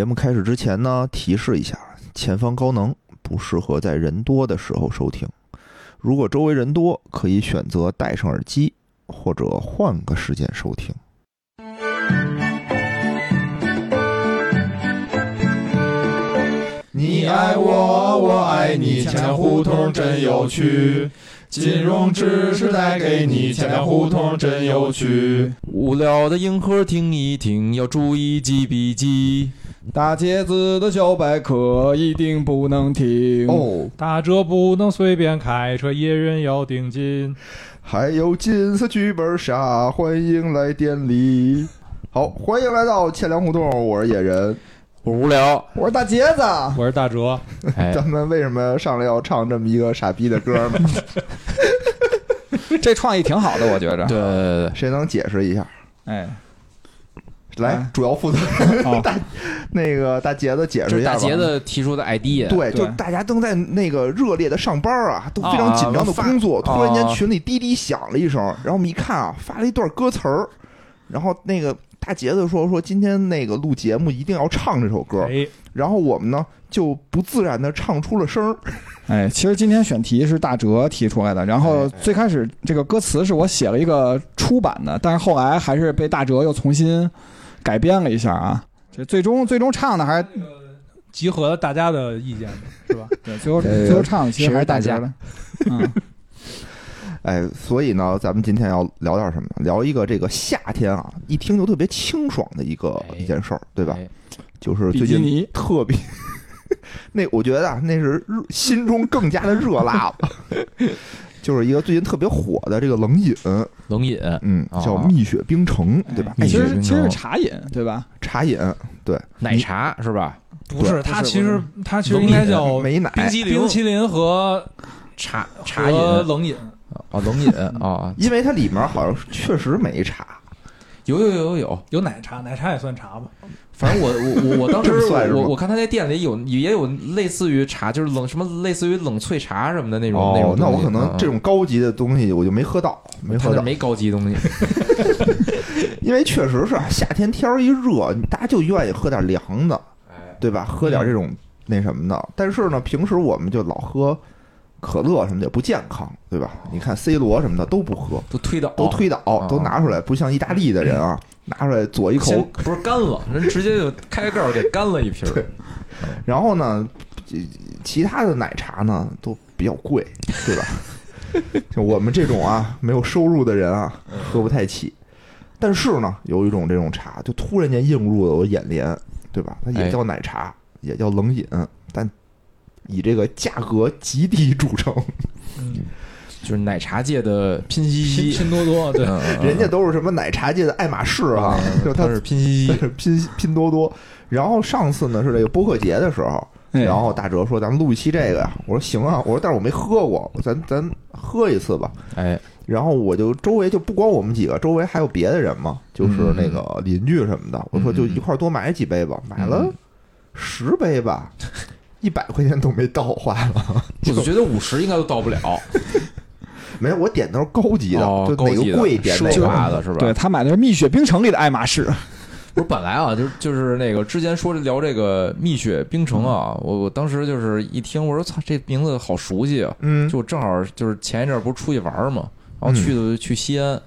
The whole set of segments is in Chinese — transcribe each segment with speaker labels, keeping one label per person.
Speaker 1: 节目开始之前呢，提示一下，前方高能不适合在人多的时候收听。如果周围人多，可以选择戴上耳机，或者换个时间收听。
Speaker 2: 你爱我，我爱你，前前胡同真有趣。金融知识带给你，前前胡同真有趣。
Speaker 3: 无聊的硬核听一听，要注意记笔记。
Speaker 2: 大茄子的小百科一定不能停。
Speaker 1: 哦，
Speaker 4: 打折不能随便开车，野人要定金。
Speaker 1: 还有金色剧本杀，欢迎来店里。好，欢迎来到千粮胡同，我是野人。
Speaker 3: 我无聊，
Speaker 2: 我是大茄子，
Speaker 5: 啊
Speaker 4: 我是大哲，
Speaker 3: 哎，
Speaker 1: 咱们为什么上来要唱这么一个傻逼的歌呢？
Speaker 2: 这创意挺好的，我觉着。
Speaker 3: 对对 对对，
Speaker 1: 谁能解释一下？
Speaker 2: 哎，
Speaker 1: 来
Speaker 2: 啊，
Speaker 1: 主要负责
Speaker 2: 哦
Speaker 1: 人 大那个大杰子解
Speaker 3: 这
Speaker 1: 释
Speaker 3: 是
Speaker 1: 一下
Speaker 3: 大
Speaker 1: 吧。
Speaker 3: 杰子提出的 idea。
Speaker 1: 对，
Speaker 2: 对
Speaker 1: 就大家都在那个热烈的上班啊，都非常
Speaker 3: 啊
Speaker 1: 紧张的工作。
Speaker 3: 发
Speaker 1: 突然间
Speaker 3: 啊
Speaker 1: 群里滴滴响了一声，然后我们一看啊，发了一段歌词儿，然后那个大杰子说说今天那个录节目一定要唱这首歌，
Speaker 4: 哎，
Speaker 1: 然后我们呢就不自然的唱出了声儿。
Speaker 2: 哎，其实今天选题是大哲提出来的，然后最开始这个歌词是我写了一个初版的，但是后来还是被大哲又重新改编了一下啊。这最终最终唱的还是
Speaker 4: 集合了大家的意见是吧？
Speaker 2: 对，最后
Speaker 1: 呃
Speaker 2: 最后唱的哎其实还是哲
Speaker 3: 谁
Speaker 2: 的。嗯，
Speaker 1: 哎，所以呢，咱们今天要聊点什么呢？聊一个这个夏天啊，一听就特别清爽的一个
Speaker 3: 哎
Speaker 1: 一件事儿，对吧？
Speaker 3: 哎
Speaker 1: 就是
Speaker 2: 比
Speaker 1: 最
Speaker 2: 基
Speaker 1: 近
Speaker 2: 尼
Speaker 1: 特别， 那我觉得啊，那是热心中更加的热辣了。 就是一个最近特别火的这个冷饮，
Speaker 3: 冷饮，
Speaker 1: 嗯，叫
Speaker 3: 哦
Speaker 1: 蜜雪冰城，对吧？
Speaker 2: 哎
Speaker 1: 哎
Speaker 2: 其
Speaker 3: 蜜雪
Speaker 2: 实
Speaker 3: 冰城
Speaker 2: 其实是茶饮，对吧？
Speaker 1: 茶饮，对，
Speaker 3: 奶茶是吧？
Speaker 4: 不是，
Speaker 1: 对
Speaker 4: 它
Speaker 2: 不是
Speaker 4: 其实
Speaker 2: 不
Speaker 4: 它其实应该叫
Speaker 1: 美奶，
Speaker 3: 淇
Speaker 4: 冰淇淋和
Speaker 3: 茶茶饮
Speaker 4: 和冷饮。
Speaker 3: 哦，冷饮哦，
Speaker 1: 因为它里面好像确实没茶，
Speaker 3: 有有有有有。
Speaker 4: 有奶茶，奶茶也算茶吧？
Speaker 3: 反正我我我我当时
Speaker 1: 这么算是吗
Speaker 3: 我我看他在店里有也有类似于茶，就是冷什么类似于冷萃茶什么的那种种东西。
Speaker 1: 哦那我可能这种高级的东西我就没喝到，没
Speaker 3: 嗯他
Speaker 1: 喝
Speaker 3: 那
Speaker 1: 到，
Speaker 3: 没高级东西。
Speaker 1: 因为确实是啊夏天天儿一热，大家就愿意喝点凉的，
Speaker 3: 哎，
Speaker 1: 对吧？喝点这种那什么的。但是呢，平时我们就老喝可乐什么的，也不健康，对吧？你看 C 罗什么的都不喝，
Speaker 3: 都推倒，
Speaker 1: 都推倒，
Speaker 3: 哦
Speaker 1: 都拿出来，不像意大利的人 啊，拿出来左一口
Speaker 3: 先不是干了，人直接就开盖儿给干了一瓶儿。
Speaker 1: 然后呢，其其他的奶茶呢都比较贵，对吧？就我们这种啊没有收入的人啊，喝不太起。但是呢，有一种这种茶，就突然间映入了我眼帘，对吧？它也叫奶茶，也叫冷饮，但以这个价格极低著称，
Speaker 4: 嗯，
Speaker 3: 就是奶茶界的拼夕
Speaker 4: 拼
Speaker 3: 夕，
Speaker 4: 拼多多对，
Speaker 3: 嗯
Speaker 1: 人家都是什么奶茶界的爱马仕啊，就它
Speaker 3: 他是拼夕
Speaker 1: 但
Speaker 3: 夕，
Speaker 1: 是 拼拼多多。然后上次呢是这个播客节的时候，
Speaker 2: 哎
Speaker 1: 然后大哲说咱们录一期这个呀，我说行啊，我说但是我没喝过，咱咱喝一次吧。
Speaker 3: 哎，
Speaker 1: 然后我就周围就不光我们几个，周围还有别的人嘛，
Speaker 3: 嗯
Speaker 1: 就是那个邻居什么的。我说就一块儿多买几杯吧，买
Speaker 3: 嗯
Speaker 1: 了十杯吧，一百块钱都没到花了。
Speaker 3: 我就觉得五十应该都到不了，
Speaker 1: 没有，我点都是高级的，
Speaker 3: 哦
Speaker 1: 就
Speaker 3: 高
Speaker 1: 哪
Speaker 3: 级
Speaker 1: 个
Speaker 3: 的
Speaker 1: 贵点哪
Speaker 3: 奢
Speaker 1: 个。
Speaker 3: 华的是吧？
Speaker 2: 对，他买的是蜜雪冰城里的爱马仕。
Speaker 3: 不是本来啊，就是就是那个之前说聊这个蜜雪冰城啊，
Speaker 1: 嗯
Speaker 3: 我我当时就是一听，我说操，这名字好熟悉啊！
Speaker 1: 嗯，
Speaker 3: 就正好就是前一阵儿不是出去玩儿嘛，然后
Speaker 1: 嗯
Speaker 3: 去的去西安，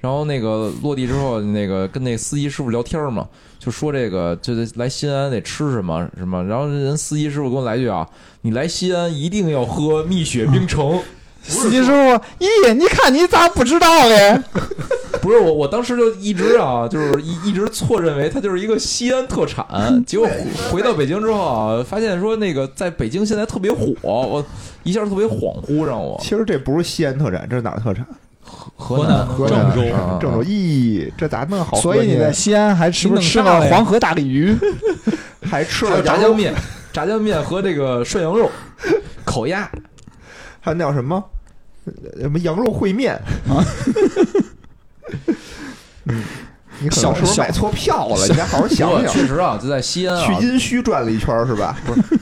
Speaker 3: 然后那个落地之后，那个跟那司机师傅聊天儿嘛，就说这个就得来西安得吃什么什么，然后人司机师傅给我来一句啊，你来西安一定要喝蜜雪冰城。
Speaker 2: 司机师傅，咦，你看你咋不知道嘞？
Speaker 3: 不是我，我当时就一直啊，就是一一直错认为它就是一个西安 特产，结果回回到北京之后啊，发现说那个在北京现在特别火，我一下特别恍惚，让我
Speaker 1: 其实这不是西安特产，这是哪儿特产？
Speaker 3: 河
Speaker 4: 南
Speaker 3: 河
Speaker 4: 郑州
Speaker 3: 啊
Speaker 1: 郑州。咦，这咋弄好喝
Speaker 2: 所
Speaker 1: 呢？
Speaker 2: 以你在西安还吃不吃了黄河大鲤鱼？
Speaker 1: 还吃
Speaker 3: 还有
Speaker 1: 了
Speaker 3: 炸
Speaker 1: 羊
Speaker 3: 酱
Speaker 1: 肉
Speaker 3: 面、炸酱面和这个涮 羊肉、烤鸭，
Speaker 1: 还有那叫什么呃什么羊肉烩面
Speaker 2: 啊。
Speaker 1: 嗯，你可
Speaker 2: 小
Speaker 1: 能是不是
Speaker 2: 小
Speaker 1: 买错票了？你再好好想
Speaker 3: 不过
Speaker 1: 想。
Speaker 3: 确实啊，就在西安
Speaker 1: 去
Speaker 3: 啊，
Speaker 1: 殷墟转了一圈儿是吧？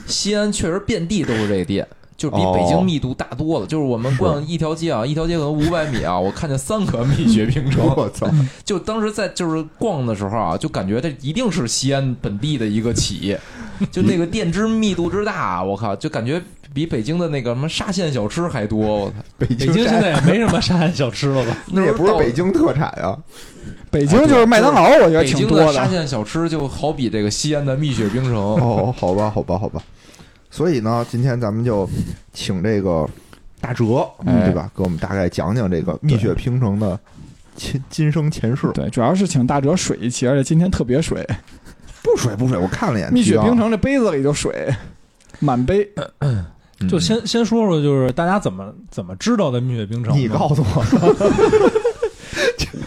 Speaker 3: 西安确实遍地都是这个店，就是比
Speaker 1: 哦
Speaker 3: 北京密度大多了。就是我们逛一条街啊，一条街可能五百米啊，我看见三个 蜜雪 冰城。
Speaker 1: 我操！
Speaker 3: 就当时在就是逛的时候啊，就感觉这一定是西安本地的一个企 业，就那个店之密度之大，啊我靠，就感觉比北京的那个什么沙县小吃还多。我操，
Speaker 1: 北
Speaker 5: 北
Speaker 1: 京
Speaker 5: 京现
Speaker 1: 山
Speaker 5: 在也没什么沙县小吃了吧？
Speaker 1: 那也不是
Speaker 3: 到
Speaker 1: 北京特产啊，
Speaker 2: 北京就是麦当劳，我觉得
Speaker 3: 北
Speaker 2: 挺
Speaker 3: 京
Speaker 2: 多
Speaker 3: 沙
Speaker 2: 的。
Speaker 3: 县小吃就好比这个西安的蜜雪冰城。
Speaker 1: 哦，好吧，好吧，好吧。所以呢，今天咱们就请这个大哲，
Speaker 2: 哎
Speaker 1: 对吧？给我们大概讲讲这个蜜雪冰城的前今生前世。
Speaker 2: 对，主要是请大哲水一期，而且今天特别水，
Speaker 1: 不水不水，我看了一眼
Speaker 2: 蜜雪
Speaker 1: 提纲
Speaker 2: 冰城这杯子里就水，满杯。
Speaker 3: 嗯
Speaker 5: 就先先说说，就是大家怎么怎么知道的蜜雪冰城？
Speaker 1: 你告诉我，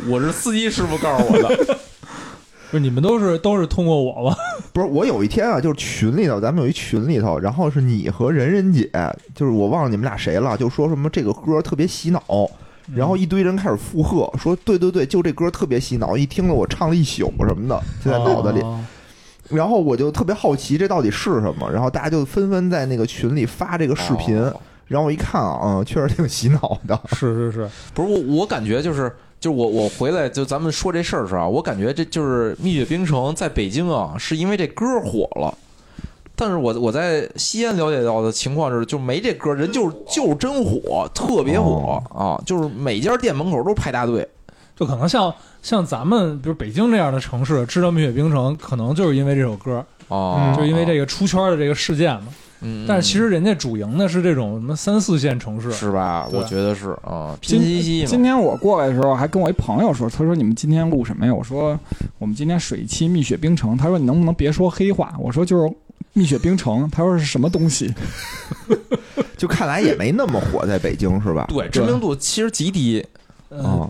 Speaker 3: 我是司机师傅告诉我的，
Speaker 5: 不是你们都是都是通过我吧？
Speaker 1: 不是我有一天啊，就是群里头，咱们有一群里头，然后是你和人人姐，就是我忘了你们俩谁了，就说什么这个歌特别洗脑，然后一堆人开始附和，说对对对，就这歌特别洗脑，一听了我唱了一宿什么的，就在脑子里。
Speaker 5: 哦
Speaker 1: 然后我就特别好奇这到底是什么，然后大家就纷纷在那个群里发这个 视频，
Speaker 3: 哦
Speaker 1: 然后我一看啊，嗯，确实挺洗脑的。
Speaker 5: 是是是，
Speaker 3: 不是我，我感觉就是就是我我回来就咱们说这事儿的时候啊，我感觉这就是蜜雪冰城在北京啊，是因为这歌火了。但是我我在西安了解到的情况是，就没这歌，人就是就是真火，特别火、啊！就是每家店门口都排大队，
Speaker 5: 就可能像像咱们比如北京这样的城市，知道蜜雪冰城，可能就是因为这首歌，
Speaker 1: 哦
Speaker 3: 啊，
Speaker 5: 就是因为这
Speaker 3: 个，
Speaker 5: 个出圈的这个事件嘛。
Speaker 3: 嗯、
Speaker 5: 但是其实人家主营的是这种什么三四线城市，
Speaker 3: 是吧？
Speaker 5: 对
Speaker 3: 我觉得是啊，拼
Speaker 2: 今
Speaker 3: 夕夕嘛
Speaker 2: 今天我过来的时候，还跟我一朋友说，他说你们今天录什么呀？我说我们今天水期蜜雪冰城。他说你能不能别说黑话？我说就是蜜雪冰城。他说是什么东西？
Speaker 1: 就看来也没那么火，在北京是吧？
Speaker 3: 对知名度其实极低，
Speaker 5: 嗯、
Speaker 1: 啊、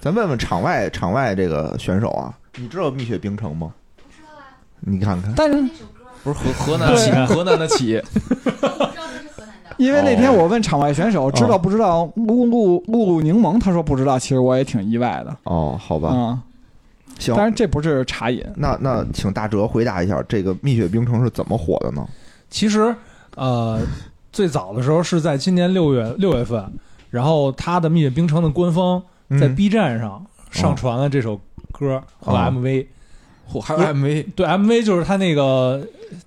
Speaker 1: 咱问问场外场外这个选手啊，你知道蜜雪冰城吗？
Speaker 6: 不知道啊，
Speaker 1: 你看看，
Speaker 2: 但是
Speaker 6: 那首歌，
Speaker 3: 不是河河南企
Speaker 5: 对啊
Speaker 3: 河南的企业，
Speaker 6: 我不知道这是河南的。
Speaker 2: 因为那天我问场外选手知道不知道露露露露柠檬，他说不知道，其实我也挺意外的
Speaker 1: 哦，好吧，
Speaker 2: 啊。
Speaker 1: 行
Speaker 2: 当。然这不是茶饮，
Speaker 1: 那那，请大哲回答一下，这个蜜雪冰城是怎么火的呢？
Speaker 5: 其实呃，最早的时候是在今年六月六月份，然后它的蜜雪冰城的官方在
Speaker 1: 嗯
Speaker 5: B 站上上传了这首歌和
Speaker 1: 哦
Speaker 5: MV，、
Speaker 3: 嚯，还有 MV，
Speaker 5: 对 MV 就是他那个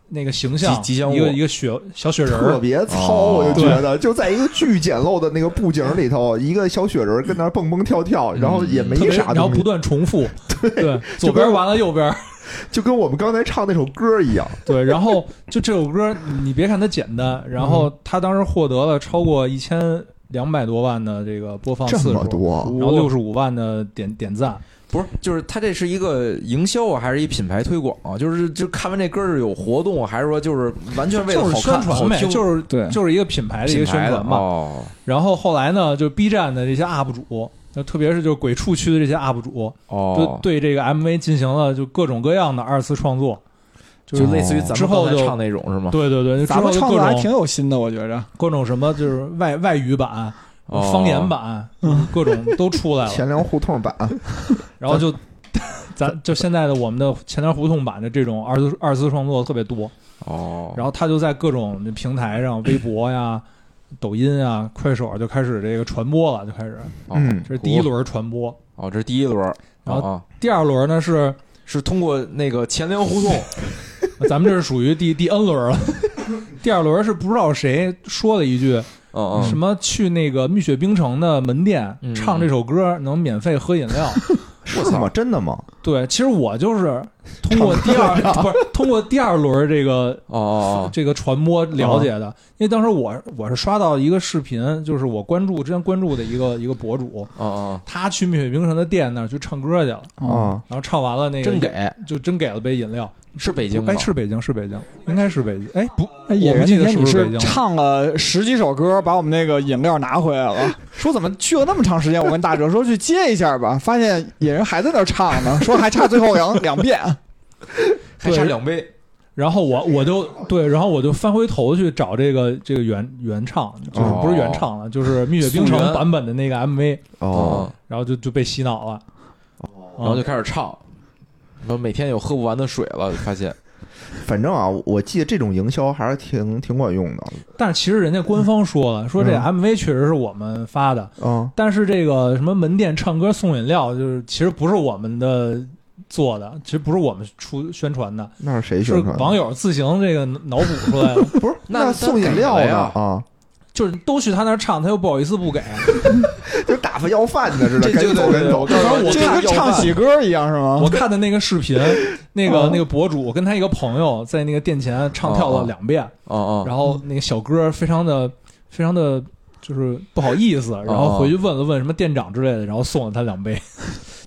Speaker 5: 那个形象，
Speaker 3: 吉吉祥物
Speaker 5: 一个一个雪小雪人
Speaker 1: 特
Speaker 5: 儿，
Speaker 1: 别糙，
Speaker 3: 哦
Speaker 1: 我就觉得就在一个巨简陋的那个布景里头，一个小雪人儿跟那儿蹦蹦跳跳，然后也没
Speaker 5: 嗯特别
Speaker 1: 啥
Speaker 5: 然
Speaker 1: 东
Speaker 5: 后不
Speaker 1: 西，
Speaker 5: 断 重复，对，左
Speaker 1: 就跟
Speaker 5: 边完了右边，
Speaker 1: 就跟我们刚才唱那首歌一样。
Speaker 5: 对，然后就这首歌，你别看它简单，然
Speaker 3: 嗯
Speaker 5: 后它当时获得了超过一千两百多万的这个播放
Speaker 1: 这
Speaker 5: 次
Speaker 1: 么
Speaker 5: 数，
Speaker 1: 多，
Speaker 5: 然后六十五万的点点赞，
Speaker 3: 不是，就是它这是一个营销啊，还是一品牌推广啊？就是就看完这歌是有活动啊，还是说就是完全为了
Speaker 5: 就
Speaker 3: 好
Speaker 5: 是宣
Speaker 3: 看
Speaker 5: 传呗，
Speaker 3: 好听
Speaker 5: 就是
Speaker 2: 对
Speaker 5: 就是一个品牌的一
Speaker 3: 品
Speaker 5: 个宣
Speaker 3: 牌的
Speaker 5: 传嘛。
Speaker 3: 哦
Speaker 5: 然后后来呢，就 B 站的这些 UP 主，那特别是就是鬼畜区的这些 UP 主，就
Speaker 3: 哦，
Speaker 5: 对这个 MV 进行了就各种各样的二次创作，
Speaker 3: 哦就类似于咱
Speaker 5: 之
Speaker 3: 们
Speaker 5: 后
Speaker 3: 刚才
Speaker 5: 就
Speaker 3: 唱那种是吗？
Speaker 5: 对对对，之
Speaker 2: 咱
Speaker 5: 后
Speaker 2: 们
Speaker 5: 就
Speaker 2: 创
Speaker 5: 各
Speaker 2: 作还挺
Speaker 5: 种
Speaker 2: 有心的，我觉着。
Speaker 5: 各种什么就是外外语版、
Speaker 3: 哦
Speaker 5: 方言版，
Speaker 2: 嗯
Speaker 5: 各种都 出来了。
Speaker 1: 钱粮胡同版，
Speaker 5: 然后就咱就现在的我们的前南胡同版的这种二次二次创作特别多，
Speaker 3: 哦，
Speaker 5: 然后他就在各种平台上，微博呀、抖音啊、快手啊就开始这个传播了，就开始
Speaker 3: 哦
Speaker 1: 嗯
Speaker 5: 这是第一轮传播。
Speaker 3: 哦，这是第一轮，
Speaker 5: 然后
Speaker 3: 哦
Speaker 5: 第二轮呢是
Speaker 3: 是通过那个钱粮胡 同
Speaker 5: 咱们这是属于第第 N 轮了， 第二轮是不知道谁说了一句
Speaker 3: 嗯
Speaker 5: 什
Speaker 3: 嗯
Speaker 5: 么去那个蜜雪冰城的门店
Speaker 3: 嗯
Speaker 5: 唱这首歌能免费喝饮料，
Speaker 1: 是吗？真的吗？
Speaker 5: 对，其实我就是通过第二不是通过第二轮这个
Speaker 3: 哦哦
Speaker 5: 这个传播了解的，因为当时我我是刷到一个视频，就是我关注之前关注的一个一个博主，
Speaker 3: 哦哦，
Speaker 5: 他去蜜雪冰城的店那儿去唱歌去了，
Speaker 2: 哦，
Speaker 1: 啊，
Speaker 5: 然后唱完了那个
Speaker 3: 真给
Speaker 5: 就真给了杯饮料，
Speaker 3: 是北京吗
Speaker 5: 哎？是北京是北京，应该是北京，哎不，
Speaker 2: 哎，野
Speaker 5: 我
Speaker 2: 人
Speaker 5: 不记
Speaker 2: 那
Speaker 5: 得
Speaker 2: 天
Speaker 5: 是
Speaker 2: 你
Speaker 5: 不是北
Speaker 2: 是
Speaker 5: 京了
Speaker 2: 唱了十几首歌，把我们那个饮料拿回来了。说怎么去了那么长时间？我跟大哲说去接一下吧，发现野人还在那儿唱呢，说还差最后两两遍。
Speaker 3: 还差两杯
Speaker 5: 然后我我就对，然后我就翻回头去找这个这个原原唱，就是
Speaker 1: 哦
Speaker 5: 不是原唱了，就是蜜雪冰城
Speaker 3: 溯源
Speaker 5: 版本的那个 MV，
Speaker 1: 哦，，
Speaker 3: 嗯
Speaker 5: 然后就就被洗脑了，
Speaker 3: 哦
Speaker 5: 哦
Speaker 3: 然后就开始唱，说每天有喝不完的水了，发现
Speaker 1: 反正啊，我记得这种营销还是挺挺管用的
Speaker 5: 但是其实人家官方说了，说这
Speaker 1: 嗯
Speaker 5: MV 确实是我们发的，
Speaker 1: 啊。
Speaker 5: 但是这个什么门店唱歌送饮料，就是其实不是我们的做的，其实不是我们出宣传的，
Speaker 1: 那是谁
Speaker 5: 是
Speaker 1: 宣传的？
Speaker 5: 网友自行这个脑补出 来的，
Speaker 1: 不是
Speaker 3: 那
Speaker 1: 那送饮料
Speaker 3: 那给
Speaker 1: 呢
Speaker 3: 了
Speaker 1: 啊，
Speaker 5: 就是都去他那儿唱，他又不好意思不给，
Speaker 1: 就打发要饭的似的，赶紧走赶紧走。
Speaker 5: 反正我
Speaker 2: 这跟唱喜歌一样是
Speaker 1: 哦
Speaker 2: 吗？
Speaker 5: 我看的那个视 频，那个
Speaker 1: 啊
Speaker 5: 那个博主我跟他一个朋友在那个店前唱跳
Speaker 1: 哦
Speaker 5: 了两遍，
Speaker 3: 哦哦，
Speaker 5: 然后那个小哥非常的非常的就是不好意思，然
Speaker 1: 哦
Speaker 5: 后回去问了问什么店长之类的，然后送了他两杯。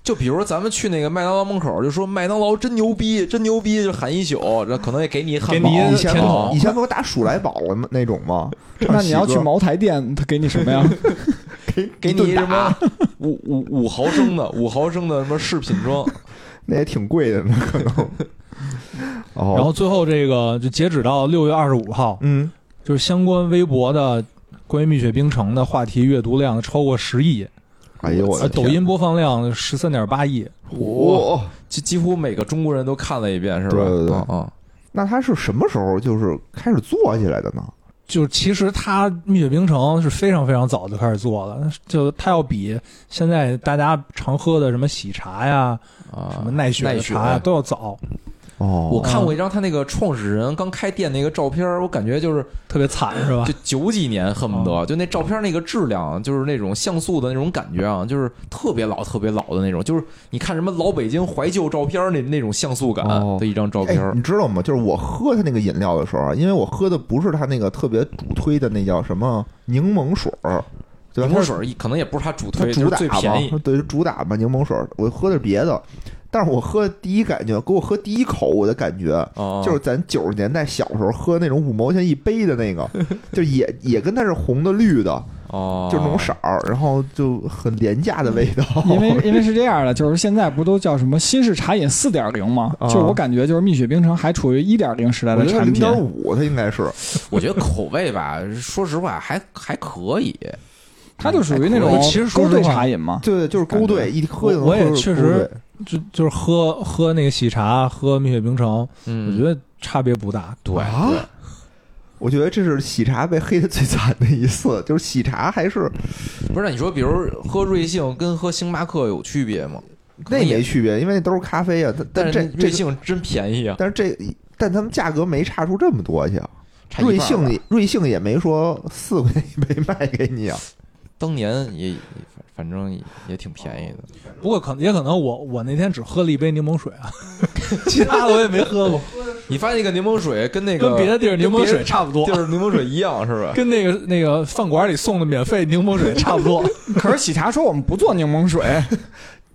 Speaker 3: 就比如说咱们去那个麦当劳门口，就说麦当劳真牛逼，真牛逼，就喊一宿，这可能也给你一汉
Speaker 5: 给
Speaker 3: 堡
Speaker 5: 你一
Speaker 1: 以前
Speaker 5: 甜筒
Speaker 1: 以前不是打鼠来宝了吗？那种吗？
Speaker 2: 那你要
Speaker 1: 唱喜
Speaker 2: 去
Speaker 1: 歌
Speaker 2: 茅台店，他给你什么呀？
Speaker 1: 给
Speaker 3: 给
Speaker 1: 一顿
Speaker 3: 你什
Speaker 1: 打
Speaker 3: 么哦五五五毫升的五毫升的什么饰品装，
Speaker 1: 那也挺贵的呢， 可能。哦，
Speaker 5: 然后最后这个就截止到六月二十五号，
Speaker 1: 嗯，
Speaker 5: 就是相关微博的关于蜜雪冰城的话题阅读量超过十亿，
Speaker 1: 哎呦我
Speaker 5: 呃，
Speaker 1: 的
Speaker 5: 抖
Speaker 1: 天，
Speaker 5: 音播放量十三点八亿。
Speaker 1: 哇、
Speaker 3: 几几乎每个中国人都看了一遍，是吧？
Speaker 1: 对对对
Speaker 3: 嗯嗯
Speaker 1: 那他是什么时候就是开始做起来的呢？
Speaker 5: 就是其实它蜜雪冰城是非常非常早就开始做了，就它要比现在大家常喝的什么喜茶呀、
Speaker 3: 啊，
Speaker 5: 什么奈雪的
Speaker 3: 奈
Speaker 5: 茶呀都要早，
Speaker 1: 哦，
Speaker 3: 我看过一张他那个创始人刚开店那个照片，我感觉就是
Speaker 5: 特别惨是吧
Speaker 3: 就？九几年，恨不
Speaker 1: 哦
Speaker 3: 得就那照片那个质量，就是那种像素的那种感觉啊，就是特别老、特别老的那种，就是你看什么老北京怀旧照片那那种像素感
Speaker 1: 哦
Speaker 3: 的一张照片
Speaker 1: 哎，。你知道吗？就是我喝他那个饮料的时候啊，因为我喝的不是他那个特别主推的那叫什么柠檬水儿，对吧？
Speaker 3: 柠
Speaker 1: 它
Speaker 3: 檬
Speaker 1: 是
Speaker 3: 水可能也不是它主
Speaker 1: 它
Speaker 3: 推，就
Speaker 1: 主
Speaker 3: 是
Speaker 1: 打
Speaker 3: 最
Speaker 1: 嘛
Speaker 3: 便 宜，
Speaker 1: 对，主打吧柠檬水儿。我喝的是别的，但是我喝第一感觉，给我喝第一口，我的感觉
Speaker 3: 啊，
Speaker 1: 就是咱九十年代小时候喝那种五毛钱一杯的那个，就也也跟它是红的绿的，
Speaker 3: 哦，
Speaker 1: 就是那种色儿，然后就很廉价的味道。
Speaker 2: 嗯因为因为是这样的，就是现在不都叫什么新式茶饮四点零吗？
Speaker 1: 啊
Speaker 2: 就是我感觉就是蜜雪冰城还处于一点零时代
Speaker 1: 我
Speaker 2: 的
Speaker 1: 觉得
Speaker 2: 产
Speaker 1: 零
Speaker 2: 品，
Speaker 1: 点五，它应该是
Speaker 3: 我觉得口味吧， 说实话还还可以。
Speaker 2: 它就属于那种
Speaker 5: 我其实说
Speaker 2: 勾
Speaker 5: 实
Speaker 2: 兑
Speaker 5: 话
Speaker 2: 茶饮嘛。
Speaker 1: 对，就是勾兑，一喝就能
Speaker 5: 我我也
Speaker 1: 喝出
Speaker 5: 确
Speaker 1: 勾
Speaker 5: 实
Speaker 1: 兑
Speaker 5: 就就是喝喝那个喜茶，喝蜜雪冰城，
Speaker 3: 嗯，
Speaker 5: 我觉得差别不大。
Speaker 3: 对
Speaker 1: 啊，我觉得这是喜茶被黑的最惨的一次，就是喜茶还是
Speaker 3: 不是你说，比如喝瑞幸跟喝星巴克有区别吗？
Speaker 1: 那没区别，因为那都是咖啡啊。但
Speaker 3: 但
Speaker 1: 但
Speaker 3: 是
Speaker 1: 这这
Speaker 3: 瑞幸真便宜啊，
Speaker 1: 但是这但他们价格没差出这么多去啊。
Speaker 3: 差
Speaker 1: 瑞
Speaker 3: 一半儿吧
Speaker 1: 幸也瑞幸也没说四块钱一杯卖给你啊，
Speaker 3: 当年也也反正也也挺便宜的。
Speaker 5: 不过可能也可能我我那天只喝了一杯柠檬水啊，其他的我也没喝过，
Speaker 3: 你发现那个柠檬水跟那个
Speaker 5: 跟别的地儿柠檬水差不多
Speaker 3: 地，儿柠檬水一样是吧？
Speaker 5: 跟那个那个饭馆里送的免费柠檬水差不多。
Speaker 2: 可是喜茶说我们不做柠檬水，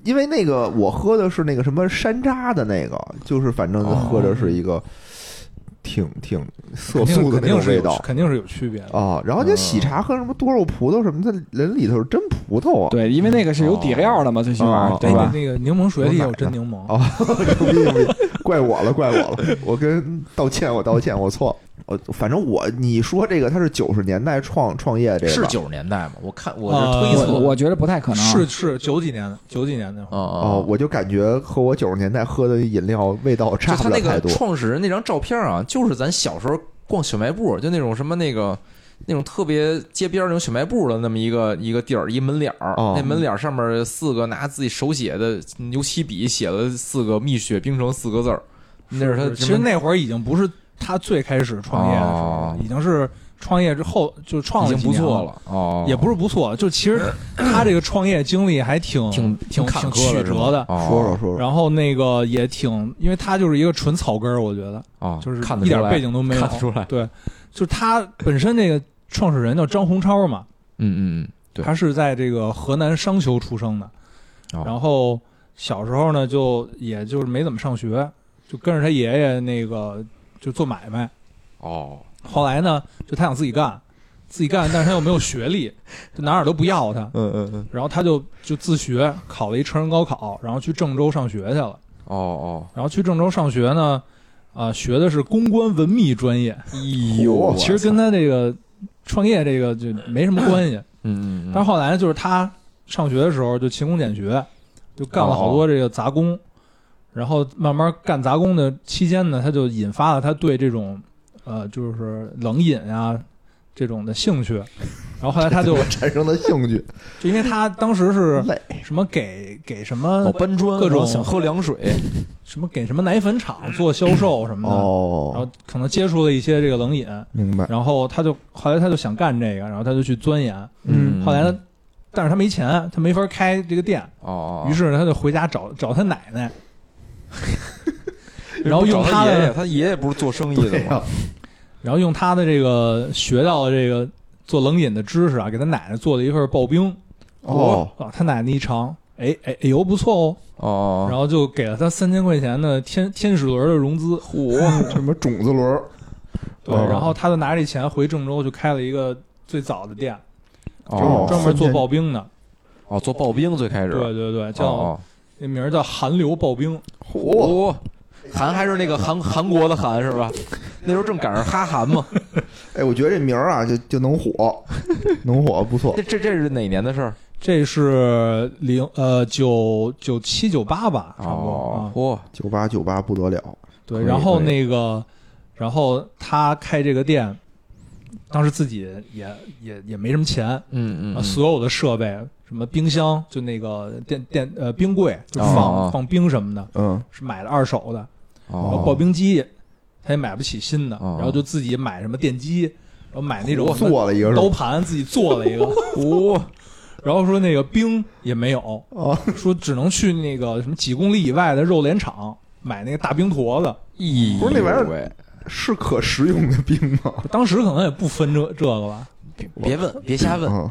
Speaker 1: 因为那个我喝的是那个什么山楂的那个，就是反正喝的是一个挺挺色
Speaker 5: 肯定
Speaker 1: 素的
Speaker 5: 肯
Speaker 1: 那种
Speaker 5: 定是
Speaker 1: 味
Speaker 5: 有
Speaker 1: 道
Speaker 5: 肯定是有区别的。
Speaker 1: 啊。然后就喜茶喝什么多肉葡萄什么的，人里头是真葡萄啊。
Speaker 2: 对，因为那个是有底料的嘛，最起码
Speaker 1: 哦
Speaker 2: 对
Speaker 5: 那
Speaker 2: 吧？
Speaker 5: 那个柠檬水里有真柠檬
Speaker 1: 哦， 牛逼牛逼怪我了，怪我了，我跟道歉，我道歉，我错，我反正我你说这个他是九十年代创创业这个
Speaker 3: 是
Speaker 1: 吧
Speaker 3: 九十年代吗？我看我
Speaker 5: 呃
Speaker 3: 是推测，
Speaker 2: 我我觉得不太可能。啊
Speaker 5: 是是九几年的，九几年那会儿，
Speaker 3: 哦
Speaker 1: 哦
Speaker 3: 哦，，
Speaker 1: 我就感觉和我九十年代喝的饮料味道
Speaker 3: 就
Speaker 1: 差
Speaker 3: 他
Speaker 1: 不
Speaker 3: 那
Speaker 1: 了太
Speaker 3: 个
Speaker 1: 多。
Speaker 3: 创始人那张照片啊，就是咱小时候逛小卖部，就那种什么那个。那种特别街边儿那种小卖部的那么一个一个地儿，一门脸儿、
Speaker 1: 哦
Speaker 3: 那门脸儿上面四个拿自己手写的牛漆笔写了四个“蜜雪冰城”四个字儿，那是他
Speaker 5: 其实那会儿已经不是他最开始创业的时候
Speaker 3: 哦
Speaker 5: 了，已经是创业之后就创
Speaker 3: 已
Speaker 5: 了
Speaker 3: 经
Speaker 5: 几
Speaker 3: 不
Speaker 5: 年
Speaker 3: 错
Speaker 5: 了。
Speaker 3: 了哦，
Speaker 5: 也不是不错，就其实他这个创业经历还挺
Speaker 3: 挺
Speaker 5: 挺
Speaker 3: 坎
Speaker 5: 挺
Speaker 3: 坷
Speaker 5: 曲
Speaker 3: 的是吧，
Speaker 5: 折的，
Speaker 3: 哦
Speaker 1: 说说说说，
Speaker 5: 然后那个也挺，因为他就是一个纯草根儿，我觉得
Speaker 3: 啊，
Speaker 5: 就是
Speaker 3: 看得
Speaker 5: 一点
Speaker 3: 出来
Speaker 5: 背景都没有
Speaker 3: 看。得出来，
Speaker 5: 对，就是他本身这个创始人叫张洪超嘛，
Speaker 3: 嗯嗯对
Speaker 5: 他是在这个河南商丘出生的，
Speaker 3: 哦
Speaker 5: 然后小时候呢，就也就是没怎么上学，就跟着他爷爷那个就做买卖。
Speaker 3: 嗯，哦，
Speaker 5: 后来呢，就他想自己干，自己干，但是他又没有学历， 就哪哪都不要他，
Speaker 3: 嗯嗯嗯，
Speaker 5: 然后他就就自学，考了一成人高考，然后去郑州上学去了。
Speaker 3: 哦哦，
Speaker 5: 然后去郑州上学呢，啊、学的是公关文秘专业，
Speaker 3: 哎
Speaker 1: 嚯
Speaker 5: 其实跟他这个创业这个就没什么关系。
Speaker 3: 嗯嗯，
Speaker 5: 但是后来就是他上学的时候就勤工俭学，就干了好多这个杂工，然后慢慢干杂工的期间呢，他就引发了他对这种呃，就是冷饮啊这种的兴趣。然后后来他 就
Speaker 1: 产生的兴 趣，
Speaker 5: 就因为他当时是
Speaker 1: 累，
Speaker 5: 什么给给什
Speaker 3: 老
Speaker 5: 么
Speaker 3: 搬砖，
Speaker 5: 各种
Speaker 3: 然后想喝凉水，
Speaker 5: 什么给什么奶粉厂做销售什么的，然
Speaker 1: 哦，
Speaker 5: 后可能接触了一些这个冷饮，
Speaker 3: 哎
Speaker 1: 明白，
Speaker 5: 然后他就后来他就想干这个，然后他就去钻研。
Speaker 3: 嗯
Speaker 5: 后来呢，但是他没钱，他没法开这个店，
Speaker 3: 哦，
Speaker 5: 于是呢他就回家找找他奶 奶，然后
Speaker 3: 找
Speaker 5: 用
Speaker 3: 他
Speaker 5: 他的
Speaker 3: 爷爷，他爷爷不是做生意的
Speaker 1: 对
Speaker 3: 吗
Speaker 1: 啊？，
Speaker 5: 然后用他的这个学到的这个做冷饮的知识啊，给他奶奶做了一份刨冰。
Speaker 1: 哦，
Speaker 5: 啊，他奶奶一尝，哎哎哎呦不错哦，
Speaker 3: 哦，
Speaker 5: 然后就给了他三千块钱的天天使轮的融资。
Speaker 3: 嚯，
Speaker 1: 什么种子轮儿，
Speaker 5: 对，
Speaker 1: 哦
Speaker 5: 然后他就拿着这钱回郑州去开了一个最早的店，
Speaker 1: 哦
Speaker 5: 专门做刨冰的。
Speaker 3: 哦，做刨冰最开始，
Speaker 5: 对对对，叫
Speaker 3: 哦，
Speaker 5: 那名儿叫韩流刨冰。
Speaker 1: 嚯，
Speaker 3: 韩还是那个韩韩国的韩是 吧？那时候正赶上哈韩嘛，
Speaker 1: 哎，我觉得这名儿啊，就就能 火，能火，不错
Speaker 3: 这，这这是哪年的事儿？
Speaker 5: 这是零呃九九七九八吧，差不多、
Speaker 3: 哦
Speaker 5: 啊，。
Speaker 3: 嚯，
Speaker 1: 九八九八不得了，
Speaker 5: 对，
Speaker 3: 可以
Speaker 5: 然后
Speaker 3: 可以
Speaker 5: 那个，然后他开这个店，当时自己也也也没什么钱，啊
Speaker 3: 嗯嗯，嗯
Speaker 5: 所有的设备，什么冰箱，就那个电电呃冰柜，就
Speaker 3: 哦
Speaker 5: 放、
Speaker 3: 哦
Speaker 5: 放冰什么的，
Speaker 1: 嗯，
Speaker 5: 是买的二手的，然后刨
Speaker 3: 哦，
Speaker 5: 冰机他也买不起新的，
Speaker 3: 哦
Speaker 5: 然后就自己买什么电机，然后买那种
Speaker 1: 我
Speaker 5: 什么
Speaker 1: 做了一个是吧
Speaker 5: 刀盘，自己做了一 个，
Speaker 3: 嚯，
Speaker 5: 哦然后说那个冰也没有，
Speaker 1: 哦，
Speaker 5: 说只能去那个什么几公里以外的肉联厂买那个大冰坨子。
Speaker 3: 咦，
Speaker 1: 不是那玩意儿 是可食用的冰吗？
Speaker 5: 当时可能也不分这这个吧，
Speaker 3: 别问，别瞎问，
Speaker 1: 嗯，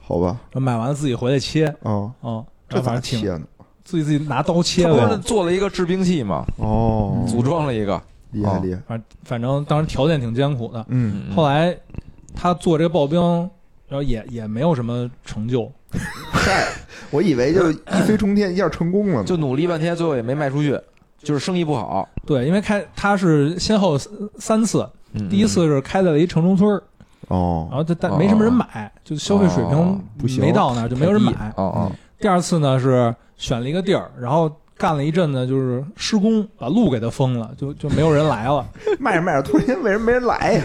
Speaker 1: 好吧，
Speaker 5: 然后买完了自己回来切，
Speaker 1: 哦，
Speaker 5: 嗯，
Speaker 1: 这
Speaker 5: 然后反
Speaker 1: 咋
Speaker 5: 正挺
Speaker 1: 切呢？
Speaker 5: 自己自己拿刀切
Speaker 3: 他不是
Speaker 5: 呗，
Speaker 3: 做了一个制冰器嘛，
Speaker 1: 哦，
Speaker 3: 组装了一个，
Speaker 1: 厉害厉害，
Speaker 5: 反反正当时条件挺艰苦的。
Speaker 1: 嗯，
Speaker 3: 嗯
Speaker 5: 后来他做这个刨冰，然后也也没有什么成就，
Speaker 1: 嗨，我以为就是一飞冲天一下成功了呢，
Speaker 3: 就努力半天，最后也没卖出去，就是生意不好。
Speaker 5: 对，因为开他是先后三三次，
Speaker 3: 嗯
Speaker 5: 第一次是开在了一城中村儿，然
Speaker 1: 哦，
Speaker 5: 后但但没什么人买，就消费水
Speaker 3: 哦
Speaker 5: 平
Speaker 1: 不行
Speaker 5: 没到那儿就没有人买，
Speaker 3: 哦哦，
Speaker 5: 第二次呢是选了一个地儿，然后干了一阵呢，就是施工把路给它封了，就就没有人来 了。
Speaker 1: 卖着卖着，突然间为什么没人来呀？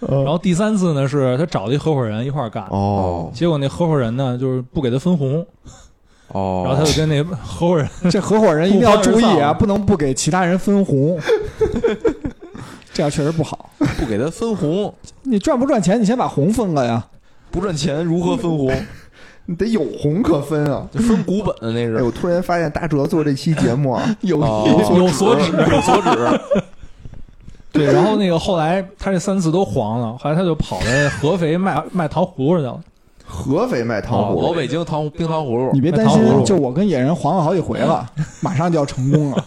Speaker 5: 然后第三次呢是他找了一合伙人一块儿干，
Speaker 1: 嗯哦，
Speaker 5: 结果那合伙人呢就是不给他分红，
Speaker 3: 哦，
Speaker 5: 然后他就跟那合伙人
Speaker 1: 嗯
Speaker 2: 这合伙人一定要注意
Speaker 5: 不欢而
Speaker 2: 啊，
Speaker 5: 散
Speaker 2: 不能不给其他人分红， 这样确实不好。
Speaker 3: 他不给他分红，
Speaker 2: 你赚不赚钱，你先把红分了呀。
Speaker 3: 不赚钱如何分红？
Speaker 1: 你得有红可分啊！
Speaker 3: 就分股本那
Speaker 1: 哎，
Speaker 3: 是
Speaker 1: 我突然发现大哲做这期节目啊，
Speaker 2: 有
Speaker 3: 哦
Speaker 5: 有所指，
Speaker 3: 有所指。
Speaker 5: 对，然后那个后来他这三次都黄了，后来他就跑到合肥卖卖糖葫芦去了。
Speaker 1: 合肥卖糖葫
Speaker 3: 老
Speaker 1: 芦，
Speaker 3: 北京糖冰糖葫芦
Speaker 2: 你，别担
Speaker 5: 糖葫
Speaker 2: 心，
Speaker 5: 芦
Speaker 2: 就我跟野人黄了好几回了，马上就要成功了。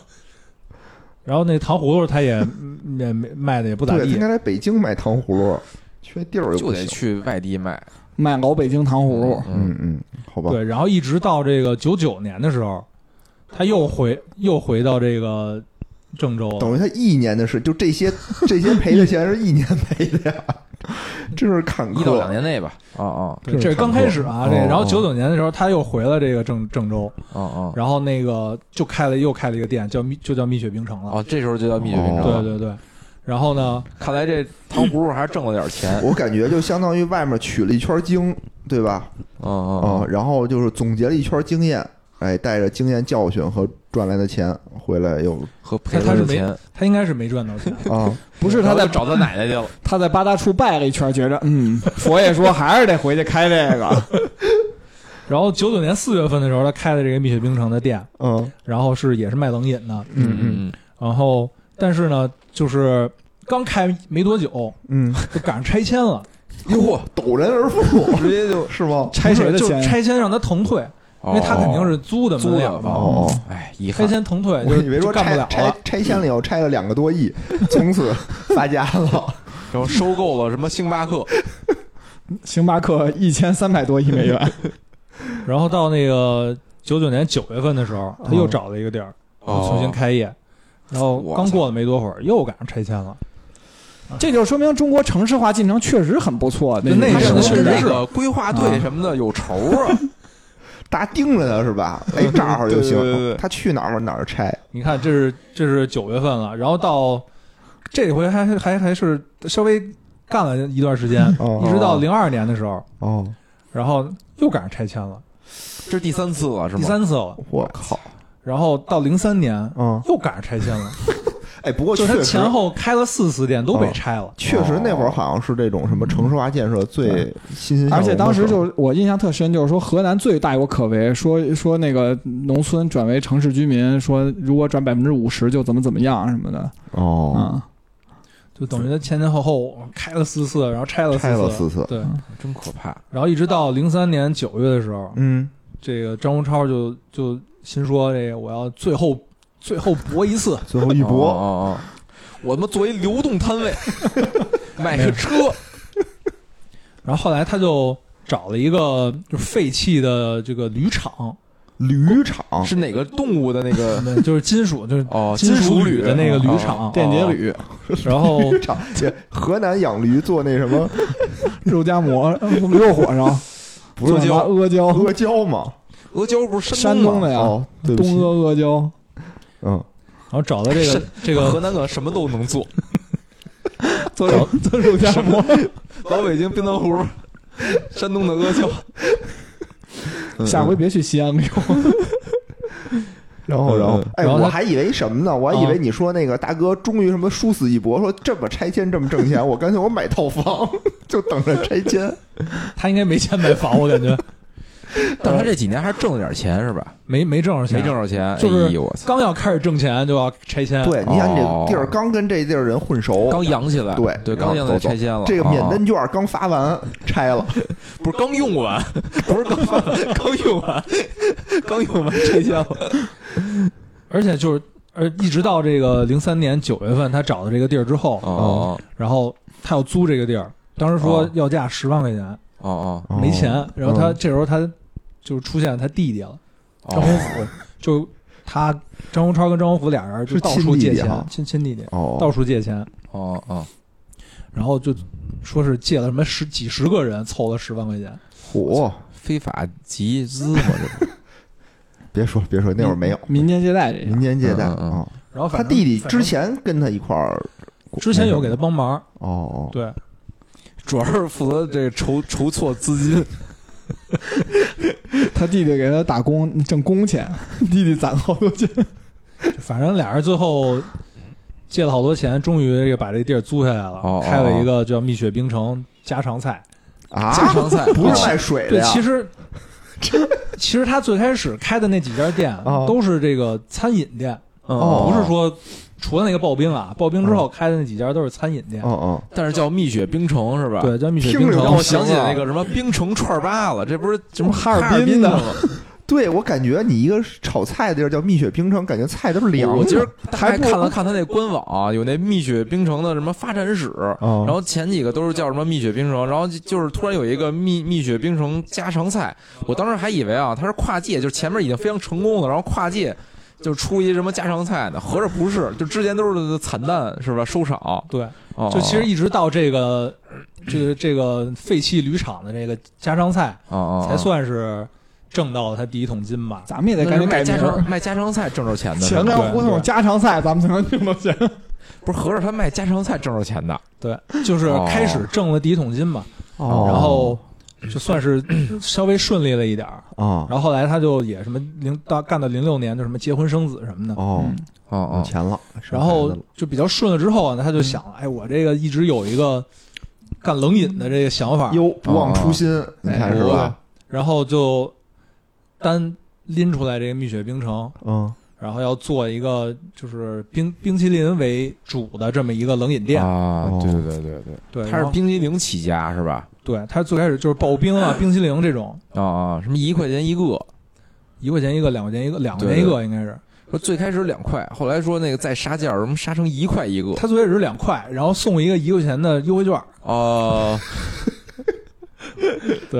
Speaker 5: 然后那糖葫芦他也嗯也没卖的也不咋
Speaker 1: 对，他应
Speaker 5: 地，
Speaker 1: 该来北京买糖葫芦，缺地儿又
Speaker 3: 就
Speaker 1: 不
Speaker 3: 得
Speaker 1: 行。
Speaker 3: 去外地卖
Speaker 2: 卖老北京糖葫芦，
Speaker 1: 嗯嗯，好吧，
Speaker 5: 对，然后一直到这个九九年的时候，他又回又回到这个郑州了，
Speaker 1: 等于他一年的事，就这些这些赔的钱是一年赔的呀，真是坎坷。
Speaker 3: 一到两年内吧。哦哦
Speaker 5: 对，这
Speaker 1: 这是
Speaker 5: 是刚
Speaker 1: 常
Speaker 5: 开
Speaker 1: 客
Speaker 5: 始啊，
Speaker 1: 哦
Speaker 5: 这然后
Speaker 3: 哦
Speaker 5: 九九年的时候，他又回了这个郑郑州，
Speaker 3: 哦哦
Speaker 5: 然后那个就开了又开了一个店，叫蜜就叫蜜雪冰城了。
Speaker 3: 哦，这时候就叫蜜雪冰
Speaker 5: 对，
Speaker 3: 城。
Speaker 5: 对对，然后呢，
Speaker 3: 看来这糖葫芦还是挣了点钱。
Speaker 1: 我感觉就相当于外面取了一圈经，对吧？
Speaker 3: 哦
Speaker 1: 啊、
Speaker 3: 哦
Speaker 1: 然后就是总结了一圈经验，哎，带着经验教训和赚来的钱回来又
Speaker 3: 哦，和赔
Speaker 5: 他
Speaker 3: 了
Speaker 5: 是
Speaker 3: 的
Speaker 5: 没
Speaker 3: 钱，
Speaker 5: 他应该是没赚到钱，
Speaker 1: 啊，
Speaker 2: 不是他
Speaker 3: 然后
Speaker 2: 在
Speaker 3: 就找他奶奶去了。
Speaker 2: 他在八大处拜了一圈，觉着嗯，佛爷说还是得回去开这 个。
Speaker 5: 然后九九年四月份的时候，他开了这个蜜雪冰城的店，
Speaker 1: 嗯
Speaker 5: 然后是也是卖冷饮的，
Speaker 1: 嗯
Speaker 5: 然后但是呢，就是刚开没多久
Speaker 1: 嗯
Speaker 5: 就赶上拆迁了，
Speaker 3: 嗯，嚯，
Speaker 1: 陡然而富， 直接就是吗？
Speaker 2: 拆谁的
Speaker 5: 就
Speaker 2: 钱？
Speaker 5: 拆迁让他腾退，因为他肯定是租的嘛，
Speaker 3: 租
Speaker 5: 那
Speaker 3: 的
Speaker 5: 样
Speaker 3: 吧
Speaker 5: 嘛
Speaker 1: 哦，
Speaker 3: 哦哎，遗
Speaker 5: 拆
Speaker 3: 憾。
Speaker 5: 迁腾退
Speaker 1: 我
Speaker 5: 就
Speaker 1: 以为
Speaker 5: 就
Speaker 1: 说
Speaker 5: 干不
Speaker 1: 拆
Speaker 5: 了
Speaker 1: 拆
Speaker 5: 了，
Speaker 1: 拆迁了以后拆了两个多亿，从此发家了。
Speaker 3: 然后收购了什么星巴克，
Speaker 2: 星巴克一千三百多亿美元，
Speaker 5: 然后到那个九九年九月份的时
Speaker 1: 哦
Speaker 5: 候，他又找了一个地儿，然哦
Speaker 3: 哦
Speaker 5: 后重新开业，然后刚过了没多会儿，又赶上拆迁了。
Speaker 2: 这就说明中国城市化进程确实很不错。
Speaker 5: 就那
Speaker 2: 个
Speaker 3: 他是
Speaker 5: 阵
Speaker 3: 不
Speaker 5: 子
Speaker 3: 是
Speaker 5: 确
Speaker 3: 跟
Speaker 5: 实
Speaker 3: 那
Speaker 5: 是
Speaker 3: 个规划队什么的有仇啊？
Speaker 1: 大家盯着他是吧？哎，这儿就行
Speaker 5: 对对对对。
Speaker 1: 他去哪儿往哪儿拆，
Speaker 5: 你看，这是这是九月份了，然后到这回还还还是稍微干了一段时间，
Speaker 1: 哦
Speaker 5: 一直到零二年的时候，
Speaker 1: 哦，
Speaker 5: 然后又赶上拆迁了，
Speaker 3: 这是第三次了，是吗？
Speaker 5: 第三次了，
Speaker 1: 我靠，
Speaker 5: 然后到零三年
Speaker 1: 嗯，
Speaker 5: 又赶上拆迁了，
Speaker 1: 哎，不过
Speaker 5: 就
Speaker 1: 确
Speaker 5: 他
Speaker 1: 实哦
Speaker 5: 前后开了四次店都被拆了，
Speaker 1: 确实那会儿好像是这种什么城市化建设最欣欣向荣的时候，
Speaker 2: 而且当时就我印象特深，就是说河南最大有可为，说说那个农村转为城市居民，说如果转百分之五十就怎么怎么样什么的
Speaker 1: 哦，
Speaker 2: 啊、
Speaker 5: 就等于他前前后后开了四次，然后拆了
Speaker 1: 拆了四
Speaker 5: 四次，
Speaker 1: 次，
Speaker 5: 对，
Speaker 3: 真可怕。
Speaker 5: 然后一直到零三年九月的时候，
Speaker 1: 嗯，
Speaker 5: 这个张洪超就就心说这个我要最后最后搏一次，
Speaker 1: 最后一
Speaker 3: 哦
Speaker 1: 搏，
Speaker 3: 哦哦，我他妈作为流动摊 位买个车，
Speaker 5: 然后后来他就找了一个就废弃的这个铝厂，
Speaker 1: 铝厂
Speaker 3: 是哪个动物的那个？
Speaker 5: 就是金属就是
Speaker 3: 哦，
Speaker 5: 金
Speaker 3: 属哦啊
Speaker 5: 铝的那个铝 厂，
Speaker 2: 电解铝、
Speaker 5: 然后
Speaker 1: 铝哦厂，这河南养驴做那什么
Speaker 2: 肉夹馍、呃驴肉火烧、
Speaker 1: 不是
Speaker 2: 做什么阿胶、
Speaker 1: 阿胶吗？
Speaker 3: 阿胶不是
Speaker 2: 山
Speaker 3: 东
Speaker 2: 东
Speaker 3: 吗
Speaker 2: 的呀，
Speaker 1: 哦，对不
Speaker 2: 啊东
Speaker 1: 起，
Speaker 2: 阿阿胶。
Speaker 1: 嗯，
Speaker 5: 然后找到这个
Speaker 3: 是
Speaker 5: 这个
Speaker 3: 河南可什么都能做，
Speaker 2: 做肉做肉夹馍，
Speaker 3: 老北京冰糖 葫芦，山东的阿胶。嗯
Speaker 2: 下回别去西安给我。
Speaker 1: 然后然后
Speaker 3: 嗯，
Speaker 1: 哎，
Speaker 5: 然后他啊
Speaker 1: 我还以为什么呢？我还以为你说那个大哥终于什么殊死一搏，说这么拆迁这么挣钱，我干脆我买套房，就等着拆 迁。
Speaker 5: 他应该没钱买房，我感觉
Speaker 3: 但他这几年还挣了点钱是吧？
Speaker 5: 没没挣着钱，
Speaker 3: 没挣着钱，
Speaker 5: 就是
Speaker 3: 哎呦我操，
Speaker 5: 刚要开始挣钱就要拆迁，
Speaker 1: 对，你想你
Speaker 3: 哦
Speaker 1: 这地儿刚跟这地儿人混熟，
Speaker 3: 刚养起来，
Speaker 1: 对
Speaker 3: 对，刚养起来拆迁了，
Speaker 5: 啊
Speaker 1: 这个免
Speaker 3: 哦
Speaker 1: 单券刚发完，拆了。
Speaker 3: 不是刚用完， 不是刚发，刚 用完，刚用完拆迁了。
Speaker 5: 而且就是呃，一直到这个零三年九月份他找到这个地儿之后，
Speaker 3: 哦
Speaker 5: 然后他要租这个地儿，当时说
Speaker 3: 哦
Speaker 5: 要价十万块钱，
Speaker 3: 哦哦
Speaker 5: 没钱，然后他、
Speaker 1: 嗯
Speaker 5: 这时候他就出现他弟弟了，张
Speaker 3: 哦
Speaker 5: 洪福，就他张洪超跟张洪福俩人就是到处
Speaker 1: 亲弟
Speaker 5: 借
Speaker 1: 弟
Speaker 5: 钱
Speaker 1: 哈，
Speaker 5: 亲亲弟弟
Speaker 1: 哦，
Speaker 5: 到处借钱，
Speaker 3: 哦哦，
Speaker 5: 然后就说是借了什么十几十个人凑了十万块钱，
Speaker 1: 哦嚯！
Speaker 3: 非法集资嘛，这不
Speaker 1: 别说别说，那会儿没有
Speaker 2: 民间借贷这
Speaker 1: 民间借贷
Speaker 3: 嗯嗯嗯
Speaker 1: 啊。
Speaker 5: 然后反
Speaker 1: 他
Speaker 5: 正
Speaker 1: 弟弟
Speaker 5: 反正
Speaker 1: 之前跟他一块儿，
Speaker 5: 之前有给他帮忙，
Speaker 1: 哦哦，
Speaker 5: 对，
Speaker 3: 主要是负责这筹筹措资金。
Speaker 2: 个，他弟弟给他打工挣工钱，弟弟攒了好多钱。
Speaker 5: 反正俩人最后。借了好多钱，终于这个把这地儿租下来了，
Speaker 3: 哦哦哦
Speaker 5: 开了一个叫蜜雪冰城家常菜。
Speaker 1: 啊，
Speaker 3: 家常菜
Speaker 1: 不
Speaker 3: 哦
Speaker 1: 是卖水的
Speaker 5: 对，
Speaker 1: 呀，
Speaker 5: 其实 其实他最开始开的那几家店啊
Speaker 1: 哦
Speaker 5: 都是这个餐饮店，
Speaker 1: 哦
Speaker 5: 不是说除了那个刨冰啊，刨冰之
Speaker 3: 哦
Speaker 5: 后开的那几家都是餐饮店。
Speaker 1: 嗯嗯，
Speaker 3: 但是叫蜜雪冰城是吧？。
Speaker 5: 对，叫蜜雪
Speaker 1: 听
Speaker 5: 冰
Speaker 1: 着
Speaker 5: 城
Speaker 1: 就
Speaker 3: 哦让我想起那个什么冰城串儿吧了，这不是什么哈
Speaker 2: 尔
Speaker 3: 滨
Speaker 2: 滨的
Speaker 3: 吗？
Speaker 1: 对我感觉你一个炒菜的地儿叫蜜雪冰城，感觉菜都是凉的。
Speaker 3: 我今儿还
Speaker 1: 还不
Speaker 3: 看了看他那官网，有那蜜雪冰城的什么发展史，
Speaker 1: 哦
Speaker 3: 然后前几个都是叫什么蜜雪冰城，然后就就是突然有一个蜜蜜雪冰城家常菜，我当时还以为啊，它是跨界，就是前面已经非常成功了，然后跨界就出一什么家常菜呢，合着不是，就之前都是惨淡是吧？收场，
Speaker 5: 对，
Speaker 3: 哦、
Speaker 5: 就其实一直到这个这个这个废弃铝厂的这个家常菜，
Speaker 3: 哦哦
Speaker 5: 才算是挣到了他第一桶金吧。
Speaker 2: 咱们也得
Speaker 3: 那
Speaker 2: 赶
Speaker 3: 是
Speaker 2: 紧
Speaker 3: 卖
Speaker 2: 改名
Speaker 3: 家
Speaker 2: 儿。
Speaker 3: 常卖家常菜挣着钱的是
Speaker 2: 前
Speaker 3: 吧，
Speaker 2: 粮胡同家常菜，咱们才能挣到钱。
Speaker 3: 不是合着他卖家常菜挣着钱的，
Speaker 5: 对，就是
Speaker 3: 哦
Speaker 5: 开始挣了第一桶金嘛，
Speaker 1: 哦
Speaker 5: 然后就算是 稍微顺利了一点儿。
Speaker 1: 啊
Speaker 5: 然后后来他就也什么零到干到零六年，就什么结婚生子什么的。
Speaker 1: 哦，
Speaker 2: 嗯
Speaker 3: 哦
Speaker 1: 有
Speaker 3: 哦，
Speaker 1: 钱了，生
Speaker 5: 然
Speaker 1: 孩
Speaker 5: 后
Speaker 1: 子了嗯
Speaker 5: 就比较顺了之后呢，他就想了，哎，我这个一直有一个干冷饮的这个想法，
Speaker 1: 哟，不忘初心，哦你
Speaker 2: 哎
Speaker 1: 看是吧？
Speaker 5: 然后就单拎出来这个蜜雪冰城，
Speaker 1: 嗯，
Speaker 5: 然后要做一个就是冰冰淇淋为主的这么一个冷饮店。
Speaker 3: 啊
Speaker 1: 哦，
Speaker 3: 对对对对对，
Speaker 5: 对，
Speaker 3: 他
Speaker 5: 然
Speaker 3: 是
Speaker 5: 后
Speaker 3: 冰激凌起家是吧？
Speaker 5: 对，他最开始就是刨冰啊、冰淇淋这种，
Speaker 3: 啊啊，什么一块钱一个，
Speaker 5: 一块钱一个，两块钱一个，两块钱
Speaker 3: 对
Speaker 5: 一
Speaker 3: 对
Speaker 5: 个应该是。
Speaker 3: 说最开始两块，后来说那个再杀价，什么杀成一块一个。
Speaker 5: 他最开始是两块，然后送一个一块钱的优惠券。
Speaker 3: 哦，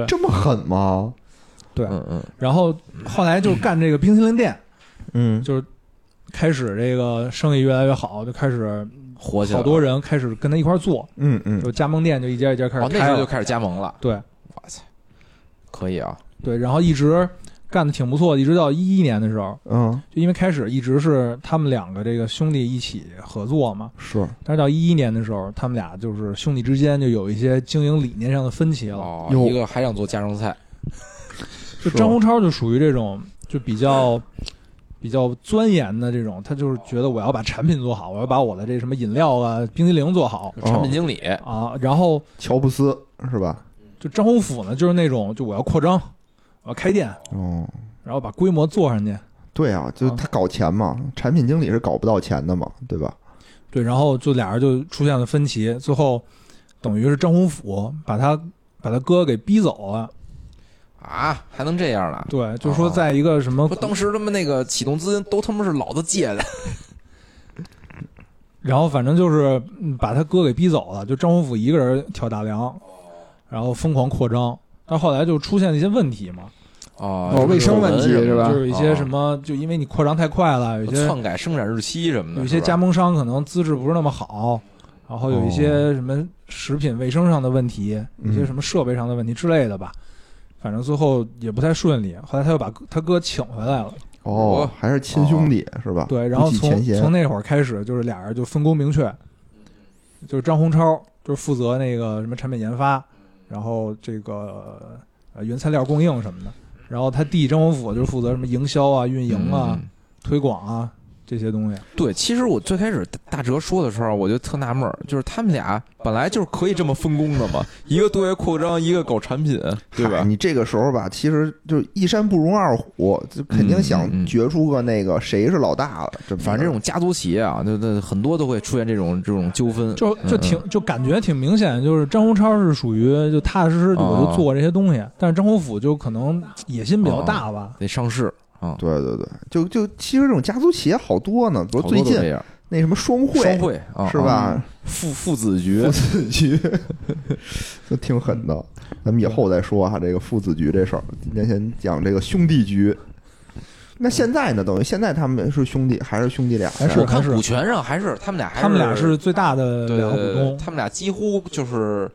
Speaker 1: 这么狠吗？
Speaker 5: 对，
Speaker 3: 嗯嗯，
Speaker 5: 然后后来就干这个冰淇淋店，
Speaker 1: 嗯，
Speaker 5: 就是开始这个生意越来越好，就开始
Speaker 3: 火起来
Speaker 5: 好
Speaker 3: 了
Speaker 5: 多人开始跟他一块儿做，
Speaker 1: 嗯嗯，
Speaker 5: 就加盟店就一家一家开始
Speaker 3: 哦，那
Speaker 5: 开
Speaker 3: 时候
Speaker 5: 了。
Speaker 3: 就开始加盟了。
Speaker 5: 对
Speaker 3: 哇塞，可以啊！
Speaker 5: 对，然后一直干的挺不错的，一直到一一年的时候，
Speaker 1: 嗯，
Speaker 5: 就因为开始一直是他们两个这个兄弟一起合作嘛，
Speaker 1: 是
Speaker 5: 但是到一一年的时候，他们俩就是兄弟之间就有一些经营理念上的分歧了。
Speaker 3: 哦，
Speaker 1: 有
Speaker 3: 一个还想做家常菜，
Speaker 5: 就张洪超就属于这种就比较比较钻研的这种，他就是觉得我要把产品做好，我要把我的这什么饮料啊、冰激凌做好
Speaker 1: 哦
Speaker 3: 产品经理，
Speaker 5: 啊。然后
Speaker 1: 乔布斯是吧？
Speaker 5: 就张宏甫呢，就是那种就我要扩张，我要开店，
Speaker 1: 哦，
Speaker 5: 然后把规模做上去。
Speaker 1: 对啊，就是他搞钱嘛，产品经理是搞不到钱的嘛，对吧？
Speaker 5: 对，然后就俩人就出现了分歧，最后等于是张宏甫把他把他哥给逼走了。
Speaker 3: 啊，还能这样了？
Speaker 5: 对，就说在一个什么
Speaker 3: 不，，当时他们那个启动资金都他妈是老子借的，
Speaker 5: 然后反正就是嗯把他哥给逼走了，就张宏甫一个人挑大梁，然后疯狂扩张。但后来就出现了一些问题嘛，
Speaker 3: 啊
Speaker 2: 哦，卫生问题是吧哦
Speaker 5: 就？是一些
Speaker 3: 啊
Speaker 5: 什么，就因为你扩张太快了，有些
Speaker 3: 篡改生产日期什么的，
Speaker 5: 有一些
Speaker 3: 是吧
Speaker 5: 加盟商可能资质不是那么好，然后有一
Speaker 2: 哦
Speaker 5: 些什么食品卫生上的问题，
Speaker 1: 嗯
Speaker 5: 一些什么设备上的问题之类的吧。反正最后也不太顺利，后来他又把他哥请回来了，
Speaker 1: 哦
Speaker 3: 我，
Speaker 1: 还是亲兄弟是
Speaker 3: 啊
Speaker 1: 吧？
Speaker 5: 对，然后
Speaker 1: 不计
Speaker 5: 从
Speaker 1: 前嫌
Speaker 5: 从那会儿开始，就是俩人就分工明确，就是张洪超就是负责那个什么产品研发，然后这个呃原材料供应什么的，然后他弟张宏甫就是负责什么营销啊、运营啊、
Speaker 3: 嗯
Speaker 5: 推广啊这些东西。
Speaker 3: 对，其实我最开始大哲说的时候，我就特纳闷儿，就是他们俩本来就是可以这么分工的嘛， 一个对外扩张，一个搞产品，对
Speaker 1: 嗨
Speaker 3: 吧？
Speaker 1: 你这个时候吧，其实就一山不容二虎，就肯定想
Speaker 3: 嗯嗯嗯
Speaker 1: 决出个那个谁是老大了。这么
Speaker 3: 反正这种家族企业啊，那那很多都会出现这种这种纠纷，
Speaker 5: 就就
Speaker 3: 嗯
Speaker 5: 挺就感觉挺明显，就是张洪超是属于就踏踏实实
Speaker 3: 啊
Speaker 5: 我就做这些东西，但是张宏甫就可能野心比较大吧。
Speaker 3: 得上市啊，
Speaker 1: 对对对，就就其实这种家族企业好多呢，比如
Speaker 3: 好
Speaker 1: 最
Speaker 3: 多都这
Speaker 1: 近
Speaker 3: 样，
Speaker 1: 那什么双汇
Speaker 3: 双汇啊
Speaker 1: 是
Speaker 3: 啊
Speaker 1: 吧？
Speaker 3: 父父子局
Speaker 1: 父子局， 这挺狠的。咱们以后再说啊哈、这个父子局这事儿。今天先讲这个兄弟局。那现在呢？等于现在他们是兄弟，还是兄弟俩？
Speaker 5: 还是
Speaker 3: 我看
Speaker 5: 还是
Speaker 3: 股权上还是他们俩还，
Speaker 5: 他们俩是最大的
Speaker 3: 对
Speaker 5: 两个
Speaker 3: 对
Speaker 5: 股
Speaker 3: 对，
Speaker 5: 东，
Speaker 3: 他们俩几乎就是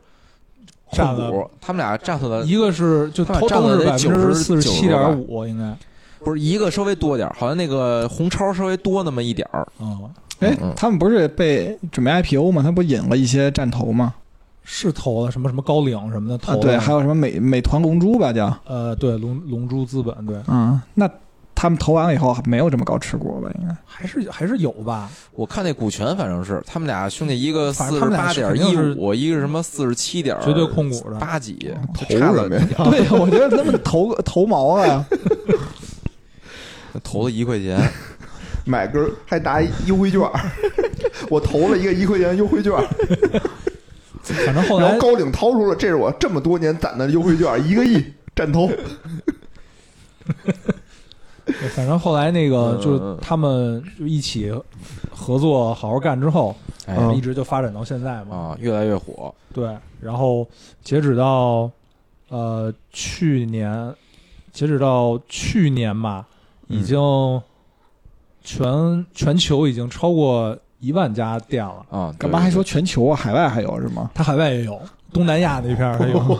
Speaker 5: 占
Speaker 3: 控股，他们俩占了
Speaker 5: 一个是就
Speaker 3: 他俩
Speaker 5: 都
Speaker 3: 占
Speaker 5: 都
Speaker 3: 了
Speaker 5: 是
Speaker 3: 得
Speaker 5: 百分之四十七
Speaker 3: 90%
Speaker 5: 点五，应该
Speaker 3: 不是一个稍微多点儿，好像那个红超稍微多那么一点儿，
Speaker 5: 嗯，
Speaker 2: 哎
Speaker 3: 嗯，
Speaker 2: 他们不是被准备 IPO 吗？他不引了一些战投吗？
Speaker 5: 是投了什么什么高瓴什么的投
Speaker 2: 啊，
Speaker 5: 了，
Speaker 2: 对，还有什么美美团龙珠吧叫？
Speaker 5: 呃对龙龙珠资本对，
Speaker 2: 嗯，那他们投完了以后没有这么高持股吧？应该
Speaker 5: 还是还是有吧，
Speaker 3: 我看那股权反正是他们俩兄弟，一个
Speaker 5: 反
Speaker 3: 四
Speaker 5: 正
Speaker 3: 十
Speaker 5: 他们
Speaker 3: 八
Speaker 5: 俩是
Speaker 3: 点
Speaker 5: 肯定
Speaker 3: 一
Speaker 5: 是
Speaker 3: 五，一个是什么四十七点
Speaker 5: 绝对控哦股的。
Speaker 3: 八几，就
Speaker 1: 投
Speaker 3: 差
Speaker 1: 什么
Speaker 3: 了
Speaker 1: 呀？
Speaker 2: 对，我觉得他们投投毛了呀。
Speaker 3: 投了一块钱，
Speaker 1: 买根儿还打优惠券儿， 我投了一个一块钱优惠券儿，
Speaker 5: 反正后
Speaker 1: 然
Speaker 5: 来
Speaker 1: 后高领掏出了，这是我这么多年攒的优惠券儿，一个亿站投。
Speaker 5: 反正后来那个
Speaker 3: 嗯
Speaker 5: 就是
Speaker 3: 嗯
Speaker 5: 他们就一起合作好好干之后，
Speaker 3: 哎
Speaker 1: 嗯
Speaker 5: 一直就发展到现在嘛。
Speaker 3: 啊，越来越火，
Speaker 5: 对，然后截止到呃去年，截止到去年吧，已经全全球已经超过一万家店了，
Speaker 3: 啊，对
Speaker 2: 干嘛还说全球啊？海外还有是吗？
Speaker 5: 它海外也有，东南亚那片儿还有。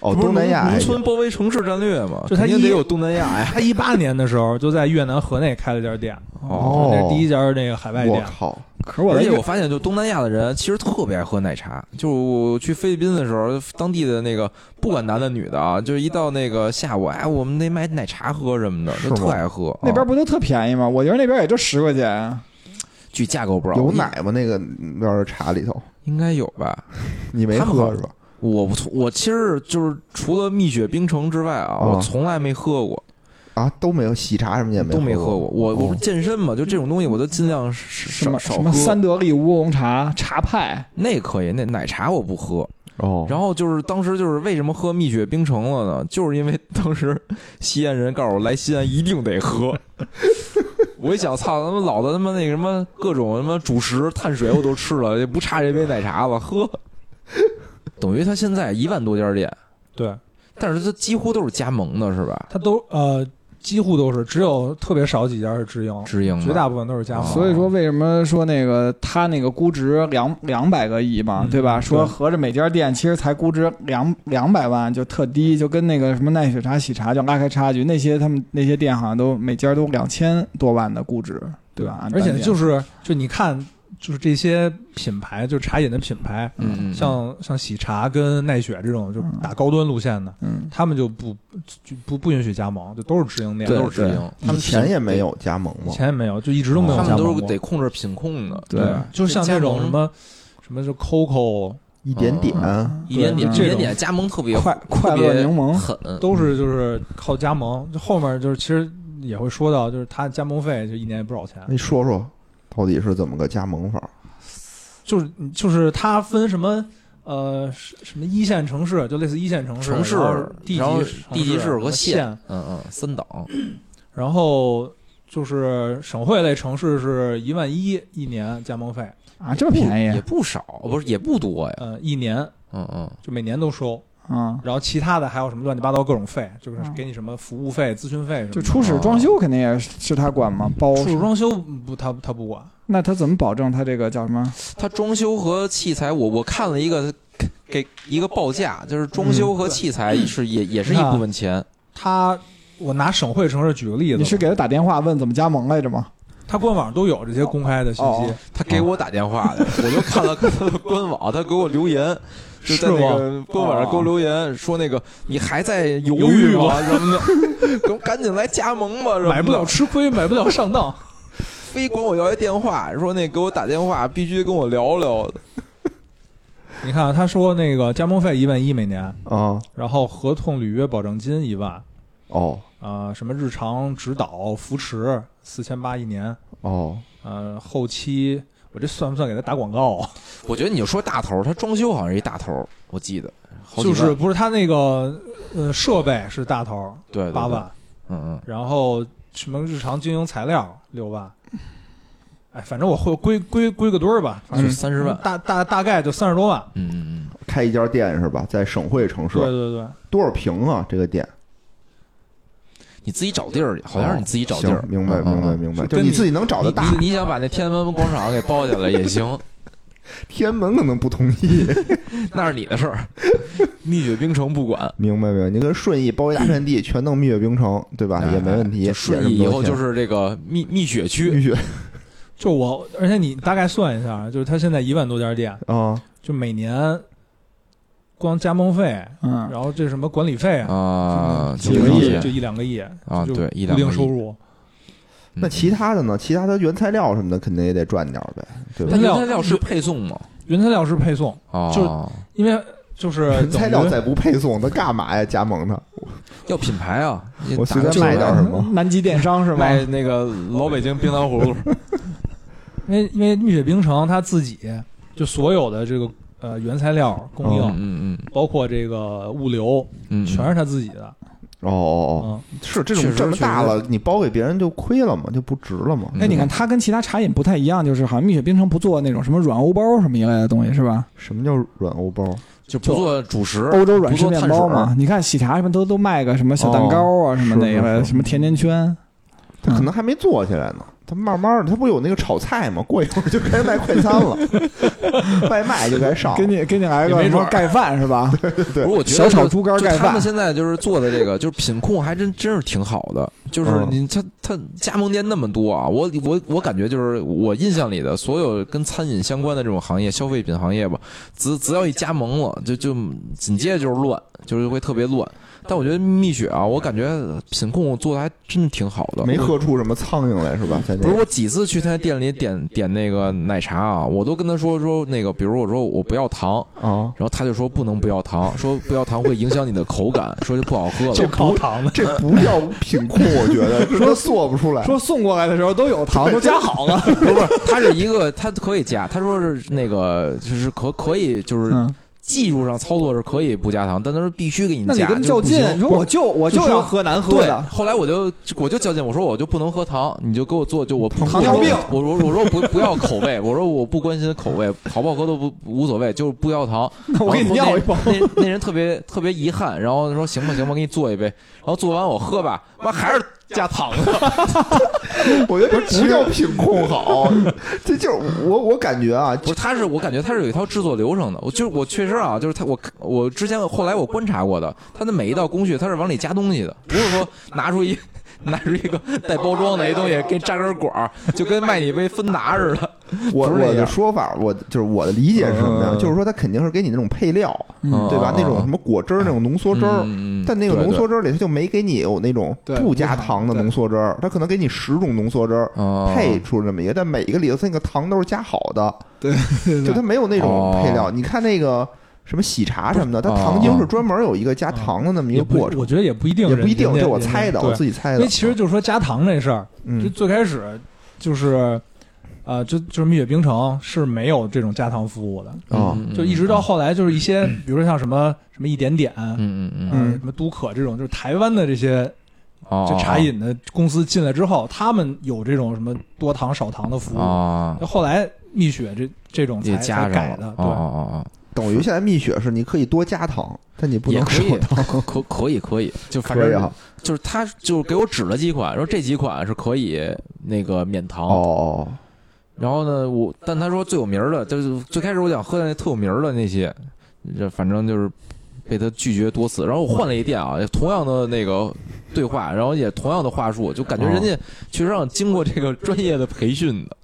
Speaker 1: 哦，
Speaker 3: 这不是
Speaker 1: 东南亚
Speaker 3: 农
Speaker 1: 哎
Speaker 3: 农村包围城市战略嘛，
Speaker 5: 就他
Speaker 3: 肯定
Speaker 5: 一
Speaker 3: 得有东南亚呀，
Speaker 5: 他一八年的时候就在越南河内开了家店，
Speaker 1: 哦
Speaker 5: 这是第一家那个海外
Speaker 1: 我
Speaker 5: 店。
Speaker 1: 靠，
Speaker 2: 可是我
Speaker 3: 而
Speaker 2: 的
Speaker 3: 且我发现，就东南亚的人其实特别爱喝奶茶。就我去菲律宾的时候，当地的那个不管男的女的啊，就是一到那个下午，哎，我们得买奶茶喝什么的，
Speaker 1: 是吗
Speaker 3: 就特爱喝。啊
Speaker 2: 那边不都特便宜吗？我觉得那边也就十块钱。
Speaker 3: 具价格不知道，
Speaker 1: 有奶吗？那个那边茶里头，
Speaker 3: 应该有吧？
Speaker 1: 你没
Speaker 3: 他们好
Speaker 1: 喝是吧？
Speaker 3: 我不从我其实就是除了蜜雪冰城之外啊，
Speaker 1: 啊
Speaker 3: 我从来没喝过，
Speaker 1: 啊，都没有喜茶什么也
Speaker 3: 都没
Speaker 1: 喝
Speaker 3: 喝过。我我不
Speaker 1: 哦
Speaker 3: 是健身嘛，就这种东西我都尽量
Speaker 2: 什
Speaker 3: 少
Speaker 2: 么
Speaker 3: 少
Speaker 2: 什么
Speaker 3: 喝。
Speaker 2: 三得利乌龙茶茶派，
Speaker 3: 那可以，那奶茶我不喝。
Speaker 1: 哦
Speaker 3: 然后就是当时就是为什么喝蜜雪冰城了呢？ 就是因为当时西安人告诉我来西安一定得喝。 我一想，操他妈老子他妈那个什么各种什么主食碳水我都吃了，也不差这杯奶茶了，喝。等于他现在一万多家店，
Speaker 5: 对，
Speaker 3: 但是他几乎都是加盟的，是吧？
Speaker 5: 他都呃几乎都是，只有特别少几家是直营，
Speaker 3: 直哦营的
Speaker 5: 绝大部分都是加盟。
Speaker 2: 所以说，为什么说那个他那个估值两两百个亿嘛，
Speaker 5: 嗯
Speaker 2: 对吧？说
Speaker 5: 对
Speaker 2: 合着每家店其实才估值两两百万，就特低，就跟那个什么奈雪茶、喜茶就拉开差距。那些他们那些店好像都每家都两千多万的估值，对吧？
Speaker 3: 啊
Speaker 2: 按
Speaker 5: 而且就是是就你看，就是这些品牌，就茶饮的品牌，
Speaker 3: 嗯嗯，
Speaker 5: 像像喜茶跟奈雪这种就
Speaker 2: 嗯
Speaker 5: 打高端路线的，
Speaker 2: 嗯，
Speaker 5: 他们就不就不不允许加盟，就都是直营店，
Speaker 3: 都
Speaker 5: 都
Speaker 3: 是直营，
Speaker 1: 他们钱也没有加盟
Speaker 5: 以
Speaker 1: 嘛，
Speaker 5: 前也没有，就一直都没有
Speaker 3: 他
Speaker 5: 加
Speaker 3: 们都
Speaker 5: 盟
Speaker 3: 是
Speaker 5: 过
Speaker 3: 得。控制品控的，
Speaker 2: 对，
Speaker 5: 就是像那种
Speaker 3: 加盟
Speaker 5: 什么什么就 COCO，
Speaker 1: 一
Speaker 3: 嗯
Speaker 1: 点点，啊
Speaker 3: 一点点
Speaker 2: 嗯
Speaker 3: 一点点加盟特别
Speaker 2: 快快
Speaker 3: 特
Speaker 2: 乐
Speaker 3: 别
Speaker 2: 柠檬，
Speaker 3: 狠，嗯
Speaker 5: 都是就是靠加盟。就后面就是其实也会说到，就是他加盟费就一年也不少钱，
Speaker 3: 哎
Speaker 1: 你说说到底是怎么个加盟法？
Speaker 5: 就是就是它分什么呃什什么一线城市，就类似一线城市、
Speaker 3: 城市
Speaker 5: 然后地级
Speaker 3: 然后
Speaker 5: 城市
Speaker 3: 地级市和
Speaker 5: 和
Speaker 3: 县，嗯嗯，三档，
Speaker 5: 然后就是省会类城市是一万一一年加盟费，
Speaker 2: 啊，这么便
Speaker 3: 也
Speaker 2: 宜
Speaker 3: 不少，不是也不多呀，
Speaker 5: 呃，一年
Speaker 3: 嗯嗯，
Speaker 5: 就每年都收，
Speaker 2: 啊！
Speaker 5: 然后其他的还有什么乱七八糟各种费，就是
Speaker 2: 嗯
Speaker 5: 给你什么服务费、咨询费什么的。
Speaker 2: 就初始装修肯定也是他管嘛，包
Speaker 5: 初始装修嗯不，他他不管，
Speaker 2: 那他怎么保证他这个叫什么？
Speaker 3: 它装修和器材，我我看了一个给一个报价，就是装修和器材
Speaker 5: 嗯
Speaker 3: 是也也是一部分钱，
Speaker 5: 他我拿省会城市举个例子吧，
Speaker 2: 你是给他打电话问怎么加盟来着吗？
Speaker 5: 他官网都有这些公开的信息
Speaker 2: 哦，
Speaker 3: 他给我打电话
Speaker 5: 啊
Speaker 3: 的，我就看了看他的官网，他给我留言，就在那个官网
Speaker 5: 啊
Speaker 3: 上给我留言说那个你还在犹豫吗什么的，赶赶紧来加盟吧，什么的
Speaker 5: 买不了吃亏，买不了上当。
Speaker 3: 非管我要一电话，说那给我打电话必须跟我聊聊，
Speaker 5: 你看，他说那个加盟费一万一每年，
Speaker 1: 啊，
Speaker 5: 然后合同履约保证金一万，
Speaker 1: 哦
Speaker 5: 啊，什么日常指导扶持四千八一年，
Speaker 1: 哦，
Speaker 5: 呃，后期我这算不算给他打广告啊？
Speaker 3: 我觉得你就说大头，他装修好像是一大头，我记得，好几
Speaker 5: 就
Speaker 3: 万
Speaker 5: 是不是他那个呃设备是大头
Speaker 3: 对对
Speaker 5: 八万，，
Speaker 3: 对嗯嗯，
Speaker 5: 然后什么日常经营材料六万，哎，反正我会归归归个堆儿吧，反
Speaker 3: 就
Speaker 5: 正
Speaker 3: 三十万，
Speaker 5: 大大大概就三十多万。
Speaker 3: 嗯嗯
Speaker 1: 开一家店是吧？在省会城市
Speaker 5: 对对对，
Speaker 1: 多少平啊？这个店
Speaker 3: 嗯，你自己找地儿去，好像是你自己找地儿，
Speaker 1: 哦行明白
Speaker 3: 嗯嗯
Speaker 1: 明白
Speaker 3: 嗯
Speaker 1: 明
Speaker 5: 就
Speaker 1: 白，就
Speaker 5: 跟
Speaker 1: 你
Speaker 5: 你
Speaker 1: 自己能找的大，
Speaker 3: 你你你想把那天安门广场给包下来也行，
Speaker 1: 天安门可能不同意。
Speaker 3: 那是你的事儿， 蜜雪冰城不 管。
Speaker 1: 明白明白，你跟顺义包一大片地，全弄蜜雪冰城，对吧？啊也没问题。
Speaker 3: 哎就
Speaker 1: 也
Speaker 3: 顺
Speaker 1: 这么
Speaker 3: 义
Speaker 1: 多
Speaker 3: 以后
Speaker 1: 钱
Speaker 3: 就是这个蜜蜜雪区，
Speaker 1: 蜜雪
Speaker 5: 就我，而且你大概算一下，啊就是他现在一万多家店，
Speaker 1: 啊，
Speaker 5: 就每年光加盟费，
Speaker 2: 嗯，
Speaker 5: 然后这什么管理费啊，
Speaker 3: 啊，
Speaker 5: 几
Speaker 1: 就
Speaker 5: 个
Speaker 1: 是
Speaker 5: 亿
Speaker 1: 一
Speaker 5: 就一两个亿啊
Speaker 3: 对一
Speaker 5: 固
Speaker 3: 两个亿嗯
Speaker 5: 定收入。
Speaker 1: 那其他的呢？其他的原材料什么的肯定也得赚点儿呗，对
Speaker 3: 它
Speaker 1: 吧？
Speaker 3: 原材料是配送吗？
Speaker 5: 原材料是配送，
Speaker 3: 啊，
Speaker 5: 因为就是
Speaker 3: 呃
Speaker 1: 原材料
Speaker 5: 等于
Speaker 1: 再不配送，他干嘛呀？加盟他？
Speaker 3: 要品牌啊，
Speaker 1: 我随便
Speaker 3: 打个
Speaker 1: 买
Speaker 3: 折
Speaker 1: 点
Speaker 3: 啊
Speaker 1: 什么？
Speaker 2: 南极电商是吗？
Speaker 3: 卖那个老北京冰糖葫芦，
Speaker 5: 因为因为蜜雪冰城它自己就所有的这个呃原材料供应，
Speaker 3: 嗯嗯
Speaker 5: 包括这个物流，
Speaker 3: 嗯，
Speaker 5: 全是它自己的。
Speaker 1: 哦哦哦，
Speaker 5: 嗯，
Speaker 1: 是这
Speaker 3: 确
Speaker 1: 种
Speaker 3: 实
Speaker 1: 这么大
Speaker 3: 确
Speaker 1: 了，你包给别人就亏了嘛，就不值了嘛。
Speaker 3: 嗯
Speaker 2: 哎，你看，它跟其他茶饮不太一样，就是好像蜜雪冰城不做那种什么软欧包什么一类的东西，是吧？
Speaker 1: 什么叫软欧包？
Speaker 3: 就不做主食，
Speaker 1: 哦
Speaker 2: 欧洲软式
Speaker 3: 不做
Speaker 2: 面
Speaker 3: 碳
Speaker 2: 包
Speaker 3: 水
Speaker 2: 嘛，你看喜茶什么都都卖个什么小蛋糕啊，什么那
Speaker 1: 是
Speaker 2: 个
Speaker 1: 是是
Speaker 2: 什么甜甜圈，
Speaker 3: 嗯
Speaker 1: 他可能还没做起来呢。他慢慢的，他不有那个炒菜吗？过一会儿就该卖快餐了， 外卖就该上
Speaker 2: 给你给你来个
Speaker 5: 也没
Speaker 2: 什
Speaker 5: 准
Speaker 2: 么
Speaker 5: 儿
Speaker 2: 盖饭是 吧？
Speaker 3: 不是我觉得
Speaker 2: 小炒
Speaker 3: 就
Speaker 2: 猪肝
Speaker 3: 就
Speaker 2: 盖
Speaker 3: 他们
Speaker 2: 饭
Speaker 3: 现在就是做的这个，就是品控还真真是挺好的。就是
Speaker 1: 嗯
Speaker 3: 你他他加盟店那么多啊，我我我感觉就是我印象里的所有跟餐饮相关的这种行业，消费品行业吧，只只要一加盟了，就就紧接着就是乱，就是会特别乱。但我觉得蜜雪啊，我感觉品控做的还真的挺好的，
Speaker 1: 没喝出什么苍蝇来是吧？在那
Speaker 3: 不是我几次去他店里点点那个奶茶啊，我都跟他说说那个，比如我说我不要糖，
Speaker 1: 啊，
Speaker 3: 然后他就说不能不要糖，说不要糖会影响你的口感，说就不好喝
Speaker 5: 就
Speaker 3: 了。
Speaker 5: 靠 糖的。
Speaker 1: 这不叫品控，我觉 得说做不出来。
Speaker 2: 说送过来的时候都有糖，都加好了。
Speaker 3: 不是不是，他是一个他可以加，他说是那个就是可可以就是
Speaker 2: 嗯，
Speaker 3: 技术上操作是可以不加糖，但他说必须 给你
Speaker 2: 那你
Speaker 3: 加。
Speaker 2: 跟
Speaker 3: 就
Speaker 2: 较
Speaker 3: 不行
Speaker 2: 劲，你说我就我就要喝难喝
Speaker 3: 对
Speaker 2: 的，，
Speaker 3: 后来我就我就较劲，我说我就不能喝糖，你就给我做，就我不
Speaker 2: 糖尿病
Speaker 3: 我说我说不不要口味， 我说我不关心口味，好不好喝都不无所谓，就是不要糖。
Speaker 2: 那我给你
Speaker 3: 然后
Speaker 2: 要一包。
Speaker 3: 那那那人特别特别遗憾，然后说行吧行吧，给你做一杯。然后做完我喝吧，妈还是架躺子，
Speaker 1: 我觉得这不叫品控好，这就是我我感觉啊，
Speaker 3: 不是，他是我感觉他是有一套制作流程的。我就是我确实啊，就是他我我之前后来我观察过的，他的每一道工序他是往里加东西的，不是说拿出一 拿出一个带包装的一东西给你扎根管儿，就跟卖你一杯芬达似的。
Speaker 1: 我
Speaker 3: 不是这
Speaker 1: 我的
Speaker 3: 样
Speaker 1: 说法，我就是我的理解是什么呀？
Speaker 3: 嗯
Speaker 1: 就是说它肯定是给你那种配料，
Speaker 2: 嗯
Speaker 1: 对吧？那种什么果汁儿、那种浓缩汁儿，
Speaker 3: 嗯嗯嗯
Speaker 1: 但那个
Speaker 3: 对
Speaker 1: 浓
Speaker 3: 对
Speaker 1: 缩汁儿里它就没给你有那种
Speaker 5: 对
Speaker 1: 不加糖的
Speaker 5: 对
Speaker 1: 浓缩汁儿，它可能给你十种浓缩汁儿。
Speaker 3: 哦
Speaker 1: 配出这么一个，但每一个里头它那个糖都是加好的，
Speaker 5: 对
Speaker 1: 就它没有那种
Speaker 3: 哦
Speaker 1: 配料。你看那个什么喜茶什么的，它
Speaker 3: 哦
Speaker 1: 糖精是专门有一个加糖的那么一
Speaker 5: 也
Speaker 1: 个
Speaker 5: 不
Speaker 1: 过程，
Speaker 5: 我觉得哦也不一定，
Speaker 1: 也不一定，
Speaker 5: 人家
Speaker 1: 这我猜的，
Speaker 5: 人家
Speaker 1: 我
Speaker 5: 对
Speaker 1: 自己猜
Speaker 5: 因
Speaker 1: 的
Speaker 5: 为。其实就是说加糖这事儿，就
Speaker 1: 嗯，
Speaker 5: 最开始就是，呃，就就是蜜雪冰城是没有这种加糖服务的，
Speaker 1: 啊
Speaker 3: 嗯嗯
Speaker 5: 就一直到后来就是一些，比如说像什么什么一点点，
Speaker 3: 嗯嗯嗯，
Speaker 5: 呃什么都可这种，就是台湾的这些
Speaker 3: 哦
Speaker 5: 就茶饮的公司进来之后，他们有这种什么多糖少糖的服务。
Speaker 3: 啊
Speaker 5: 那，后来蜜雪这这种
Speaker 3: 也
Speaker 5: 才
Speaker 3: 加
Speaker 5: 才
Speaker 3: 上
Speaker 5: 改
Speaker 3: 了
Speaker 5: 的，对，
Speaker 3: 哦哦
Speaker 1: 等于现在蜜雪是你可以多加糖，但你不
Speaker 3: 也
Speaker 1: 能
Speaker 3: 可以
Speaker 1: 少糖。
Speaker 3: 哦哦，可可以可以，就反
Speaker 1: 可以
Speaker 3: 正
Speaker 1: 啊，
Speaker 3: 就是他就是给我指了几款，说这几款是可以那个免糖。
Speaker 1: 哦，
Speaker 3: 然后呢，我但他说最有名儿的，就是最开始我想喝的那特有名儿的那些，这反正就是被他拒绝多次。然后我换了一店啊，也同样的那个对话，然后也同样的话术，就感觉人家
Speaker 1: 哦
Speaker 3: 确实上经过这个专业的培训的。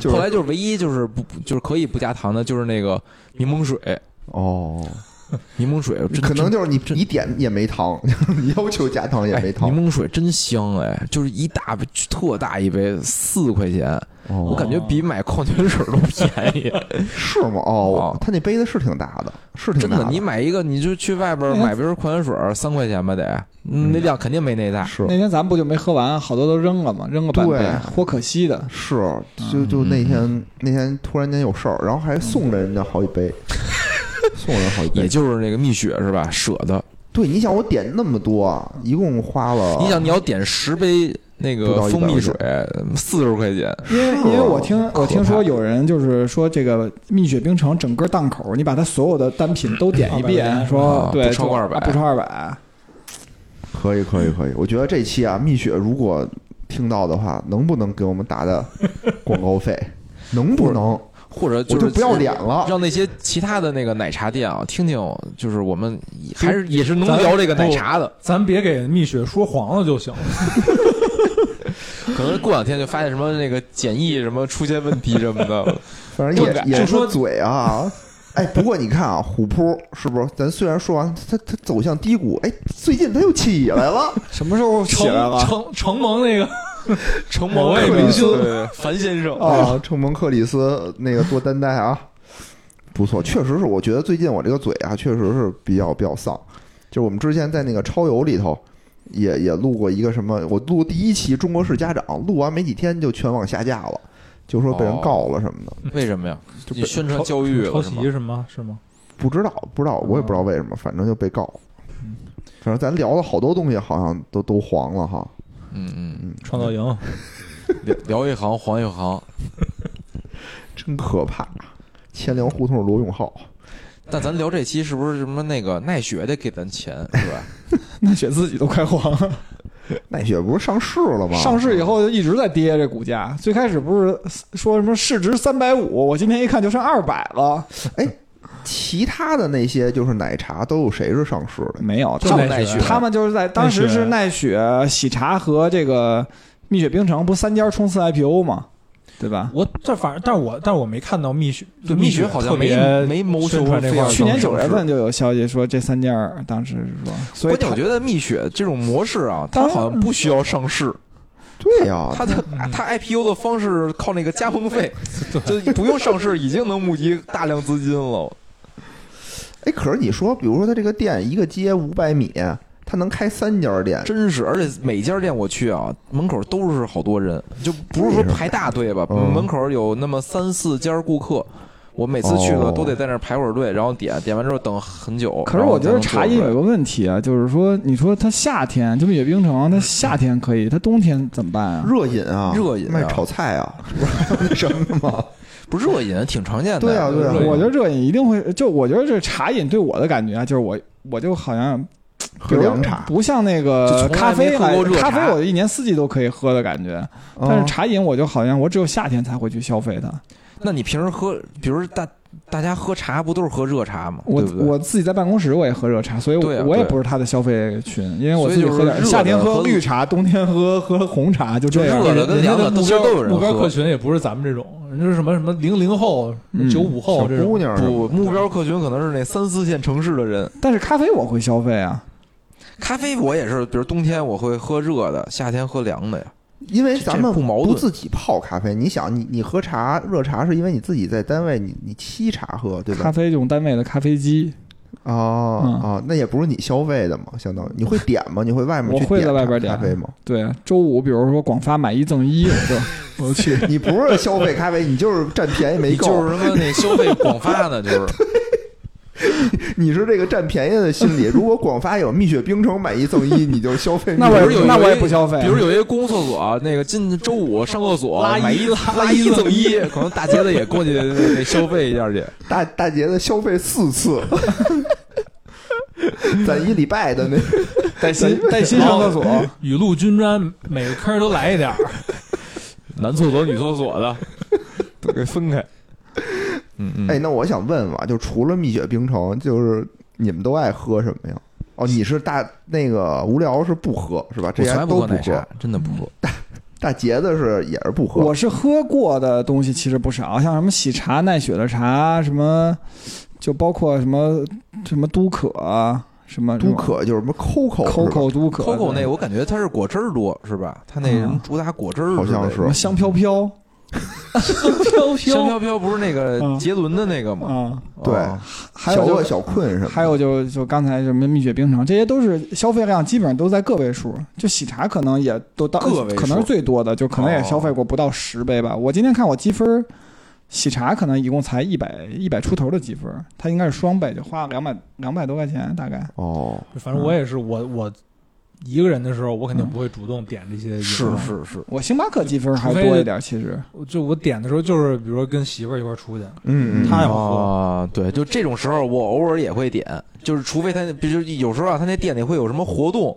Speaker 1: 就是
Speaker 3: 后来就是唯一就是不不就是可以不加糖的，就是那个柠檬水，
Speaker 1: 哦，
Speaker 3: 柠檬水真
Speaker 1: 可能
Speaker 3: 真
Speaker 1: 就是你你点也没糖， 你要求加糖也没
Speaker 3: 哎
Speaker 1: 糖。
Speaker 3: 柠檬水真香哎，就是一大杯特大一杯四块钱，我
Speaker 1: 哦，
Speaker 3: 感觉比买矿泉水都便宜。
Speaker 1: 是吗？哦
Speaker 3: 哦，
Speaker 1: 他那杯子是挺大的，是挺
Speaker 3: 真
Speaker 1: 大
Speaker 3: 的，你买一个，你就去外边买瓶矿泉水儿，三块钱吧得，嗯那量肯定没那大。
Speaker 1: 是
Speaker 2: 那天咱们不就没喝完，好多都扔了嘛，扔了半
Speaker 1: 对
Speaker 2: 杯，活可惜的。
Speaker 1: 是，
Speaker 3: 嗯
Speaker 1: 就就那天那天突然间有事儿，然后还送了人家好几杯，送了人好几
Speaker 3: 也
Speaker 1: 杯。哦
Speaker 3: 就是那个蜜雪是吧？舍得，
Speaker 1: 对，你想我点那么多，啊一共花了，
Speaker 3: 你想你要点十杯那
Speaker 1: 不到
Speaker 3: 个
Speaker 1: 一百
Speaker 3: 蜂蜜
Speaker 1: 块
Speaker 3: 水，四十块钱，
Speaker 2: 因为
Speaker 1: 是
Speaker 2: 因为我
Speaker 1: 啊
Speaker 2: 听
Speaker 1: 可
Speaker 2: 我听说
Speaker 1: 怕
Speaker 2: 有人就是说这个蜜雪冰城整个档口，你把它所有的单品都点一遍，说
Speaker 3: 啊
Speaker 2: 对
Speaker 3: 不超过
Speaker 2: 就
Speaker 3: 200
Speaker 2: 啊不超二百，
Speaker 1: 可以可以可以。我觉得这期啊，蜜雪如果听到的话，能不能给我们打打广告 费？能不能？
Speaker 3: 或者
Speaker 1: 我就
Speaker 3: 是
Speaker 1: 不要脸了。
Speaker 3: 让那些其他的那个奶茶店啊，听听，就是我们还是也是能聊这个奶茶的，
Speaker 5: 咱别给蜜雪说黄了就 行。
Speaker 3: 可能过两天就发现什么那个检疫什么出现问题什么 的，
Speaker 1: 反正也也说嘴啊。哎，不过你看啊，虎扑是不是？咱虽然说完，它它走向低谷，哎，最近它又起来了。
Speaker 2: 什么时候起
Speaker 5: 承
Speaker 2: 来了？
Speaker 5: 承承蒙那个
Speaker 3: 承
Speaker 5: 某
Speaker 3: 蒙
Speaker 5: 位
Speaker 3: 克
Speaker 5: 明
Speaker 3: 林
Speaker 5: 星
Speaker 3: 斯樊先 生，
Speaker 1: 啊，承蒙克里斯那个多担待啊，不错，确实是。我觉得最近我这个嘴啊，确实是比较比较丧。就是我们之前在那个超游里头也也录过一个什么，我录第一期《中国式家长》，录完没几天就全网下架了，就说被人告了什么的，
Speaker 3: 为什么呀？
Speaker 1: 就
Speaker 3: 哦你
Speaker 1: 被
Speaker 3: 宣传教育
Speaker 5: 抄
Speaker 3: 了是吗
Speaker 5: 袭？是吗？是吗？
Speaker 1: 不知道不知道，我也不知道为什么，反正就被告了。反正咱聊了好多东西，好像都都黄了哈。
Speaker 3: 嗯嗯。
Speaker 1: 嗯，
Speaker 5: 创造营，
Speaker 3: 聊聊一行黄一行，
Speaker 1: 真可怕。千粮胡同罗永浩，
Speaker 3: 但咱聊这期是不是什么那个奈雪得给咱钱是吧？
Speaker 2: 奈雪自己都快黄了。
Speaker 1: 奈雪不是上市了吗？
Speaker 2: 上市以后就一直在跌，这股价最开始不是说什么市值三百五，我今天一看就剩二百了，
Speaker 1: 其他的那些就是奶茶都有谁是上市的？
Speaker 2: 没有，
Speaker 5: 就
Speaker 2: 他们
Speaker 5: 奈雪
Speaker 2: 他们就是在当时是奈雪、喜茶和这个蜜雪冰城不三家冲刺 IPO 嘛，对吧？
Speaker 5: 我这反正，但我但我没看到蜜雪，
Speaker 3: 对，蜜
Speaker 5: 蜜
Speaker 3: 雪好像没
Speaker 5: 特别
Speaker 3: 没谋求
Speaker 5: 宣传这
Speaker 3: 非
Speaker 5: 块
Speaker 3: 要
Speaker 5: 儿
Speaker 2: 去年
Speaker 3: 上
Speaker 2: 九月
Speaker 3: 市
Speaker 2: 份，就有消息说这三家儿当时是说，所以
Speaker 3: 关键我觉得蜜雪这种模式啊，它好像不需要上市，啊
Speaker 1: 对哎呀、
Speaker 3: 它的它 IPO 的方式靠那个加盟费，就不用上市已经能募集大量资金了。
Speaker 1: 哎，可是你说，比如说他这个店一个街五百米，他能开三家店，
Speaker 3: 真是，而且每家店我去啊，门口都是好多人，就不是说排大队吧，
Speaker 1: 嗯
Speaker 3: 门口有那么三四家顾客。我每次去了
Speaker 1: 哦
Speaker 3: 都得在那儿排会儿队，然后点点完之后等很久。
Speaker 2: 可是
Speaker 3: 然后
Speaker 2: 我觉得
Speaker 3: 才能
Speaker 2: 茶
Speaker 3: 坐
Speaker 2: 饮
Speaker 3: 出来
Speaker 2: 有个问题啊，就是说，你说它夏天，就蜜雪冰
Speaker 3: 嗯
Speaker 2: 城，它夏天可以，它冬天怎么办啊？
Speaker 1: 热饮啊，
Speaker 3: 热饮啊
Speaker 1: 卖炒菜啊，那什么吗？
Speaker 3: 不是热饮挺常见的。
Speaker 1: 对啊对啊
Speaker 3: 热饮
Speaker 2: 我觉得热饮一定会，就我觉得这茶饮对我的感觉啊，就是我我就好像
Speaker 1: 喝凉茶，
Speaker 2: 不像那个
Speaker 3: 就从来
Speaker 2: 咖啡
Speaker 3: 没喝
Speaker 2: 还
Speaker 3: 过热茶
Speaker 2: 咖
Speaker 3: 哦
Speaker 2: 啡我一年四季都可以喝的感觉，但
Speaker 1: 嗯
Speaker 2: 是茶饮我就好像我只有夏天才会去消费它。
Speaker 3: 那你平时喝，比如大大家喝茶不都是喝热茶吗？
Speaker 2: 我
Speaker 3: 对不对
Speaker 2: 我自己在办公室我也喝热茶，所以
Speaker 3: 对啊
Speaker 2: 我我也
Speaker 3: 对
Speaker 2: 不是它的消费群，因为我自己喝
Speaker 3: 所以
Speaker 2: 点
Speaker 3: 就是热的
Speaker 2: 夏天喝
Speaker 3: 和
Speaker 2: 绿茶，冬天喝喝红茶，就这样。
Speaker 3: 热的跟凉的
Speaker 5: 人家
Speaker 3: 都
Speaker 5: 目
Speaker 3: 其实
Speaker 5: 标
Speaker 3: 都有人
Speaker 5: 目标
Speaker 3: 喝
Speaker 5: 客。群也不是咱们这种，人家是什么什么零零后、
Speaker 2: 嗯
Speaker 5: 九五后
Speaker 1: 小
Speaker 5: 这种
Speaker 1: 姑，娘什么
Speaker 3: 不，目标客群可能是那三四线城市的人。
Speaker 2: 但是咖啡我会消费啊，
Speaker 3: 咖啡我也是，比如冬天我会喝热的，夏天喝凉的呀。
Speaker 1: 因为咱们
Speaker 3: 这不矛盾
Speaker 1: 自己泡咖啡。你想，你你喝茶热茶是因为你自己在单位你你沏茶喝，对
Speaker 2: 咖
Speaker 1: 吧？
Speaker 2: 啡用单位的咖啡机，
Speaker 1: 哦
Speaker 2: 嗯
Speaker 1: 哦，那也不是你消费的嘛，相当于你会点吗？你会外面
Speaker 2: 我
Speaker 1: 去
Speaker 2: 会在
Speaker 1: 点
Speaker 2: 外
Speaker 1: 咖
Speaker 2: 边点
Speaker 1: 咖啡吗？
Speaker 2: 对，周五比如说广发买一赠 一，我就我去。
Speaker 1: 你不是消费咖啡，你就是占便宜没
Speaker 3: 你
Speaker 1: 够，
Speaker 3: 就是什么那消费广发呢， 就是
Speaker 1: 你是这个占便宜的心 理。如果广发有蜜雪冰城买一赠一，你就消费蜜雪
Speaker 2: 那我也
Speaker 3: 比如
Speaker 2: 不
Speaker 3: 有一
Speaker 2: 那我也不消费，
Speaker 3: 比如有一个公共厕所，那个进周五上厕所
Speaker 5: 拉一
Speaker 3: 买一
Speaker 5: 拉
Speaker 3: 拉一赠一，可能大杰子也过去得消费一下去。
Speaker 1: 大大杰的消费四 次，咱一礼拜的那
Speaker 2: 带薪带薪上厕所，
Speaker 5: 哎雨露均沾，每个坑儿都来一点儿。
Speaker 3: 男厕所、女厕所 的都给分开。嗯嗯，
Speaker 1: 哎，，那我想问问啊，就除了蜜雪冰城，就是你们都爱喝什么呀？哦，你是大那个无聊是不喝是吧？这
Speaker 3: 我从
Speaker 1: 家
Speaker 3: 来
Speaker 1: 都
Speaker 3: 喝奶
Speaker 1: 喝
Speaker 3: 茶。，真的不喝。
Speaker 1: 大杰子是也是不喝
Speaker 2: 我，是喝过的东西其实不少，像什么喜茶、奈雪的茶，什么就包括什么什么都可，啊什么
Speaker 1: 都可就是什么 COCO 是吧
Speaker 2: COCO 都可嗯
Speaker 3: Coco 那
Speaker 2: 对
Speaker 3: 我感觉它是果汁儿多是吧？它那什么主打果汁儿之类
Speaker 1: 好像
Speaker 3: 的，
Speaker 1: 是
Speaker 2: 什么香飘飘
Speaker 5: 飘
Speaker 3: 香 飘飘不是那
Speaker 2: 嗯
Speaker 3: 个杰伦的那个吗？
Speaker 2: 啊，
Speaker 1: 对
Speaker 3: 哦
Speaker 2: 还
Speaker 1: 小
Speaker 2: 有
Speaker 1: 恶
Speaker 2: 就
Speaker 1: 小困什么的，
Speaker 2: 还有就就刚才什么蜜雪冰城，这些都是消费量基本上都在个位数，就喜茶可能也都到
Speaker 3: 个位数
Speaker 2: 可能是最多的，就可能也消费过不到十杯吧。我今天看我积分儿。喜茶可能一共才一百一百出头的积分儿，它应该是双倍，就花了两百两百多块钱大概。
Speaker 1: 哦，
Speaker 5: 反
Speaker 3: 嗯
Speaker 5: 正我也是，我我一个人的时候，我肯定不会主动点这些饮料。
Speaker 3: 是是是，
Speaker 2: 我星巴克积分还
Speaker 5: 除非
Speaker 2: 多一点，其实
Speaker 5: 我就我点的时候，就是比如说跟媳妇儿一块儿出去，
Speaker 1: 嗯，嗯
Speaker 5: 他
Speaker 1: 嗯
Speaker 2: 哎
Speaker 5: 要喝
Speaker 3: 啊，对，就这种时候我偶尔也会点，就是除非他，比如有时候啊，他那店里会有什么活动，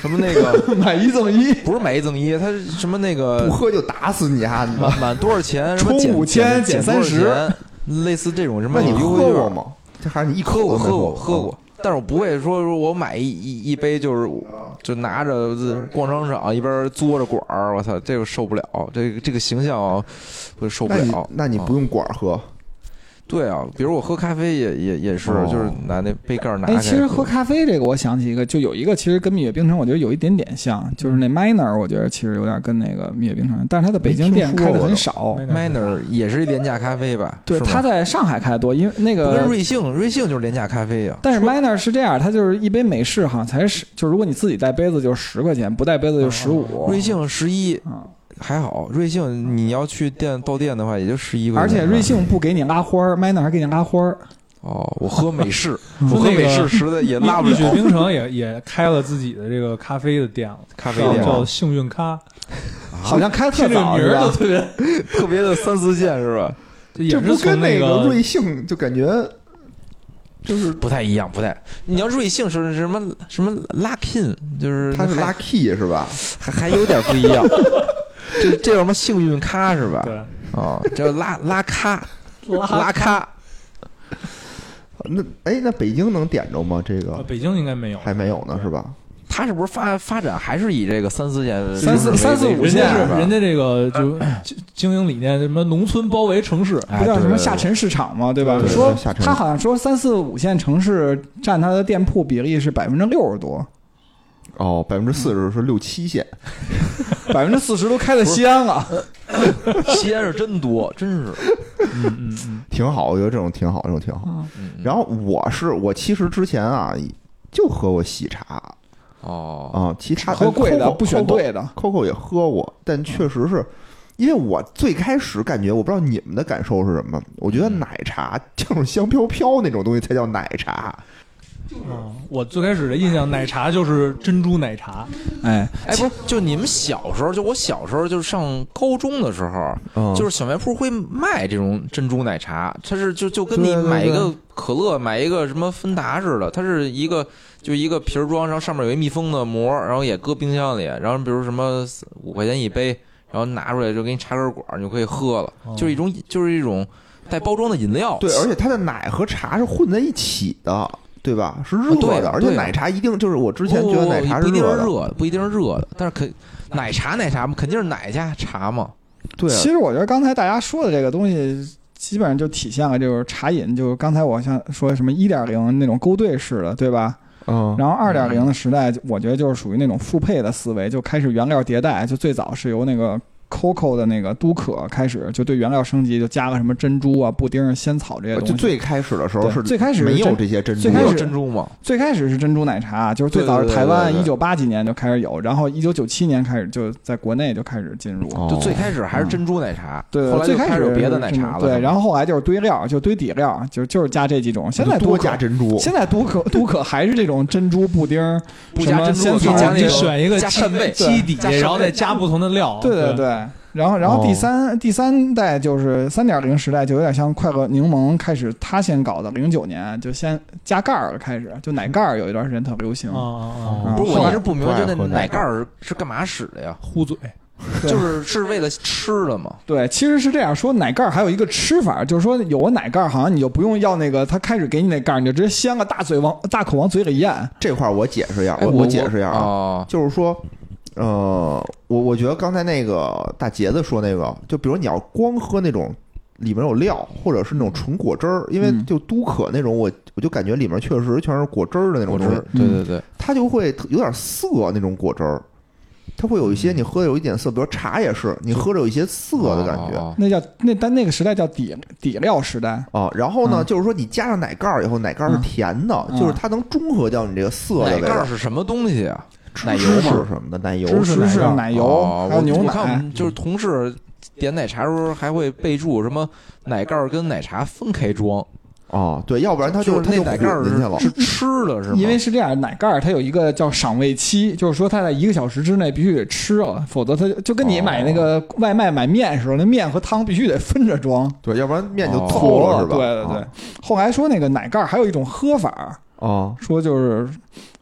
Speaker 3: 什么那个
Speaker 2: 买一赠一，
Speaker 3: 不是买一赠一，他是什么那
Speaker 1: 不
Speaker 3: 个
Speaker 1: 喝就打死你啊！你
Speaker 3: 满满多少钱，什么
Speaker 2: 充
Speaker 3: 减
Speaker 2: 5000
Speaker 3: 减
Speaker 2: 减30，
Speaker 3: 多少钱类似这种什么
Speaker 1: 那你
Speaker 3: 优
Speaker 1: 喝
Speaker 3: 惠券
Speaker 1: 过？吗？这还是你一口都没
Speaker 3: 喝过喝
Speaker 1: 过啊
Speaker 3: 过喝过，但是我不会说我买一一一杯就是就拿着逛商场一边嘬着管儿，我操，这个受不了，这个这个形象啊我受不
Speaker 1: 那你
Speaker 3: 了。
Speaker 1: 那你
Speaker 3: 啊
Speaker 1: 不用管儿喝，
Speaker 3: 对啊，比如我喝咖啡也也也是，
Speaker 1: 哦
Speaker 3: 就是拿那杯盖儿拿
Speaker 2: 哎，
Speaker 3: 开。
Speaker 2: 其实喝咖啡这个，我想起一个，就有一个，其实跟蜜雪冰城我觉得有一点点像，就是那 Miner，我觉得其实有点跟那个蜜雪冰城，但是它的北京店
Speaker 1: 没听说
Speaker 2: 开
Speaker 1: 过
Speaker 2: 的很
Speaker 3: 哦
Speaker 2: 少。
Speaker 3: Manner 也是廉价咖啡吧？
Speaker 2: 对，
Speaker 3: 是吗
Speaker 2: 它在上海开的多，因为那
Speaker 3: 不跟
Speaker 2: 个，
Speaker 3: 瑞幸，瑞幸就是廉价咖啡啊呀。
Speaker 2: 但是 Miner 是这样，它就是一杯美式好像才十，就如果你自己带杯子就是十块钱，不带杯子就十五
Speaker 3: 瑞。幸十一
Speaker 2: 啊，
Speaker 3: 还好，瑞幸你要去店到店的话，也就十一块钱。
Speaker 2: 而且瑞幸不给你拉花儿，Miner 还给你拉花儿。
Speaker 3: 哦，我喝美式，
Speaker 5: 说
Speaker 3: 我喝
Speaker 5: 那个
Speaker 3: 美式实在也拉不
Speaker 5: 蜜雪
Speaker 3: 了。
Speaker 5: 冰城也也开了自己的这个咖啡的店了，
Speaker 3: 咖啡店
Speaker 5: 叫幸运咖，
Speaker 2: 好像开特
Speaker 5: 听这个
Speaker 2: 早
Speaker 5: 名
Speaker 2: 是
Speaker 5: 儿就
Speaker 2: 吧？
Speaker 5: 特 别，
Speaker 3: 特别的三四线是吧？
Speaker 5: 这
Speaker 1: 这
Speaker 5: 也
Speaker 1: 不
Speaker 5: 是
Speaker 1: 跟
Speaker 5: 从
Speaker 1: 那
Speaker 5: 个
Speaker 1: 瑞幸就感觉就是
Speaker 3: 不太一样，不太。你要瑞幸是什么什么 Luckin，就是
Speaker 1: 它是
Speaker 3: 还
Speaker 1: lucky 是吧？
Speaker 3: 还还有点不一 样。这这叫什么幸运咖是吧？
Speaker 2: 啊
Speaker 5: 对
Speaker 3: 哦，叫拉拉咖，拉咖。
Speaker 1: 那哎，那北京能点着吗？这
Speaker 5: 呃
Speaker 1: 个
Speaker 5: 北京应该没有，
Speaker 1: 还没有呢，是吧？
Speaker 3: 它是不是发发展还是以这个三四线、
Speaker 2: 三四
Speaker 3: 为
Speaker 2: 三四五
Speaker 5: 人
Speaker 2: 线
Speaker 5: 家
Speaker 3: 为主
Speaker 5: 是
Speaker 3: 吧
Speaker 5: 人家这个就经经营理念，什么农村包围城市，
Speaker 3: 哎
Speaker 2: 不叫
Speaker 3: 对
Speaker 2: 什么
Speaker 3: 对对
Speaker 2: 下沉市场嘛，对吧
Speaker 1: 对？对
Speaker 2: 说
Speaker 1: 下沉
Speaker 2: 他好像说三四五线城市占它的店铺比例是百分之六十多，
Speaker 1: 哦，百分之四十是六七线，
Speaker 2: 百分之四十都开在西安了。
Speaker 3: 西安是真多，真是。
Speaker 5: 嗯嗯嗯，
Speaker 1: 挺好，我觉得这种挺好，这种挺好。
Speaker 3: 嗯嗯
Speaker 1: 然后我是我其实之前啊就喝过喜茶
Speaker 3: 哦，
Speaker 1: 啊，其他
Speaker 2: 喝贵的
Speaker 1: Coco-
Speaker 2: 不选对的，
Speaker 1: ，Coco 也喝过，
Speaker 2: 嗯
Speaker 1: 但确实是。因为我最开始感觉，我不知道你们的感受是什么。我觉得
Speaker 2: 嗯
Speaker 1: 奶茶就是香飘飘那种东西才叫奶茶，
Speaker 5: 啊我最开始的印象，奶茶就是珍珠奶茶，
Speaker 2: 哎，
Speaker 3: 哎，不是，就你们小时候，就我小时候，就是上高中的时候，
Speaker 1: 嗯
Speaker 3: 就是小卖铺会卖这种珍珠奶茶，它是就就跟
Speaker 1: 对
Speaker 3: 你
Speaker 1: 对
Speaker 3: 买一
Speaker 1: 对
Speaker 3: 个可乐买一个什么芬达似的，它是一个就一个瓶儿装，然后上面有一密封的膜，然后也搁冰箱里，然后比如什么五块钱一杯，然后拿出来就给你插根管儿，你就可以喝了，
Speaker 5: 哦
Speaker 3: 就是一种就是一种带包装的饮料。
Speaker 1: 对，而且它的奶和茶是混在一起的，对吧？是
Speaker 2: 哦
Speaker 1: 热
Speaker 3: 对
Speaker 1: 的，
Speaker 3: 的
Speaker 1: 而且
Speaker 2: 啊
Speaker 3: 对的
Speaker 1: 奶茶一定就是我之
Speaker 3: 不
Speaker 1: 前觉得奶茶
Speaker 3: 哦不不一定
Speaker 1: 热
Speaker 3: 是
Speaker 1: 的，
Speaker 3: 热的，不一定是热的，但是肯奶茶奶茶嘛，肯定是奶加茶嘛。
Speaker 1: 对啊
Speaker 2: 其实我觉得刚才大家说的这个东西，基本上就体现了就是茶饮，就是刚才我像说什么一点零那种勾兑式的，对吧？
Speaker 1: 嗯，
Speaker 2: 然后二点零的时代，我觉得就是属于那种复配的思维，就开始原料迭代。就最早是由那个 Coco 的那个都可开始，就对原料升级，就加个什么珍珠啊、布丁儿、仙草这些东西。
Speaker 1: 呃就最开始的时候
Speaker 2: 对
Speaker 1: 是
Speaker 2: 最开始
Speaker 1: 没有
Speaker 2: 这
Speaker 1: 这些珍珠，
Speaker 2: 最开
Speaker 3: 有
Speaker 2: 始
Speaker 3: 珍珠嘛，
Speaker 2: 最开始是珍珠奶茶，就是最早是
Speaker 3: 对对对
Speaker 2: 台湾
Speaker 3: 对
Speaker 2: 一
Speaker 3: 对
Speaker 2: 九八几年就开始有，然后一九九七年开始就在国内就开始进入。
Speaker 1: 哦
Speaker 3: 就最开始还是珍珠奶茶，
Speaker 2: 对，
Speaker 3: 后来
Speaker 2: 最
Speaker 3: 就
Speaker 2: 开
Speaker 3: 始
Speaker 2: 始
Speaker 3: 有别的
Speaker 2: 是
Speaker 3: 奶茶了。
Speaker 2: 对，然
Speaker 3: 后
Speaker 2: 后后来就是堆料，就堆底料，就就是加这几种。现在
Speaker 1: 就多
Speaker 2: 可
Speaker 1: 加，珍珠，
Speaker 2: 现在都可都可还是这种珍珠布丁儿，
Speaker 3: 不
Speaker 2: 什
Speaker 3: 加
Speaker 2: 么
Speaker 3: 珍
Speaker 2: 仙
Speaker 3: 珠，我给你
Speaker 2: 草
Speaker 3: 加那
Speaker 5: 你
Speaker 3: 个
Speaker 5: 选一个
Speaker 3: 加扇贝，
Speaker 5: 基底
Speaker 3: 加，扇贝
Speaker 5: 然后再加不同的
Speaker 3: 哦
Speaker 5: 料。
Speaker 2: 对对对。然后，然后
Speaker 1: 哦
Speaker 2: 第三、第三代就是三点零时代，就有点像快乐柠檬开始，他先搞的，零九年就先加盖儿开始，就奶盖儿有一段时间特别流行
Speaker 5: 啊，
Speaker 3: 哦
Speaker 5: 啊啊！
Speaker 1: 嗯
Speaker 3: 不是我
Speaker 2: 后来
Speaker 3: 一直不明白，就
Speaker 1: 不爱
Speaker 3: 那
Speaker 1: 喝
Speaker 3: 奶
Speaker 1: 奶
Speaker 3: 盖儿是干嘛使的呀？
Speaker 5: 糊嘴，
Speaker 2: 对
Speaker 3: 就是是为了吃 的嘛。
Speaker 2: 对，其实是这样说，奶盖儿还有一个吃法，就是说有了奶盖儿，好像你就不用要那个，他开始给你那盖儿，你就直接掀个大嘴往大口往嘴里
Speaker 3: 哦
Speaker 2: 咽。
Speaker 1: 这块儿我解释一下，
Speaker 3: 哎
Speaker 1: 我解释一下啊，
Speaker 3: 啊，
Speaker 1: 就是说，呃，我我觉得刚才那个大杰子说那个，就比如你要光喝那种里面有料，或者是那种纯果汁儿，因为
Speaker 2: 嗯
Speaker 1: 就都可那种，我我就感觉里面确实全是果汁儿的那种
Speaker 3: 果汁
Speaker 1: 东西嗯
Speaker 3: 儿，，对对对，
Speaker 1: 它就会特有点涩那种果汁儿。它会有一些你喝的有一点涩，比如茶也是，你喝着有一些涩的感觉
Speaker 3: 哦。哦哦
Speaker 2: 那叫那但那个时代叫底底料时代，
Speaker 1: 啊。然后呢，
Speaker 2: 嗯
Speaker 1: 就是说你加上奶盖儿以后，奶盖儿是
Speaker 2: 嗯
Speaker 1: 甜的，
Speaker 2: 嗯
Speaker 1: 就是它能中和掉你这个涩的
Speaker 3: 奶
Speaker 1: 味
Speaker 3: 盖
Speaker 1: 道
Speaker 3: 儿。是什么东西啊？奶油
Speaker 1: 芝士
Speaker 3: 嘛，
Speaker 1: 什么的，奶油
Speaker 2: 芝
Speaker 1: 奶
Speaker 2: 士、
Speaker 1: 盖儿
Speaker 2: 奶油、
Speaker 3: 哦
Speaker 2: 还有牛
Speaker 3: 我我看我
Speaker 2: 奶。
Speaker 3: 们就是同事点奶茶的时候还会备注什么奶盖儿跟奶茶分开装，
Speaker 1: 哦，对，要不然它
Speaker 3: 就
Speaker 1: 就是它
Speaker 3: 那
Speaker 1: 就
Speaker 3: 奶盖儿
Speaker 1: 混进去了。
Speaker 3: 是是吃的是吗？
Speaker 2: 因为是这样，奶盖儿它有一个叫赏味期，就是说它在一个小时之内必须得吃了，否则它就就
Speaker 1: 哦
Speaker 2: 跟你买那个外卖买面的时候，那面和汤必须得分着装。
Speaker 1: 对，要不然面就
Speaker 3: 哦
Speaker 1: 透了，是吧？啊
Speaker 2: 对对对。后来说那个奶盖儿还有一种喝法儿，
Speaker 1: 哦，
Speaker 2: 说就是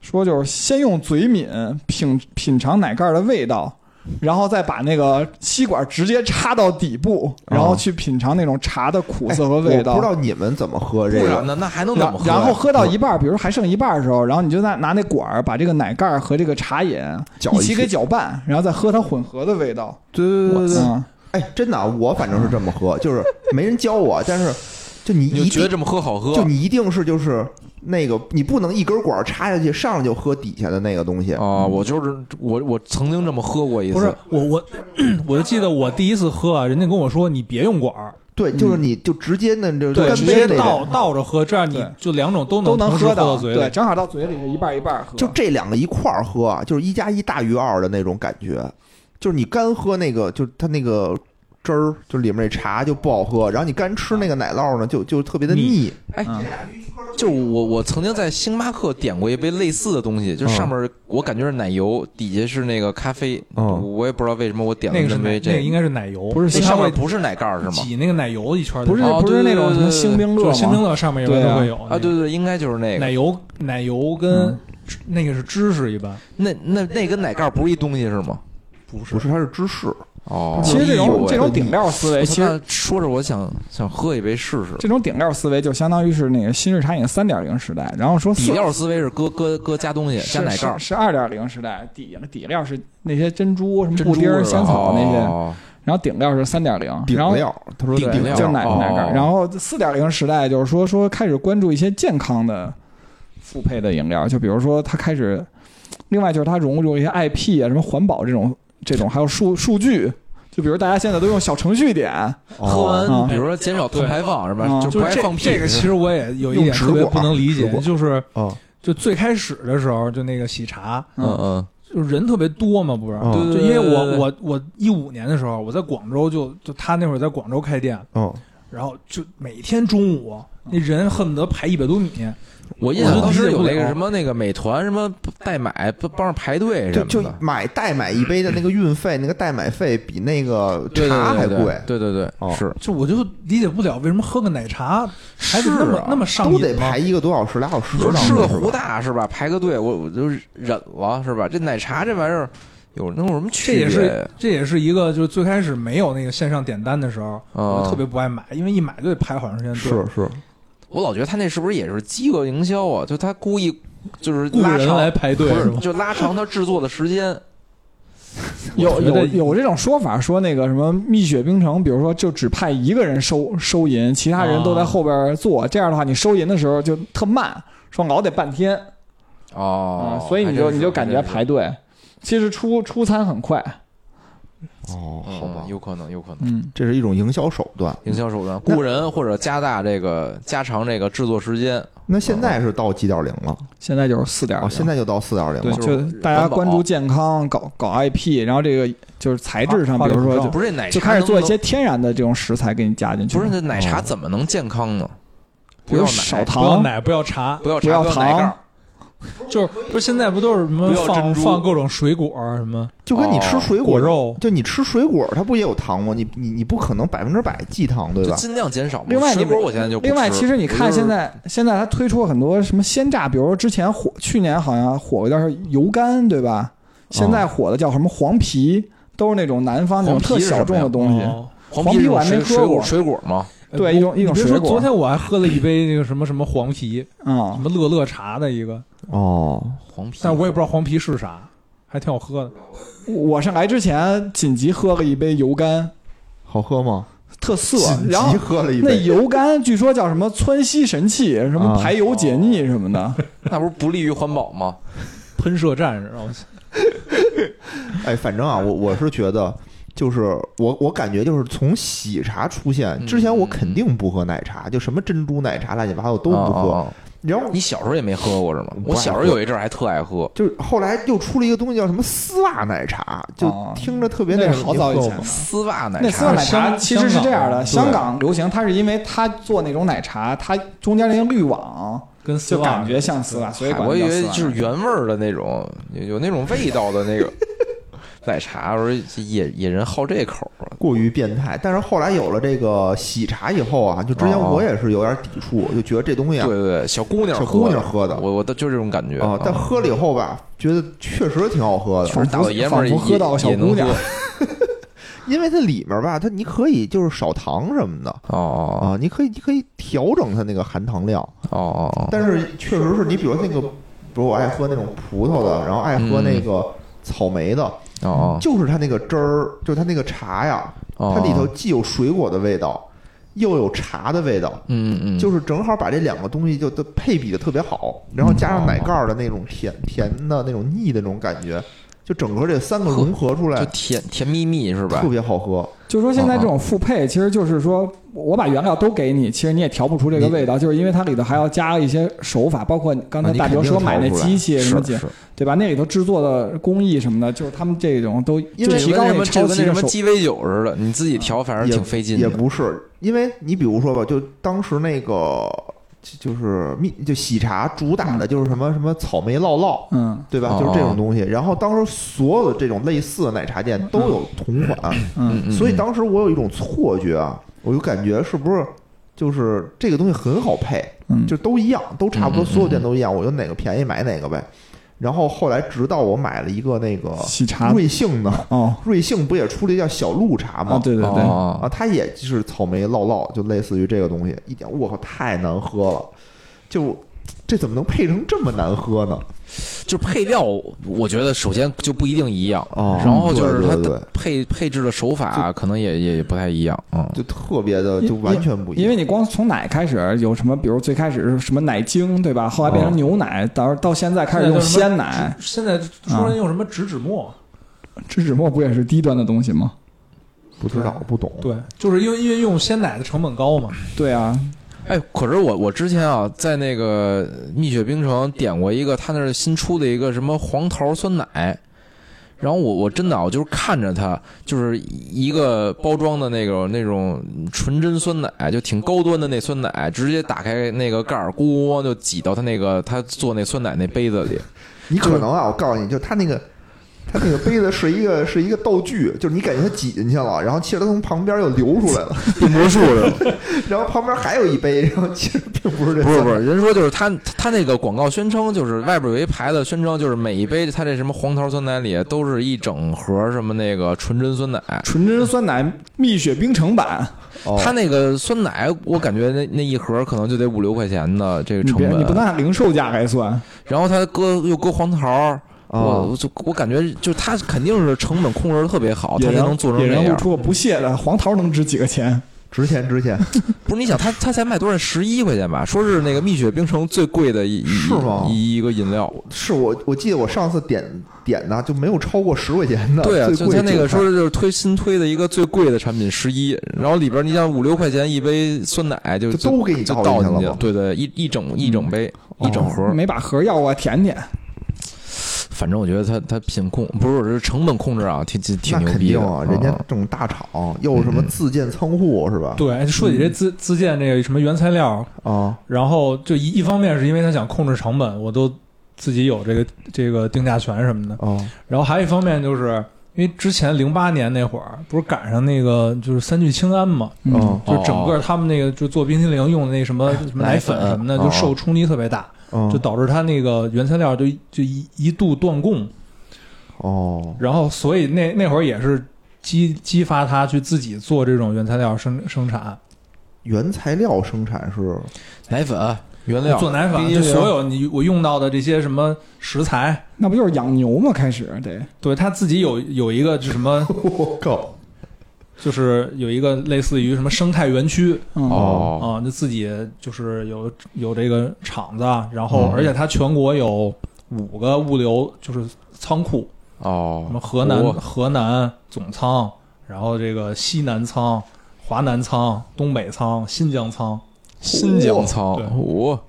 Speaker 2: 说就是先用嘴抿品品尝奶盖儿的味道，然后再把那个吸管直接插到底部，然后去品尝那种茶的苦涩和味
Speaker 1: 哦哎我
Speaker 2: 道。
Speaker 1: 不知道你们怎么喝这
Speaker 3: 不然
Speaker 1: 个。
Speaker 3: 呢，那还能怎
Speaker 2: 然
Speaker 3: 么喝呀？
Speaker 2: 然后喝到一半儿，比如还剩一半儿的时候，然后你就拿拿那管儿把这个奶盖儿和这个茶饮
Speaker 1: 搅
Speaker 2: 一
Speaker 1: 一
Speaker 2: 起
Speaker 1: 起
Speaker 2: 给搅拌，然后再喝它混合的味道。
Speaker 1: 对对
Speaker 2: 嗯，
Speaker 1: 哎，真的啊，我反正是这么喝，就是没人教我，但是就你
Speaker 3: 你就
Speaker 1: 一
Speaker 3: 觉得
Speaker 1: 定，
Speaker 3: 这么喝好喝？
Speaker 1: 就你一定是就是那个，你不能一根管插下去，上来就喝底下的那个东西。
Speaker 3: 啊，我就是我，我曾经这么喝过一次，
Speaker 5: 不是我我 我就记得我第一次喝啊，人家跟我说你别用管儿，
Speaker 1: 对，
Speaker 2: 嗯
Speaker 1: 就是你就直接那就
Speaker 5: 对，
Speaker 1: 干
Speaker 5: 直
Speaker 1: 杯
Speaker 5: 接
Speaker 1: 那
Speaker 5: 倒
Speaker 1: 种。
Speaker 5: 倒着喝，这样你
Speaker 2: 对
Speaker 5: 就两种都
Speaker 2: 都
Speaker 5: 能同时
Speaker 2: 喝
Speaker 5: 喝到嘴
Speaker 2: 对，
Speaker 5: 里。
Speaker 2: 正好到嘴里是一半儿一半儿喝。
Speaker 1: 就这两个一块儿喝啊，就是一加一大于二的那种感觉，就是你干喝那个，就是它那个汁儿，就里面那茶就不好喝，然后你干吃那个奶酪呢，就就特别的腻。
Speaker 3: 哎
Speaker 2: 嗯，
Speaker 3: 就是我我曾经在星巴克点过一杯类似的东西，就是上面我感觉是奶油，底下是那个咖啡，
Speaker 1: 嗯
Speaker 3: 我也不知道为什么我点了
Speaker 5: 那个是
Speaker 3: 这
Speaker 5: 奶
Speaker 3: 杯，
Speaker 5: 那个
Speaker 3: 这
Speaker 5: 应该是奶油，
Speaker 2: 不是
Speaker 3: 那
Speaker 5: 它
Speaker 3: 上
Speaker 5: 会
Speaker 3: 面不是奶盖儿是吗？
Speaker 5: 挤那个奶油一圈儿的，
Speaker 2: 不是
Speaker 3: 哦
Speaker 2: 不
Speaker 3: 对
Speaker 2: 是
Speaker 3: 对
Speaker 2: 那种
Speaker 3: 对
Speaker 2: 什么
Speaker 3: 对
Speaker 2: 星冰乐
Speaker 5: 就
Speaker 2: 吗
Speaker 5: 是星冰乐上面永远
Speaker 2: 对啊
Speaker 5: 都会有
Speaker 3: 啊，对对对，应该就是那
Speaker 5: 奶
Speaker 3: 个。
Speaker 5: 油奶
Speaker 2: 嗯
Speaker 5: 油跟那个是芝士一般，
Speaker 3: 那那那跟奶盖儿不是一东西是吗？
Speaker 5: 不是
Speaker 1: 不是，它是芝士，
Speaker 3: 哦，
Speaker 2: 其实这
Speaker 3: 哎呦
Speaker 2: 种
Speaker 3: 喂
Speaker 2: 这种顶料思维，
Speaker 3: 我
Speaker 2: 其实
Speaker 3: 操那说着我想想喝一杯试试。
Speaker 2: 这种顶料思维就相当于是那个新式茶饮三点零时代，然后说
Speaker 3: 底
Speaker 2: 色
Speaker 3: 料思维是搁搁搁加东西，
Speaker 2: 是
Speaker 3: 加奶盖儿
Speaker 2: 是是二点零时代，底底料是那些珍珠、什么
Speaker 3: 珍
Speaker 2: 布
Speaker 3: 珠
Speaker 2: 丁儿、
Speaker 3: 是吧
Speaker 2: 仙草那些，
Speaker 3: 哦
Speaker 2: 然后顶料是三点零，
Speaker 1: 顶
Speaker 2: 然后
Speaker 1: 料，他说
Speaker 3: 顶
Speaker 1: 顶
Speaker 3: 料
Speaker 2: 就是奶
Speaker 3: 哦
Speaker 2: 奶盖儿，然后四点零时代就是说说开始关注一些健康的复配的饮料，就比如说它开始，另外就是它融入一些 IP 啊、什么环保这种这种，还有数数据，就比如大家现在都用小程序点，
Speaker 3: 喝
Speaker 2: 哦
Speaker 3: 完，比如说减少碳排放是吧
Speaker 2: 嗯？
Speaker 3: 就
Speaker 5: 就
Speaker 3: 不
Speaker 5: 是
Speaker 3: 爱
Speaker 5: 这
Speaker 3: 放屁。
Speaker 5: 这个其实我也有一
Speaker 1: 用
Speaker 5: 点
Speaker 1: 纸
Speaker 5: 特别
Speaker 1: 管
Speaker 5: 不能理解
Speaker 1: 纸，管
Speaker 5: 就是
Speaker 2: 哦
Speaker 1: 啊，
Speaker 5: 就最开始的时候就那个喜茶，
Speaker 3: 嗯嗯。
Speaker 5: 就是人特别多嘛，不是？
Speaker 2: 哦
Speaker 1: 嗯
Speaker 5: 就
Speaker 3: 对
Speaker 5: 因为我
Speaker 3: 对
Speaker 5: 我我一五年的时候，我在广州就就他那会儿在广州开店，
Speaker 1: 嗯，
Speaker 5: 然后就每天中午那人恨不得排一百多米，
Speaker 3: 我印象
Speaker 5: 我
Speaker 3: 当
Speaker 5: 理
Speaker 3: 时
Speaker 5: 解
Speaker 3: 有
Speaker 5: 不
Speaker 3: 那个
Speaker 5: 了
Speaker 3: 什么那个美团什么代买不帮着排队什
Speaker 1: 就
Speaker 3: 么
Speaker 1: 就
Speaker 3: 的，
Speaker 1: 买代买一杯的那个运费，那个代买费比那个
Speaker 3: 对对
Speaker 1: 茶还
Speaker 3: 对对
Speaker 1: 贵，
Speaker 3: 对对对，
Speaker 1: 哦
Speaker 3: 是
Speaker 5: 就我就理解不了为什么喝个奶茶还得
Speaker 3: 是
Speaker 5: 那么、
Speaker 3: 啊
Speaker 5: 那么上
Speaker 1: 都
Speaker 5: 瘾
Speaker 1: 得
Speaker 5: 吗
Speaker 1: 排一个多小时、俩小时
Speaker 3: 你
Speaker 1: 呢
Speaker 3: 说，吃个
Speaker 1: 是吧
Speaker 3: 胡大是吧？排个队，我我就忍了是吧？这奶茶这玩意儿有能有什
Speaker 5: 这
Speaker 3: 么区别？
Speaker 5: 也是这也是一个，就是最开始没有那个线上点单的时候，我
Speaker 3: 啊
Speaker 5: 就特别不爱买，因为一买就得排好长时间队。
Speaker 1: 是是，
Speaker 3: 我老觉得他那是不是也是饥饿营销啊？就他故意就是
Speaker 5: 雇
Speaker 3: 拉
Speaker 5: 人
Speaker 3: 长
Speaker 5: 来排队
Speaker 3: 不
Speaker 5: 是
Speaker 3: 是
Speaker 5: 吗？
Speaker 3: 就拉长他制作的时间，
Speaker 2: 有
Speaker 5: 我觉
Speaker 2: 有
Speaker 5: 得
Speaker 2: 有这种说法，说那个什么蜜雪冰城，比如说就只派一个人收收银，其他人都在后边做，这样的话你收银的时候就特慢，说老得半天啊
Speaker 3: 哦，，
Speaker 2: 所以你就
Speaker 3: 还真是
Speaker 2: 你就感觉
Speaker 3: 还真是
Speaker 2: 排队。其实出出餐很快，
Speaker 1: 哦，
Speaker 3: 嗯
Speaker 1: 好吧，
Speaker 3: 有可能，有可能，
Speaker 2: 嗯，
Speaker 1: 这是一种营销手段。
Speaker 3: 营销手段雇人或者加大这个加长这个制作时间，
Speaker 1: 那现在是到几点零了？
Speaker 2: 现在就是四点
Speaker 1: 哦，现在就到四点零
Speaker 2: 对，
Speaker 1: 了。
Speaker 2: 就大家关注健康，搞搞 IP，然后这个就是材质上，
Speaker 5: 画
Speaker 2: 比如说
Speaker 5: 画得很
Speaker 2: 就
Speaker 3: 不是这奶茶
Speaker 2: 就开始做一些
Speaker 3: 能
Speaker 2: 天然的这种食材给你加进去，
Speaker 3: 不能，不是这奶茶怎么能健康呢？
Speaker 2: 比
Speaker 3: 不要
Speaker 2: 如
Speaker 3: 奶，
Speaker 2: 少
Speaker 5: 不要
Speaker 2: 糖，
Speaker 5: 奶，不要茶，
Speaker 3: 不要
Speaker 2: 不
Speaker 3: 茶，
Speaker 2: 要
Speaker 3: 不要奶盖
Speaker 2: 糖
Speaker 3: 儿，，
Speaker 5: 就是不是现在不都是什么
Speaker 3: 不要珍
Speaker 5: 放
Speaker 3: 珠
Speaker 5: 放各种水果儿什么
Speaker 1: 就跟你吃水
Speaker 5: 果
Speaker 1: 果，
Speaker 5: 肉？
Speaker 1: 就你吃水果，它不也有糖吗？你你你不可能百分之百忌糖，对
Speaker 3: 就
Speaker 1: 吧？
Speaker 3: 尽量减少嘛。
Speaker 2: 另外你
Speaker 3: 水果我现在就不吃
Speaker 2: 另外，其实你
Speaker 3: 我
Speaker 2: 看
Speaker 3: 就是
Speaker 2: 现在，现在它推出了很多什么鲜榨，比如说之前火，去年好像火过一段是油柑，对吧？现在火的叫什么黄皮，都是那种南方那种
Speaker 3: 黄皮
Speaker 2: 特
Speaker 3: 是
Speaker 2: 小众的东西。
Speaker 5: 哦
Speaker 3: 黄
Speaker 2: 黄
Speaker 3: 皮
Speaker 2: 皮
Speaker 3: 是
Speaker 2: 我还
Speaker 3: 水
Speaker 2: 没喝
Speaker 3: 水果
Speaker 2: 过
Speaker 3: 水果嘛，
Speaker 5: 哎
Speaker 2: 对
Speaker 5: 不
Speaker 2: 一种一种
Speaker 5: 你别
Speaker 2: 水
Speaker 5: 说，
Speaker 2: 果
Speaker 5: 昨天我还喝了一杯那个什么什么黄皮，什
Speaker 2: 嗯，
Speaker 5: 么乐乐茶的一个，
Speaker 1: 哦，
Speaker 3: 黄皮，
Speaker 5: 但我也不知道黄皮是啥，还挺好喝的。
Speaker 2: 我上来之前紧急喝了一杯油柑，
Speaker 1: 好喝吗？
Speaker 2: 特涩
Speaker 1: 紧。
Speaker 2: 然
Speaker 1: 急
Speaker 2: 后
Speaker 1: 喝了一
Speaker 2: 那
Speaker 1: 杯，
Speaker 2: 油柑据说叫什么川西神器，什么
Speaker 1: 啊
Speaker 2: 排油解
Speaker 3: 哦
Speaker 2: 腻什么的。
Speaker 3: 那不是不利于环保吗？
Speaker 5: 喷射战士，让我
Speaker 1: 哎，反正啊，我我是觉得，就是我我感觉就是从喜茶出现之前，我肯定不喝奶茶，就什么珍珠奶茶乱七八糟都不
Speaker 3: 哦
Speaker 1: 喝。
Speaker 3: 哦
Speaker 1: 然后
Speaker 3: 哦你小时候也没喝过是吗
Speaker 1: 我？不
Speaker 3: 我
Speaker 1: 爱
Speaker 3: 小时候
Speaker 1: 喝
Speaker 3: 有一阵儿还特爱喝，
Speaker 1: 就是后来又出了一个东西叫什么丝袜奶茶，就
Speaker 2: 哦
Speaker 1: 听着特别那
Speaker 2: 那
Speaker 1: 个
Speaker 2: 是好早以前的。
Speaker 3: 丝袜奶
Speaker 2: 那丝
Speaker 3: 茶
Speaker 2: 袜奶茶
Speaker 5: 香
Speaker 2: 其实是这样的，
Speaker 5: 香
Speaker 2: 香
Speaker 5: 港
Speaker 2: 港流行，它是因为它做那种奶茶，它中间那个滤网。
Speaker 5: 跟丝
Speaker 2: 就
Speaker 5: 袜
Speaker 2: 感觉像丝袜，所以
Speaker 3: 嗨
Speaker 2: 管它
Speaker 3: 哎我以
Speaker 2: 叫
Speaker 3: 为
Speaker 2: 丝袜
Speaker 3: 就是原味儿的那种，有有那种味道的那 个奶茶。我说这野野人好这口儿啊，
Speaker 1: 过于变态，但是后来有了这个喜茶以后啊，就之前
Speaker 3: 哦
Speaker 1: 我也是有点抵触，就觉得这东西
Speaker 3: 对
Speaker 1: 啊，
Speaker 3: 对对，小姑娘
Speaker 1: 小
Speaker 3: 喝
Speaker 1: 姑娘喝的
Speaker 3: 我我都就这种感
Speaker 2: 哦
Speaker 3: 觉
Speaker 1: 啊，但喝了以后吧，觉得确实挺好喝的，
Speaker 3: 反正大老爷们儿
Speaker 2: 仿佛喝到个小
Speaker 3: 也也能
Speaker 2: 姑娘
Speaker 3: 喝
Speaker 1: 因为它里面吧，它你可以就是少糖什么的
Speaker 3: 哦哦
Speaker 1: 啊，你可以你可以调整它那个含糖量，
Speaker 3: 哦哦哦，
Speaker 1: 但是确实是你比如那个，比如我爱喝那种葡萄的，然后爱喝那个草莓的，
Speaker 3: 哦嗯哦
Speaker 1: 就是它那个汁儿，就是它那个茶呀，
Speaker 3: 哦，
Speaker 1: 它里头既有水果的味道，又有茶的味道，
Speaker 3: 嗯嗯
Speaker 1: 就是是正好把这两个东西就都配比的特别好，然后加
Speaker 3: 嗯
Speaker 1: 上
Speaker 3: 哦
Speaker 1: 奶盖儿的那种甜甜的那种腻的那种感觉，就整个这三个融合出
Speaker 3: 就
Speaker 1: 来，
Speaker 3: 甜甜蜜蜜是吧
Speaker 1: 特？别好喝。
Speaker 2: 就是说现在这种复配，其实就是说我把原料都给你，其实你也调不出这个味道，就是因为它里头还要加一些手法，包括你刚才大刘说买那机器什么
Speaker 3: 是
Speaker 2: 解，
Speaker 3: 是，
Speaker 2: 对吧？那里头制作的工艺什么的，就是他们这种都
Speaker 1: 因
Speaker 2: 就
Speaker 1: 为
Speaker 2: 提
Speaker 3: 这跟
Speaker 2: 高
Speaker 3: 那什
Speaker 2: 你
Speaker 3: 么这
Speaker 2: 超
Speaker 3: 跟那
Speaker 2: 级
Speaker 3: 什
Speaker 2: 的
Speaker 3: 么
Speaker 2: 手。
Speaker 3: 鸡尾酒似的，你自己调反正挺费劲
Speaker 1: 也
Speaker 3: 的。
Speaker 1: 不是，因为你比如说吧，就当时那个就就是蜜就喜茶主打的就是什么什么草莓酪酪，
Speaker 2: 嗯
Speaker 1: 对吧？
Speaker 3: 哦
Speaker 1: 就是这种东西。然后当时所有的这种类似的奶茶店都有同款，
Speaker 2: 嗯，
Speaker 3: 嗯，嗯
Speaker 1: 所以当时我有一种错觉啊，我就感觉是不是就是这个东西很好配，
Speaker 2: 嗯，
Speaker 1: 就都一样，都差不多，
Speaker 3: 嗯嗯嗯
Speaker 1: 所有店都一样，我就哪个便宜买哪个呗。然后后来直到我买了一个那个
Speaker 2: 喜茶
Speaker 1: 瑞幸的，
Speaker 2: 哦
Speaker 1: 瑞幸不也出了一个叫小鹿茶吗？
Speaker 2: 啊，对对
Speaker 3: 哦
Speaker 2: 对，
Speaker 3: 哦
Speaker 1: 啊，它也是草莓酪酪，就类似于这个东西，一点我靠太难喝了，就这怎么能配成这么难喝呢？
Speaker 3: 就配料，我觉得首先就不一定一样，
Speaker 1: 哦
Speaker 3: 然后就是它
Speaker 1: 对对对
Speaker 3: 的配配置的手法可能也也也不太一样，嗯，
Speaker 1: 就特别的就完全不一样，
Speaker 2: 因为你光从奶开始有什么，比如最开始是什么奶精，对吧？后来变成牛奶，到到现在开始用鲜奶，嗯
Speaker 5: 现在说人用什么植脂末？
Speaker 2: 植脂末不也是低端的东西吗？
Speaker 1: 不知道不懂，
Speaker 5: 对，就是因为因为用鲜奶的成本高嘛。
Speaker 2: 对啊，
Speaker 3: 哎，可是我我之前啊，在那个蜜雪冰城点过一个，他那儿新出的一个什么黄桃酸奶，然后我我真的啊我就是看着它，就是一个包装的那种那种纯真酸奶，就挺高端的那酸奶，直接打开那个盖儿，咕咕咕就挤到他那个他做那酸奶那杯子里。
Speaker 1: 你可能啊，我告诉你，就他那个，他那个杯子是一个是一个道具，就是你感觉它挤进去了，然后其实它从旁边又流出来了，
Speaker 3: 变魔术了，
Speaker 1: 然后旁边还有一杯，然后其实并不是这，
Speaker 3: 不是不是，人说就是他他那个广告宣称，就是外边有一牌子宣称，就是每一杯他这什么黄桃酸奶里都是一整盒什么那个纯真酸奶。
Speaker 2: 纯真酸奶蜜雪冰城版，
Speaker 1: 哦
Speaker 3: 他那个酸奶，我感觉那那一盒可能就得五六块钱的这个
Speaker 2: 你
Speaker 3: 成
Speaker 2: 别
Speaker 3: 本。
Speaker 2: 你不按零售价来算，
Speaker 3: 然后他搁又搁黄桃儿，我
Speaker 1: 哦
Speaker 3: 我就我感觉就他肯定是成本控制的特别好，他
Speaker 2: 也
Speaker 3: 才
Speaker 2: 让
Speaker 3: 能做成
Speaker 2: 也
Speaker 3: 这
Speaker 2: 让
Speaker 3: 样
Speaker 2: 露。出个不屑的黄桃能值几个钱？
Speaker 1: 值钱值钱，
Speaker 3: 不是你想他他才卖多少？十一块钱吧，说是那个蜜雪冰城最贵的一一
Speaker 1: 是吗
Speaker 3: 一一个饮料。
Speaker 1: 是我我记得我上次点点的就没有超过十块钱的，
Speaker 3: 对啊，
Speaker 1: 最
Speaker 3: 就
Speaker 1: 贵
Speaker 3: 他那
Speaker 1: 9块
Speaker 3: 个说是就是推新推的一个最贵的产品十一，然后里边你想五六块钱一杯酸奶就
Speaker 1: 就都给你
Speaker 3: 就
Speaker 1: 倒
Speaker 3: 倒
Speaker 1: 进去
Speaker 3: 进去
Speaker 1: 了
Speaker 3: 了
Speaker 1: 吗，
Speaker 3: 对对，一一整一整杯
Speaker 2: 嗯
Speaker 3: 一整盒，
Speaker 2: 没把盒要过，舔舔。
Speaker 3: 反正我觉得他他品控不是是成本控制啊，挺挺挺
Speaker 1: 那
Speaker 3: 牛
Speaker 1: 肯
Speaker 3: 逼
Speaker 1: 定
Speaker 3: 的嗯
Speaker 1: 啊，人家这种大厂又什么自建仓库是吧？
Speaker 5: 对，说
Speaker 2: 嗯
Speaker 5: 起这自自建这个什么原材料，
Speaker 1: 啊，
Speaker 5: 然后就一一方面是因为他想控制成本，我都自己有这个这个定价权什么的。
Speaker 1: 哦，
Speaker 5: 然后还有一方面就是因为之前零八年那会儿不是赶上那个就是三聚氰胺嘛，
Speaker 3: 嗯
Speaker 1: 哦，
Speaker 5: 就整个他们那个就做冰淇淋用的那什么
Speaker 2: 哎
Speaker 5: 什么奶粉什么的，
Speaker 2: 嗯
Speaker 1: 奶粉
Speaker 5: 就受冲击特别大，
Speaker 1: 嗯
Speaker 5: 就导致它那个原材料就就一一度断供，
Speaker 1: 哦，
Speaker 5: 然后所以那那会儿也是激激发他去自己做这种原材料生生产，
Speaker 1: 原材料生产是
Speaker 3: 啊奶粉原料
Speaker 5: 做奶粉，
Speaker 3: 冰
Speaker 5: 就
Speaker 3: 淇淋
Speaker 5: 所有你我用到的这些什么食材，
Speaker 2: 那不就是养牛吗？开始得
Speaker 5: 对他自己有有一个就什么，
Speaker 1: 我靠，
Speaker 5: 就是有一个类似于什么生态园区
Speaker 2: 嗯
Speaker 3: 哦，
Speaker 5: 啊，就自己就是有有这个厂子，啊然后
Speaker 3: 嗯
Speaker 5: 而且它全国有五个物流就是仓库，
Speaker 3: 哦，
Speaker 5: 什么河南
Speaker 3: 哦
Speaker 5: 河南总仓，然后这个西南仓、华南仓、东北仓、新疆仓，
Speaker 3: 新疆哦仓
Speaker 5: 对，
Speaker 3: 我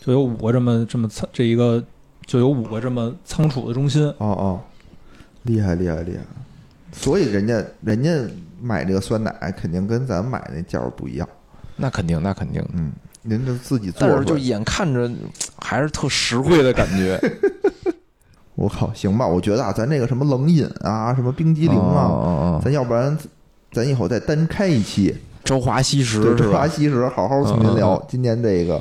Speaker 5: 就有五个这么这么仓这一个就有五个这么仓储的中心。
Speaker 1: 哦哦，厉害厉害厉害！所以人家人家买这个酸奶肯定跟咱买那价儿不一样，
Speaker 3: 那肯定那肯定，
Speaker 1: 嗯，人家自己做
Speaker 3: 但是
Speaker 1: 出
Speaker 3: 就
Speaker 1: 来。
Speaker 3: 眼看着还是特实惠的感 觉。
Speaker 1: 我靠，行吧，我觉得啊，咱这个什么冷饮啊，什么冰激凌啊，
Speaker 3: 啊，
Speaker 1: 咱要不然咱以后再单开一期，
Speaker 3: 朝华西食
Speaker 1: 对，
Speaker 3: 是
Speaker 1: 中华
Speaker 3: 吧？嗯
Speaker 1: 西食好好从您聊。今年这个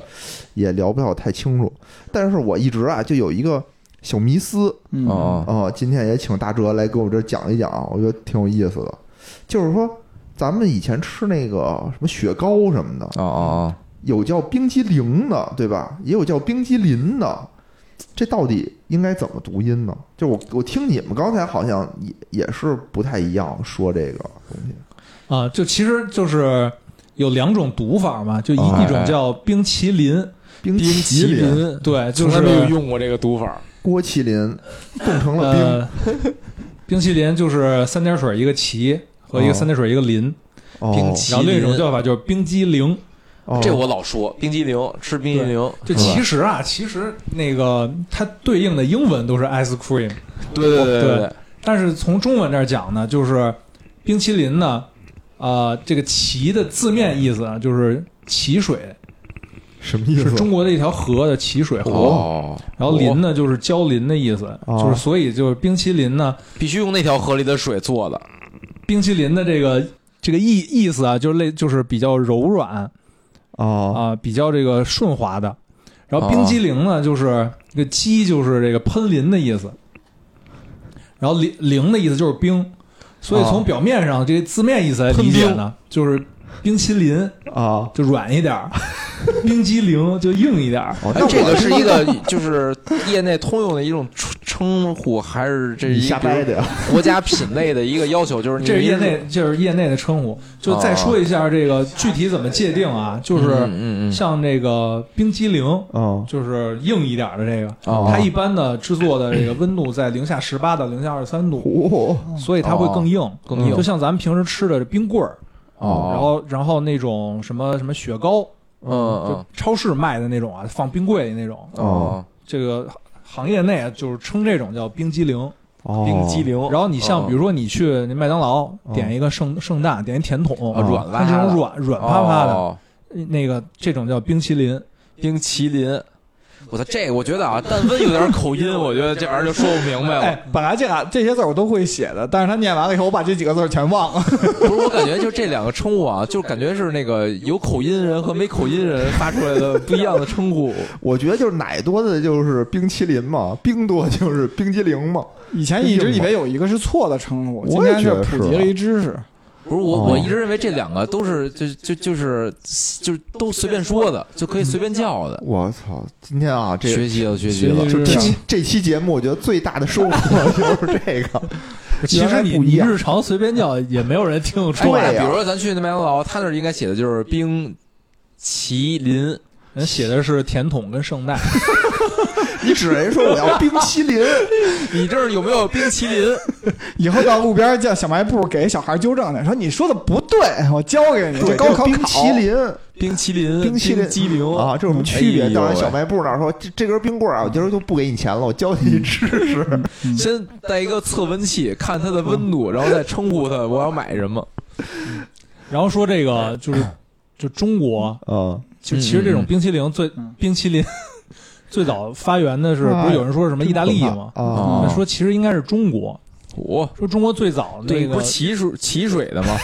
Speaker 1: 也聊不了太清楚，但是我一直啊就有一个小迷思，
Speaker 2: 嗯
Speaker 3: 哦
Speaker 1: 哦，今天也请大哲来给我们这儿讲一讲啊，我觉得挺有意思的。就是说，咱们以前吃那个什么雪糕什么的，
Speaker 3: 哦哦
Speaker 1: 有叫冰激凌的，对吧？也有叫冰激凌的，这到底应该怎么读音呢？就我我听你们刚才好像也也是不太一样说这个东西。
Speaker 5: 啊，就其实就是有两种读法嘛，就一、
Speaker 3: 哦
Speaker 5: 一种叫冰淇淋，
Speaker 1: 冰
Speaker 3: 冰
Speaker 1: 淇
Speaker 3: 淇
Speaker 1: 淋，
Speaker 3: 淋，
Speaker 5: 对，就
Speaker 3: 哎从
Speaker 5: 是
Speaker 3: 来没有用过这个读法。
Speaker 1: 郭麒麟冻成了冰。
Speaker 5: 呃，冰淇淋就是三点水一个旗和一
Speaker 1: 哦
Speaker 5: 个三点水一个淋，
Speaker 1: 哦
Speaker 3: 冰淇
Speaker 5: 然后另一种叫法就是冰激凌。
Speaker 1: 哦
Speaker 3: 这我老说冰激凌，吃冰激凌，
Speaker 5: 就其实啊，其实那个它对应的英文都是 ice cream，
Speaker 3: 对对对
Speaker 5: 对
Speaker 3: 对，
Speaker 5: 但是从中文这儿讲呢，就是冰淇淋呢，呃，这个旗的字面意思啊，就是淇水，
Speaker 1: 什么意
Speaker 5: 是
Speaker 1: 思？
Speaker 5: 中国的一条河的淇水河。
Speaker 3: 哦，
Speaker 5: 然后淋呢，就是浇淋的意思，
Speaker 1: 哦
Speaker 5: 就是所以就是冰淇淋呢，
Speaker 3: 必须用那条河里的水做的。
Speaker 5: 冰淇淋的这个这个意意思啊，就是类就是比较柔软，
Speaker 1: 哦
Speaker 5: 啊，比较这个顺滑的。然后
Speaker 3: 哦
Speaker 5: 冰激凌呢，就是这个激就是这个喷淋的意思，然后淋淋的意思就是冰，所
Speaker 3: 哦
Speaker 5: 以从表面上这个字面意思来理解呢，就是冰淇淋
Speaker 1: 啊
Speaker 5: 就软一 点儿，冰激凌就硬一点儿。
Speaker 1: 哦，
Speaker 3: 哎
Speaker 1: 那，
Speaker 3: 这
Speaker 1: 我
Speaker 3: 个是一个就是业内通用的一种称称呼，还是这是
Speaker 1: 你
Speaker 3: 一
Speaker 1: 瞎
Speaker 3: 个
Speaker 1: 掰的呀？
Speaker 3: 国家品类的一个要求？就是你
Speaker 5: 这是业内，这是业内的称呼。就再说一下这个具体怎么界定啊，就
Speaker 3: 嗯
Speaker 5: 是
Speaker 3: 嗯嗯嗯
Speaker 5: 像这个冰激凌，
Speaker 1: 哦
Speaker 5: 就是硬一点儿的这个，
Speaker 3: 哦
Speaker 5: 它一般呢制作的这个温度在零下十八到零下二十三度，
Speaker 1: 哦，
Speaker 5: 所以它会更硬，
Speaker 3: 嗯哦更硬
Speaker 5: 就像咱们平时吃的冰棍儿，
Speaker 3: 哦，
Speaker 5: 然后然后那种什么什么雪糕，
Speaker 3: 嗯
Speaker 5: 就
Speaker 3: 嗯
Speaker 5: 超市卖的那种啊，放冰柜里那种，
Speaker 3: 哦
Speaker 5: 啊这个行业内就是称这种叫冰激凌。
Speaker 1: 哦，
Speaker 7: 冰激凌，
Speaker 5: 然后你像
Speaker 3: 哦
Speaker 5: 比如说你去那麦当劳
Speaker 1: 哦
Speaker 5: 点一个圣圣诞，点一甜筒，
Speaker 3: 嗯啊软拉
Speaker 5: 它这
Speaker 3: 的
Speaker 5: 种软软趴趴的，
Speaker 3: 哦
Speaker 5: 那个这种叫冰淇淋，
Speaker 7: 冰淇淋，
Speaker 3: 我操，这我觉得啊，但凡有点口音，我觉得这玩意儿就说不明白了。
Speaker 2: 哎，本来这俩这些字儿我都会写的，但是他念完了以后，我把这几个字儿全忘了。
Speaker 3: 不是，我感觉就这两个称呼啊，就感觉是那个有口音人和没口音人发出来的不一样的称呼。
Speaker 1: 我觉得就是奶多的就是冰淇淋嘛，冰多就是冰激凌嘛。
Speaker 2: 以前一直以为有一个是错的称呼，今
Speaker 1: 我也
Speaker 2: 天
Speaker 1: 觉得
Speaker 2: 就是普及了一知识。
Speaker 3: 不是我，
Speaker 1: 哦
Speaker 3: 我一直认为这两个都是就就就是就是都随便说的，就可以随便叫的。
Speaker 1: 我操，今天啊，这
Speaker 3: 学习了，学习了
Speaker 1: 就
Speaker 2: 学习。
Speaker 1: 这
Speaker 2: 是
Speaker 1: 期这期节目，我觉得最大的收获 就是这个。
Speaker 5: 其
Speaker 1: 原来
Speaker 5: 实你
Speaker 1: 不一
Speaker 5: 你
Speaker 1: 样
Speaker 5: 日常随便叫也没有人听得
Speaker 3: 哎
Speaker 5: 出来，
Speaker 1: 对
Speaker 3: 比
Speaker 1: 呀
Speaker 3: 如说咱去那麦当劳，他那儿应该写的就是冰淇淋，
Speaker 5: 人写的是甜筒跟圣诞，
Speaker 1: 你指人说我要冰淇淋，
Speaker 3: 你这儿有没有冰淇 淋？
Speaker 2: 以后到路边叫小卖部给小孩纠正去，说你说的不对，我教给你，这
Speaker 1: 对，
Speaker 2: 高考
Speaker 1: 冰
Speaker 2: 考
Speaker 1: 淇淋
Speaker 3: 冰淇淋，
Speaker 1: 冰淇淋
Speaker 3: 激凌
Speaker 1: 啊，这有什么区别？
Speaker 3: 哎呦
Speaker 1: 到人
Speaker 3: 喂
Speaker 1: 小卖部那儿说，这这根冰棍儿啊，我今儿就不给你钱了，我教你知识。
Speaker 3: 先带一个测温器，看它的温度，然后再称呼它我要买什么。
Speaker 5: 然后说这个就是就中国
Speaker 1: 啊，
Speaker 5: 就其实这种冰淇淋最
Speaker 2: 嗯
Speaker 5: 冰淇淋最早发源的是
Speaker 1: 哎
Speaker 5: 不是有人说是什么意大利吗？
Speaker 1: 啊，
Speaker 3: 嗯
Speaker 5: 说其实应该是中国，
Speaker 3: 我、
Speaker 5: 说中国最早那
Speaker 3: 哦对，不
Speaker 5: 个
Speaker 3: 是起水起水的 吗？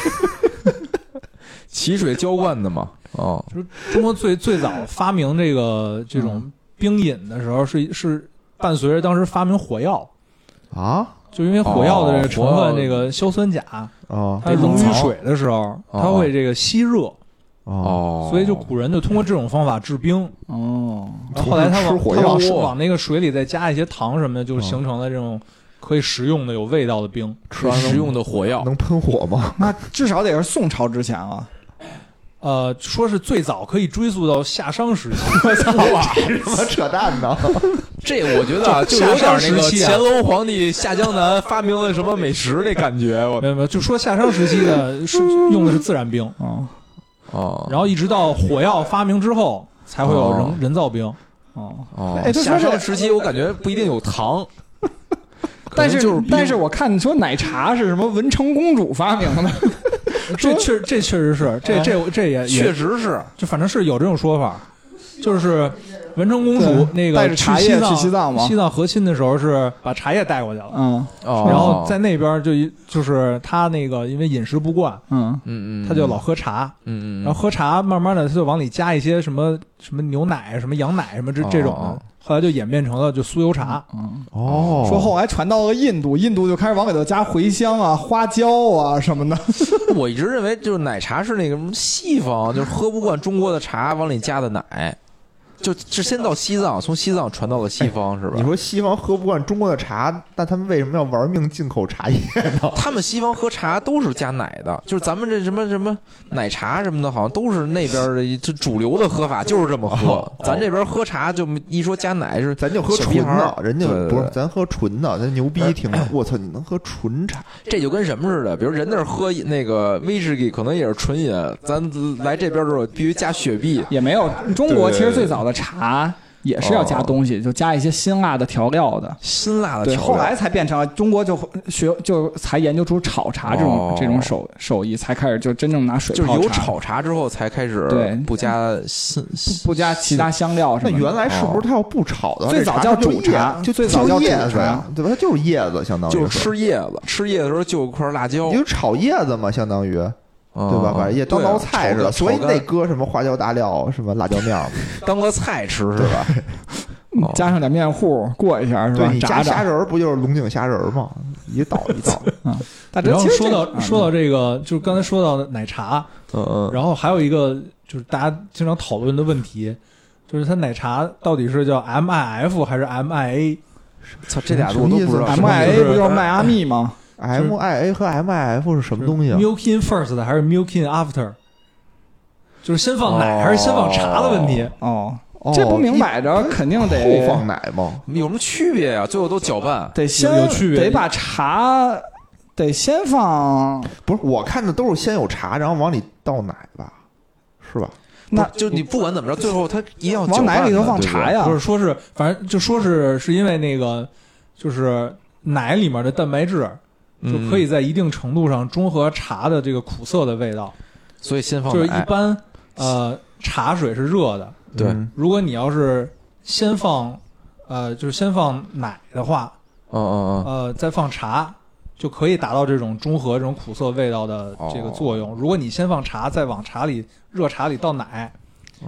Speaker 3: 起水浇灌的吗？哦，
Speaker 5: 中国最最早发明这个这种冰饮的时候是是伴随着当时发明火药，
Speaker 1: 啊
Speaker 5: 就因为火药的这
Speaker 3: 哦
Speaker 5: 个成
Speaker 3: 火药
Speaker 5: 分这个硝酸钾，
Speaker 1: 啊
Speaker 5: 它溶于水的时候，它会这个吸热，
Speaker 1: 啊！
Speaker 3: 哦，
Speaker 5: 所以就古人就通过这种方法制冰。
Speaker 2: 哦，
Speaker 5: 然后后来他
Speaker 1: 吃
Speaker 5: 往
Speaker 1: 火
Speaker 5: 他
Speaker 1: 药
Speaker 5: 往
Speaker 3: 哇
Speaker 5: 往那个水里再加一些糖什么的，就形成了这种可以食用的有味道的冰。
Speaker 1: 吃完
Speaker 3: 食
Speaker 1: 能
Speaker 3: 用的火药，
Speaker 1: 能喷火 吗？
Speaker 2: 那至少得是宋朝之前了。
Speaker 5: 呃，说是最早可以追溯到夏商 时期，
Speaker 1: 这他妈扯淡呢！
Speaker 3: 这我觉得 啊，就
Speaker 5: 就
Speaker 3: 有点
Speaker 5: 夏
Speaker 3: 那
Speaker 5: 商
Speaker 3: 个
Speaker 5: 时期啊
Speaker 3: 乾隆皇帝下江南发明了什么美食那感觉，我
Speaker 5: 没有没有，就说夏商时期的是用的是自然冰，
Speaker 2: 哦
Speaker 3: 哦
Speaker 5: 然后一直到火药发明之后才会有
Speaker 3: 哦
Speaker 5: 人人造冰。
Speaker 2: 哦，
Speaker 3: 哦
Speaker 2: 哎，，就说
Speaker 3: 夏
Speaker 2: 这
Speaker 3: 商时期我感觉不一定有糖，可
Speaker 2: 但
Speaker 3: 能
Speaker 2: 是
Speaker 3: 就是冰
Speaker 2: 但是我看你说奶茶是什么文成公主发明的，
Speaker 5: 这确这确实是，这这这也也
Speaker 3: 哎确实是
Speaker 5: 就反正是有这种说法，就是文成公主
Speaker 2: 对
Speaker 5: 那个
Speaker 2: 带着茶叶去
Speaker 5: 去
Speaker 2: 西藏吗
Speaker 5: 西藏和亲的时候是把茶叶带过去了，
Speaker 2: 嗯
Speaker 3: 哦，
Speaker 5: 然后在那边就一就是她那个因为饮食不惯，
Speaker 2: 嗯，
Speaker 3: 嗯嗯，
Speaker 5: 她就老喝茶，
Speaker 3: 嗯嗯，
Speaker 5: 然后喝茶慢慢的她就往里加一些什么什么牛奶、什么羊奶什么这
Speaker 3: 哦
Speaker 5: 这种
Speaker 3: 哦
Speaker 5: 的，后来就演变成了就酥油茶。
Speaker 2: 嗯
Speaker 1: 哦
Speaker 2: 说后来传到了印度，印度就开始往里头加茴香啊、花椒啊什么的。
Speaker 3: 我一直认为就是奶茶是那个什么西方，就是喝不惯中国的茶往里加的奶，就就先到西藏，从西藏传到了西方是吧
Speaker 1: 你？说西方喝不惯中国的茶，那他们为什么要玩命进口茶叶 呢？
Speaker 3: 他们西方喝茶都是加奶的，就是咱们这什么什么奶茶什么的，好像都是那边的一这主流的喝法就是这么喝
Speaker 1: 哦。哦
Speaker 3: 咱这边喝茶就一说加奶是，
Speaker 1: 咱就喝
Speaker 3: 小
Speaker 1: 纯
Speaker 3: 屁孩
Speaker 1: 的
Speaker 3: 儿，
Speaker 1: 人家
Speaker 3: 对对
Speaker 1: 不是
Speaker 3: 对
Speaker 1: 咱喝纯的，咱牛逼挺。我操，你能喝纯茶？
Speaker 3: 这就跟什么似的，比如人那儿喝那个威士忌可能也是纯饮，咱来这边的时候必须加雪碧。
Speaker 2: 也没有，中国其实最早的茶也是要加东西，就加一些辛辣的调料的。
Speaker 3: 辛辣的
Speaker 2: 对，
Speaker 3: 调
Speaker 2: 后
Speaker 3: 料
Speaker 2: 来才变成了中国就学就才研究出炒茶这种、
Speaker 3: 哦
Speaker 2: 这种手手艺，才开始就真正拿水
Speaker 3: 就是
Speaker 2: 泡
Speaker 3: 有
Speaker 2: 茶，
Speaker 3: 炒茶之后才开始
Speaker 2: 对
Speaker 3: 不加辛
Speaker 2: 不加其他香料什
Speaker 1: 那
Speaker 2: 么的。
Speaker 1: 原来是不是他要不炒的话，
Speaker 2: 最
Speaker 1: 这
Speaker 2: 早
Speaker 1: 茶
Speaker 2: 叫
Speaker 1: 就
Speaker 2: 煮
Speaker 1: 叶
Speaker 2: 茶
Speaker 1: 就
Speaker 2: 最早叫
Speaker 1: 就叶
Speaker 2: 煮
Speaker 1: 子
Speaker 2: 茶
Speaker 1: 呀，对吧？它就是叶子，相当于
Speaker 3: 就是吃叶子，吃叶的时候就有块辣椒，
Speaker 1: 你
Speaker 3: 嗯
Speaker 1: 就炒叶子嘛，相当于对吧？把叶当
Speaker 3: 当
Speaker 1: 道菜似的，所以你得搁什么花椒大料、什么辣椒面嘛。
Speaker 3: 当个菜吃是吧？哦
Speaker 2: 加上点面糊过一下是
Speaker 1: 对
Speaker 2: 吧？
Speaker 1: 你加
Speaker 2: 炸
Speaker 1: 虾
Speaker 2: 炸。
Speaker 1: 仁儿不就是龙井虾仁儿吗？一倒一倒，
Speaker 2: 大
Speaker 5: 然
Speaker 2: 家
Speaker 5: 后
Speaker 2: 其实
Speaker 5: 说到说到
Speaker 2: 啊这嗯
Speaker 5: 这个，就是刚才说到的奶茶，
Speaker 3: 嗯嗯，
Speaker 5: 然后还有一个就是大家经常讨论的问题，就是它奶茶到底是叫 MIF 还是 MIA？
Speaker 3: 操，这俩我都不知道
Speaker 1: 什
Speaker 3: 什
Speaker 1: 么
Speaker 2: ，M
Speaker 3: 么
Speaker 2: I
Speaker 3: 意
Speaker 2: A
Speaker 3: 思
Speaker 2: 不就是迈阿密吗？
Speaker 1: M I A 和 M I F 是什么东西啊？
Speaker 5: milk in first 的还是 milk in after？就是先放奶还是先放茶的问题。
Speaker 2: 哦，哎
Speaker 1: 哦
Speaker 2: 这不明摆着肯定
Speaker 1: 后
Speaker 2: 得
Speaker 1: 放奶吗？
Speaker 3: 有什么区别呀？最后都搅拌，
Speaker 2: 得先
Speaker 5: 有区别
Speaker 2: 得把茶得先放。
Speaker 1: 不是，我看的都是先有茶，然后往里倒奶吧，是吧？
Speaker 2: 那
Speaker 3: 不是就你不管怎么着，最后它一定要搅
Speaker 2: 往
Speaker 3: 拌
Speaker 2: 奶里头
Speaker 3: 的
Speaker 2: 放茶，呀
Speaker 5: 不，是说是，反正就说是是因为那个，就是奶里面的蛋白质，就可以在一定程度上中和茶的这个苦涩的味道。
Speaker 3: 所以先放
Speaker 5: 就是一
Speaker 3: 奶，
Speaker 5: 般呃茶水是热的，
Speaker 3: 对
Speaker 1: 嗯
Speaker 5: 如果你要是先放呃就是先放奶的话，
Speaker 3: 嗯嗯嗯，
Speaker 5: 呃再放茶。就可以达到这种中和这种苦涩味道的这个作用。如果你先放茶，再往茶里热茶里倒奶，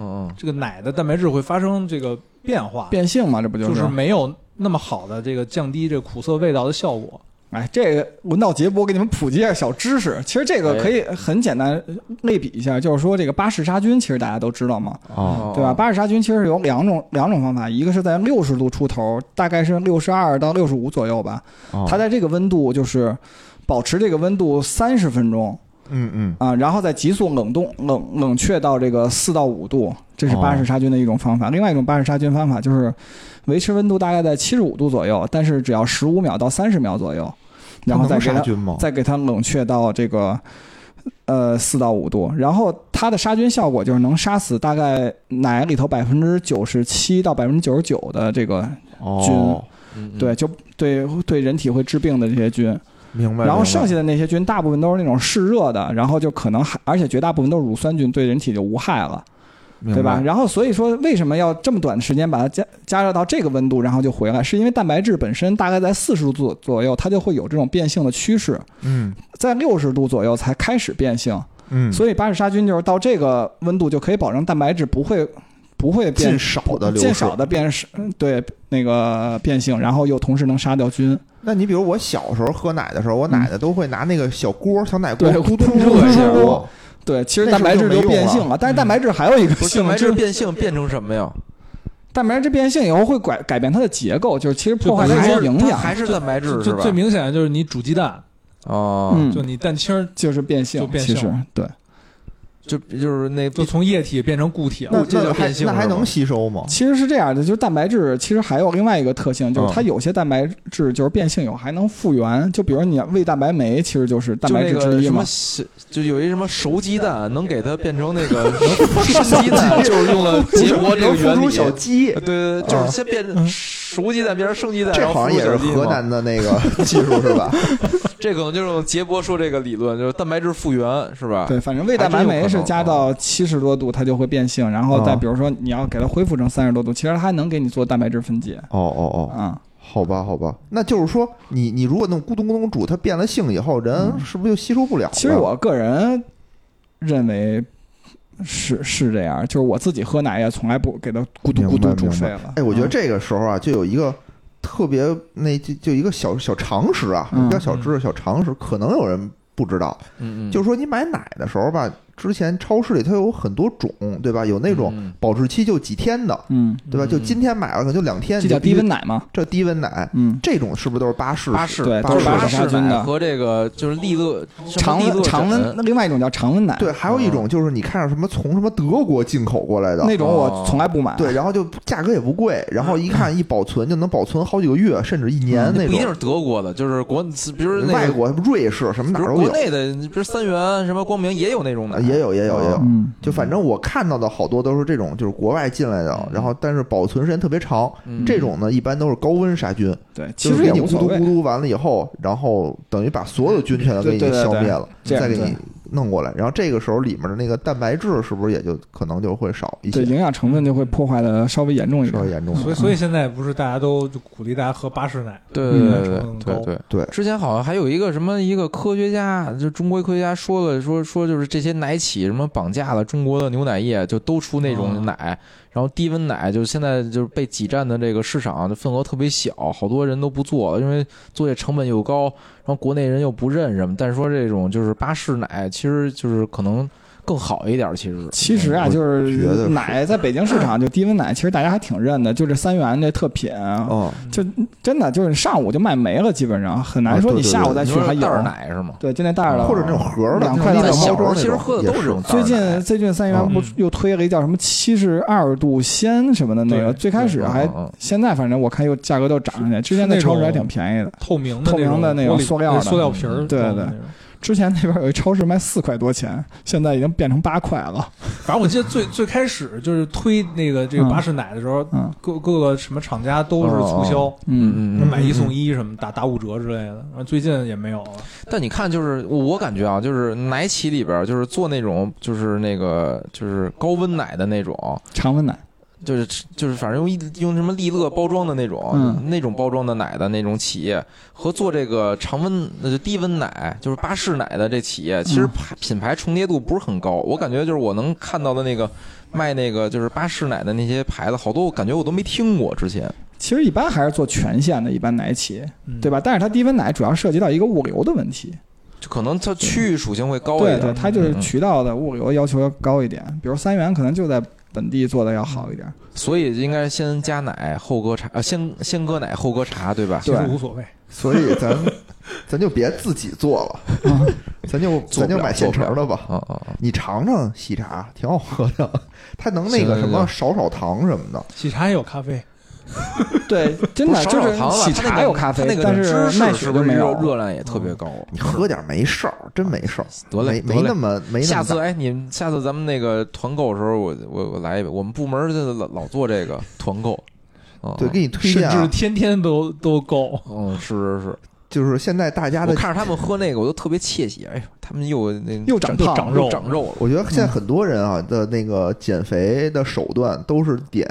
Speaker 3: 嗯嗯，
Speaker 5: 这个奶的蛋白质会发生这个变化，
Speaker 2: 变性嘛，这不
Speaker 5: 就是
Speaker 2: 是？
Speaker 5: 没有那么好的这个降低这个苦涩味道的效果。
Speaker 2: 哎，这个轮到杰波给你们普及一下小知识。其实这个可以很简单类比一下，就是说这个巴氏杀菌，其实大家都知道嘛，
Speaker 3: 哦，
Speaker 2: 对吧？巴氏杀菌其实有两种两种方法，一个是在六十度出头，大概是六十二到六十五左右吧，
Speaker 3: 哦？
Speaker 2: 它在这个温度就是保持这个温度三十分钟
Speaker 1: 嗯嗯，
Speaker 2: 啊，然后再急速冷冻冷冷却到这个四到五度，这
Speaker 1: 哦
Speaker 2: 是巴氏杀菌的一种方法。另外一种巴氏杀菌方法就是维持温度大概在七十五度左右，但是只要十五秒到三十秒左右，然后
Speaker 1: 它
Speaker 2: 再
Speaker 1: 能
Speaker 2: 给
Speaker 1: 杀
Speaker 2: 它
Speaker 1: 菌吗？
Speaker 2: 再给它冷却到这个呃四到五度，然后它的杀菌效果就是能杀死大概奶里头百分之九十七到百分之九十九的这个
Speaker 1: 哦，
Speaker 3: 嗯，嗯
Speaker 2: 对，就对对人体会致病的这些菌，
Speaker 1: 明白。
Speaker 2: 然后
Speaker 1: 明白
Speaker 2: 剩下的那些菌大部分都是那种嗜热的，然后就可能还而且绝大部分都是乳酸菌，对人体就无害了，
Speaker 1: 明白
Speaker 2: 对吧？然后所以说为什么要这么短的时间把它加加热到这个温度，然后就回来，是因为蛋白质本身大概在四十度左左右，它就会有这种变性的趋势。
Speaker 1: 嗯
Speaker 2: 在六十度左右才开始变性，
Speaker 1: 嗯，
Speaker 2: 所以巴氏杀菌就是到这个温度就可以保证蛋白质不会不会变
Speaker 1: 尽少的流失
Speaker 2: 见少的变是对那个变性，然后又同时能杀掉菌。
Speaker 1: 那你比如我小时候喝奶的时候，我奶奶都会拿那个小锅小奶锅
Speaker 2: 对
Speaker 1: 咕嘟咕
Speaker 2: 热一下
Speaker 1: 咕嘟，
Speaker 2: 对，其实
Speaker 1: 那
Speaker 2: 蛋
Speaker 1: 时候
Speaker 2: 白质
Speaker 1: 就没用嗯
Speaker 2: 变性了，但是蛋白质还有一个
Speaker 3: 不是
Speaker 2: 性
Speaker 3: 蛋白
Speaker 2: 质，
Speaker 3: 质变性变成什么呀？
Speaker 2: 蛋白质变性以后会改改变它的结构，就是其实破坏它
Speaker 5: 就
Speaker 2: 一
Speaker 3: 还
Speaker 2: 些
Speaker 3: 是
Speaker 2: 营
Speaker 3: 它
Speaker 2: 养，
Speaker 3: 还是蛋白质
Speaker 5: 就是就
Speaker 3: 吧
Speaker 5: 最？明显的就是你煮鸡蛋，
Speaker 3: 哦，
Speaker 2: 嗯，
Speaker 5: 就你蛋清儿
Speaker 2: 就是变性，
Speaker 5: 就变
Speaker 2: 其
Speaker 5: 性
Speaker 2: 实
Speaker 5: 了
Speaker 2: 对。
Speaker 3: 就就是那
Speaker 5: 就从液体哦变成固体
Speaker 1: 那
Speaker 5: 了。
Speaker 3: 这
Speaker 1: 那
Speaker 3: 叫
Speaker 1: 还
Speaker 3: 变性
Speaker 1: 那还
Speaker 3: 是吧
Speaker 1: 能吸收吗？
Speaker 2: 其实是这样的，就是蛋白质其实还有另外一个特性，就是它有些蛋白质就是变性以后还能复原，就比如你胃蛋白酶，其实就是蛋
Speaker 3: 就
Speaker 2: 白
Speaker 3: 那
Speaker 2: 质
Speaker 3: 个
Speaker 2: 之一
Speaker 3: 什
Speaker 2: 嘛
Speaker 3: 么。小，就有一什么熟鸡蛋，能给它变成那个生鸡蛋，就是用了结果这个
Speaker 1: 能孵
Speaker 3: 原
Speaker 1: 出
Speaker 3: 理。
Speaker 1: 小鸡
Speaker 3: 对，对，对，就是先变
Speaker 5: 嗯
Speaker 3: 熟鸡蛋变成生鸡蛋，
Speaker 1: 这好像也是
Speaker 3: 然后孵出小鸡嘛
Speaker 1: 河南的那个技术是吧？
Speaker 3: 这可能就是用杰波说这个理论，就是蛋白质复原是吧？
Speaker 2: 对，反正胃蛋白酶是
Speaker 3: 啊
Speaker 2: 加到七十多度它就会变性，然后再
Speaker 1: 哦
Speaker 2: 比如说你要给它恢复成三十多度，其实它还能给你做蛋白质分解
Speaker 1: 哦哦哦，
Speaker 2: 啊、
Speaker 1: 好吧好吧，那就是说你你如果弄咕咚咕咚煮，它变了性以后，人是不是就吸收不了了？
Speaker 2: 嗯其实我个人认为是是这样，就是我自己喝奶也从来不给它咕嘟咕嘟煮沸了。
Speaker 1: 哎，我觉得
Speaker 2: 嗯
Speaker 1: 这个时候啊，就有一个特别那就就一个小小常识啊，
Speaker 2: 嗯
Speaker 1: 不叫小知识，小常识，可能有人不知道，
Speaker 3: 嗯嗯，
Speaker 1: 就是说你买奶的时候吧，之前超市里它有很多种，对吧？有那种
Speaker 3: 嗯
Speaker 1: 保质期就几天的，
Speaker 2: 嗯，
Speaker 1: 对吧？
Speaker 3: 嗯
Speaker 1: 就今天买了可能就两天，
Speaker 2: 这叫低温，奶嘛，
Speaker 1: 这低温奶，
Speaker 2: 嗯，
Speaker 1: 这种是不是都是巴氏？
Speaker 3: 巴氏
Speaker 2: 对
Speaker 1: 巴
Speaker 2: 都
Speaker 1: 氏
Speaker 2: 是巴氏
Speaker 1: 的
Speaker 2: 杀菌的
Speaker 3: 和这个就是利乐什么
Speaker 2: 常
Speaker 3: 利乐呃
Speaker 2: 温常温
Speaker 3: 枕，
Speaker 2: 那另外一种叫常温奶，
Speaker 1: 对，还有一
Speaker 2: 嗯
Speaker 1: 种就是你看上什么从什么德国进口过来的，
Speaker 2: 那种
Speaker 3: 哦
Speaker 2: 我从来不买。
Speaker 1: 对，然后就价格也不贵，然
Speaker 2: 嗯
Speaker 1: 后一看一保存就能保存好几个月，甚至一年那
Speaker 3: 不一定
Speaker 1: 种。
Speaker 3: 是德国的，就是国，比如那个
Speaker 1: 外国、瑞士什么
Speaker 3: 比
Speaker 1: 哪儿
Speaker 3: 如
Speaker 1: 都
Speaker 3: 国
Speaker 1: 有，啊
Speaker 3: 内的，比如三元什么光明也有那种奶，
Speaker 1: 也有也有也有。
Speaker 2: 嗯，
Speaker 1: 就反正我看到的好多都是这种，就是国外进来的
Speaker 3: 嗯，
Speaker 1: 然后但是保存时间特别长。
Speaker 3: 嗯
Speaker 1: 这种呢，一般都是高温杀菌，
Speaker 2: 对，其
Speaker 1: 就
Speaker 2: 实
Speaker 1: 是给你
Speaker 2: 也无
Speaker 1: 咕
Speaker 2: 所
Speaker 1: 嘟
Speaker 2: 谓
Speaker 1: 咕。嘟完了以后，然后等于把所有的菌全都给你
Speaker 2: 对对对
Speaker 1: 消
Speaker 2: 对
Speaker 1: 灭了，
Speaker 2: 这样
Speaker 1: 再给
Speaker 2: 对
Speaker 1: 你弄过来。然后这个时候里面的那个蛋白质是不是也就可能就会少一
Speaker 2: 对，
Speaker 1: 些，
Speaker 2: 营养成分就会破坏的稍微严重一
Speaker 1: 稍
Speaker 2: 点
Speaker 1: 微。严重一
Speaker 5: 所以
Speaker 1: 点？
Speaker 5: 所以现在不是大家都就鼓励大家喝巴氏奶，
Speaker 3: 对
Speaker 2: 嗯
Speaker 3: 对对
Speaker 5: 成
Speaker 3: 对
Speaker 5: 本
Speaker 3: 对
Speaker 1: 对
Speaker 3: 之前好像还有一个什么一个科学家，就中国科学家说了说说就是这些奶企什么绑架了中国的牛奶业，就都出那种奶，然后低温奶就现在就是被挤占的这个市场的份额特别小，好多人都不做了，因为做这成本又高，然后国内人又不认什么。但是说这种就是巴氏奶，其实就是可能更好一点，其实
Speaker 2: 其实啊，
Speaker 1: 嗯我
Speaker 2: 就
Speaker 1: 觉得
Speaker 2: 是
Speaker 1: 是
Speaker 2: 奶在北京市 场就低温奶，其实大家还挺认的，就这三元这特品，
Speaker 1: 哦，
Speaker 2: 就真的就是上午就卖没了，基本上很难
Speaker 1: 啊
Speaker 2: 说
Speaker 1: 对
Speaker 2: 你
Speaker 1: 对
Speaker 2: 下午再
Speaker 3: 你
Speaker 2: 去
Speaker 3: 说
Speaker 2: 还
Speaker 3: 是袋
Speaker 2: 有。
Speaker 3: 儿奶是吗？
Speaker 2: 对，就那袋儿的，
Speaker 1: 嗯或者那种盒儿的，
Speaker 2: 两块
Speaker 1: 那
Speaker 2: 到
Speaker 1: 种
Speaker 2: 两
Speaker 1: 包
Speaker 2: 块
Speaker 1: 装
Speaker 3: 其实喝的都是这种
Speaker 2: 最近最近三元
Speaker 3: 嗯
Speaker 2: 不是又推了一个叫什么七十二度鲜什么的那个，
Speaker 5: 对
Speaker 2: 最开始
Speaker 3: 嗯
Speaker 2: 还
Speaker 3: 嗯嗯
Speaker 2: 现在反正我看又价格都涨上去，之前
Speaker 5: 是
Speaker 2: 在
Speaker 5: 那
Speaker 2: 超市还
Speaker 5: 种
Speaker 3: 嗯
Speaker 2: 挺便宜的。
Speaker 5: 透明的
Speaker 2: 透明的那
Speaker 5: 那
Speaker 2: 种
Speaker 5: 玻璃
Speaker 2: 塑料的嗯
Speaker 5: 塑料瓶儿
Speaker 2: 对
Speaker 5: 装的
Speaker 2: 对
Speaker 5: 那种，
Speaker 2: 之前那边有一超市卖四块多钱，现在已经变成八块了。
Speaker 5: 反正我记得最最开始就是推那个这个
Speaker 2: 嗯
Speaker 5: 巴士奶的时候，
Speaker 2: 嗯
Speaker 5: 各各个什么厂家都是促销，
Speaker 2: 嗯
Speaker 3: 嗯
Speaker 5: 什么买一送一什么打打五折之类的。然后最近也没有了，
Speaker 3: 但你看，就是我我感觉啊，就是奶企里边儿就是做那种就是那个就是高温奶的那种，
Speaker 2: 常温奶，
Speaker 3: 就是就是反正用一用什么利乐包装的那种、
Speaker 2: 嗯
Speaker 3: 那种包装的奶的那种企业，和做这个常温呃就低温奶就是巴氏奶的这企业，其实牌品牌重叠度不是很高。我感觉就是我能看到的那个卖那个就是巴氏奶的那些牌子，好多我感觉我都没听过之前。
Speaker 2: 其实一般还是做全线的，一般奶企，
Speaker 5: 嗯
Speaker 2: 对吧？但是它低温奶主要涉及到一个物流的问题，
Speaker 3: 就可能它区域属性会高一
Speaker 2: 对
Speaker 3: 点，
Speaker 2: 对，
Speaker 3: 嗯
Speaker 2: 它就是渠道的物流要求要高一点，比如三元可能就在本地做的要好一点。
Speaker 3: 所以应该先加奶后搁茶，呃，先先搁奶后搁茶，对吧？
Speaker 5: 其实
Speaker 2: 对
Speaker 5: 无所谓。
Speaker 1: 所以 咱咱就别自己做了，
Speaker 2: 啊
Speaker 1: 咱就
Speaker 3: 嗯
Speaker 1: 咱
Speaker 3: 做不了
Speaker 1: 就买现成的吧。
Speaker 3: 啊啊，啊
Speaker 1: 你尝尝喜茶，挺好喝的，它能那个
Speaker 3: 行
Speaker 1: 什么
Speaker 3: 行
Speaker 1: 少少糖什么的。
Speaker 5: 喜茶也有咖啡，
Speaker 2: 对，真
Speaker 3: 不
Speaker 2: 的
Speaker 3: 少
Speaker 2: 就
Speaker 3: 少
Speaker 2: 是
Speaker 3: 糖了，
Speaker 2: 喜
Speaker 3: 它那
Speaker 2: 茶
Speaker 3: 个
Speaker 2: 有咖
Speaker 3: 它
Speaker 2: 啡
Speaker 3: 那，个
Speaker 2: 但
Speaker 3: 芝士
Speaker 2: 卖
Speaker 3: 是
Speaker 2: 水
Speaker 3: 不
Speaker 2: 就是没有
Speaker 3: 热。热量也特别高。
Speaker 1: 你喝点没事儿，真没事儿，
Speaker 3: 得嘞
Speaker 1: 没没
Speaker 3: 啊得嘞
Speaker 1: 那么没那么
Speaker 3: 下次
Speaker 1: 大
Speaker 3: 哎，你们下次咱们那个团购的时候，我我我来一杯。我们部门儿就老老做这个团购，嗯、
Speaker 1: 对，给你推荐
Speaker 5: 甚至
Speaker 1: 啊，
Speaker 5: 天天都都够。
Speaker 3: 嗯，是是是，
Speaker 1: 就是现在大家
Speaker 3: 我
Speaker 1: 的，
Speaker 3: 看着他们喝那个，我都特别窃喜。哎呦，他们又那
Speaker 2: 又长胖
Speaker 3: 长
Speaker 2: 了
Speaker 3: 又长肉了，
Speaker 1: 我觉得现在很多人啊的那个减肥的手段都是点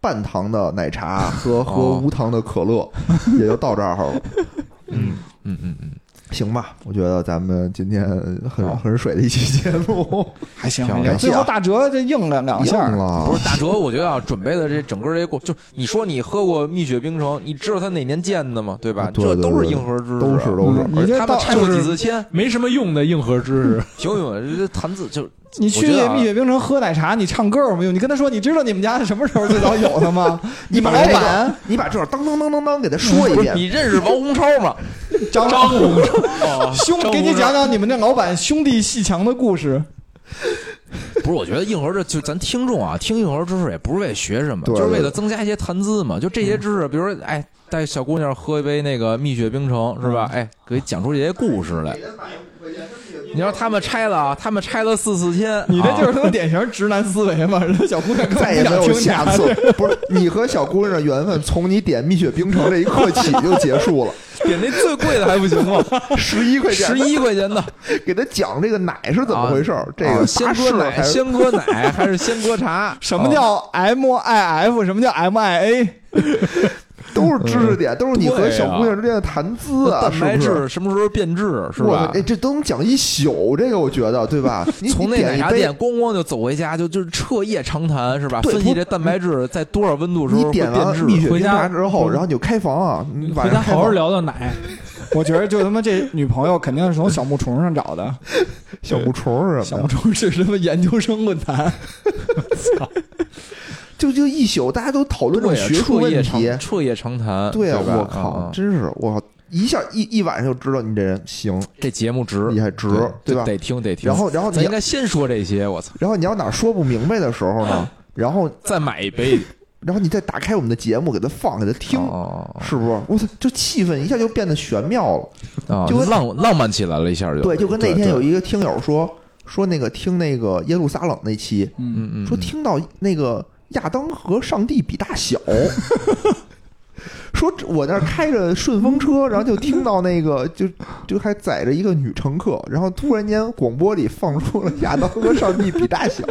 Speaker 1: 半糖的奶茶和和
Speaker 3: 哦
Speaker 1: 无糖的可乐，也就到这 儿了。
Speaker 3: 嗯嗯嗯，
Speaker 1: 行吧，我觉得咱们今天
Speaker 3: 好
Speaker 1: 很很水的一期节目，
Speaker 2: 还行，
Speaker 3: 漂
Speaker 2: 还
Speaker 1: 亮
Speaker 2: 行最后大哲这硬了两下
Speaker 1: 硬
Speaker 2: 儿，
Speaker 1: 了
Speaker 3: 不。是大哲，我觉得啊，准备的这整个这过，就你说你喝过蜜雪冰城，你知道它哪年建的吗？对吧？
Speaker 1: 对对
Speaker 3: 这都是
Speaker 1: 对
Speaker 3: 硬核知识，
Speaker 1: 都是都是
Speaker 2: 嗯，你
Speaker 3: 而且
Speaker 2: 这
Speaker 3: 他们
Speaker 2: 到
Speaker 3: 拆过几次迁，
Speaker 5: 没什么用的硬核知识，
Speaker 3: 行行，这谈资就
Speaker 2: 你去
Speaker 3: 我觉得啊
Speaker 2: 蜜雪冰城喝奶茶，你唱歌有没用？你跟他说，你知道你们家什么时候最早有的吗？ 你们老板
Speaker 1: 你把这儿当当当当当给他说一遍，
Speaker 3: 你认识王洪超吗？
Speaker 2: 张
Speaker 5: 红
Speaker 3: 哦
Speaker 2: 兄，给你讲讲你们这老板兄弟戏强的故事。
Speaker 3: 不是，我觉得硬核这就咱听众啊，听硬核知识也不是为了学什么，
Speaker 1: 对嗯
Speaker 3: 就是为了增加一些谈资嘛。就这些知识，比如说，哎，带小姑娘喝一杯那个蜜雪冰城，是吧？
Speaker 1: 嗯
Speaker 3: 哎，给讲出这些故事来。你让他们拆了啊，他们拆了四四千，
Speaker 2: 你这
Speaker 3: 啊
Speaker 2: 就是他妈典型直男思维嘛？ 人家小姑娘根
Speaker 1: 再
Speaker 2: 本
Speaker 1: 也
Speaker 2: 不
Speaker 1: 没
Speaker 2: 想
Speaker 1: 有
Speaker 2: 听
Speaker 1: 下
Speaker 2: 你
Speaker 1: 次。不是你和小姑娘的缘分，从你点蜜雪冰城这一刻起就结束了。
Speaker 3: 点那最贵的还不 行吗？
Speaker 1: 十一块钱，
Speaker 3: 十一块钱的，
Speaker 1: 给他讲这个奶是怎么回事儿，这
Speaker 3: 啊
Speaker 1: 个
Speaker 3: 先
Speaker 1: 先
Speaker 3: 搁
Speaker 1: 说
Speaker 3: 奶，
Speaker 1: 还是
Speaker 3: 先搁奶还是先搁 茶？啊
Speaker 2: 什么叫
Speaker 1: 啊
Speaker 2: M I F？什么叫 M I A？
Speaker 1: 都是知识点，都是你和
Speaker 3: 嗯对啊
Speaker 1: 小姑娘之间的谈资
Speaker 3: 哦
Speaker 1: 啊，
Speaker 3: 蛋白
Speaker 1: 是不是
Speaker 3: 质什么时候变质？是
Speaker 1: 哇
Speaker 3: 吧？
Speaker 1: 哎，这都能讲一宿，这个我觉得，对吧？你
Speaker 3: 从
Speaker 1: 你
Speaker 3: 那奶
Speaker 1: 点一
Speaker 3: 茶店
Speaker 1: 杯，
Speaker 3: 咣咣就走回家，就就是彻夜长谈，是吧？
Speaker 1: 对
Speaker 3: 分析
Speaker 1: 不
Speaker 3: 这蛋白质在多少温度时候
Speaker 1: 你
Speaker 3: 会
Speaker 1: 点
Speaker 3: 变
Speaker 1: 完
Speaker 3: 质。
Speaker 1: 蜜雪
Speaker 5: 回
Speaker 1: 冰
Speaker 5: 家
Speaker 1: 茶之后，然后你就开房啊，你晚
Speaker 5: 回家
Speaker 1: 上开
Speaker 5: 好好
Speaker 1: 房。
Speaker 5: 聊聊奶。
Speaker 2: 我觉得就他妈这女朋友肯定是从小木虫上找的，
Speaker 1: 小木虫什
Speaker 2: 小
Speaker 1: 么
Speaker 2: 木
Speaker 1: 的，
Speaker 2: 虫是什么研究生论坛？
Speaker 1: 就就一宿，大家都讨论这
Speaker 3: 对
Speaker 1: 种
Speaker 3: 呀
Speaker 1: 学术
Speaker 3: 彻夜
Speaker 1: 啊问
Speaker 3: 长
Speaker 1: 题。
Speaker 3: 彻夜长谈。
Speaker 1: 对
Speaker 3: 对
Speaker 1: 啊，
Speaker 3: 吧
Speaker 1: 我靠，
Speaker 3: 嗯嗯
Speaker 1: 真是我一下一一晚上就知道你这人行，
Speaker 3: 这节目值
Speaker 1: 厉，害值，对
Speaker 3: 对
Speaker 1: 吧？
Speaker 3: 得听得听。
Speaker 1: 然后然后
Speaker 3: 咱
Speaker 1: 你
Speaker 3: 应该先说这些，我操，
Speaker 1: 然后你要哪儿说不明白的时候呢，然后
Speaker 3: 再买一杯
Speaker 1: 然后你再打开我们的节目，给它放，给它听，
Speaker 3: 哦
Speaker 1: 是不是？我操，就气氛一下就变得玄妙了。
Speaker 3: 啊，
Speaker 1: 就跟
Speaker 3: 浪浪漫起来了一下就。
Speaker 1: 对，就跟那天有
Speaker 3: 对
Speaker 1: 一个听友说说那个听那个耶路撒冷那期，
Speaker 2: 嗯，
Speaker 3: 嗯嗯，
Speaker 1: 说
Speaker 3: 嗯
Speaker 1: 听到那个亚当和上帝比大小。 说我那儿开着顺风车，然后就听到那 个就就还载着一个女乘客，然后突然间广播里放出了亚当和上帝比大 小，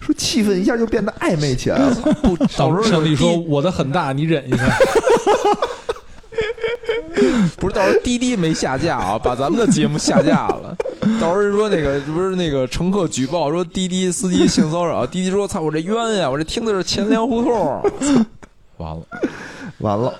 Speaker 1: 说气氛一下就变得暧昧起来了。
Speaker 3: 不，到时候
Speaker 5: 上帝
Speaker 3: 就
Speaker 5: 说
Speaker 3: 滴
Speaker 5: 我的很大，你忍一下。
Speaker 3: 不是，到时候滴滴没下架啊，把咱们的节目下 架了。到时候人说那个不是那个乘客举报说滴滴司机性骚扰，滴滴说操我这冤呀，我这听的是钱粮胡同， 完了，
Speaker 1: 完了，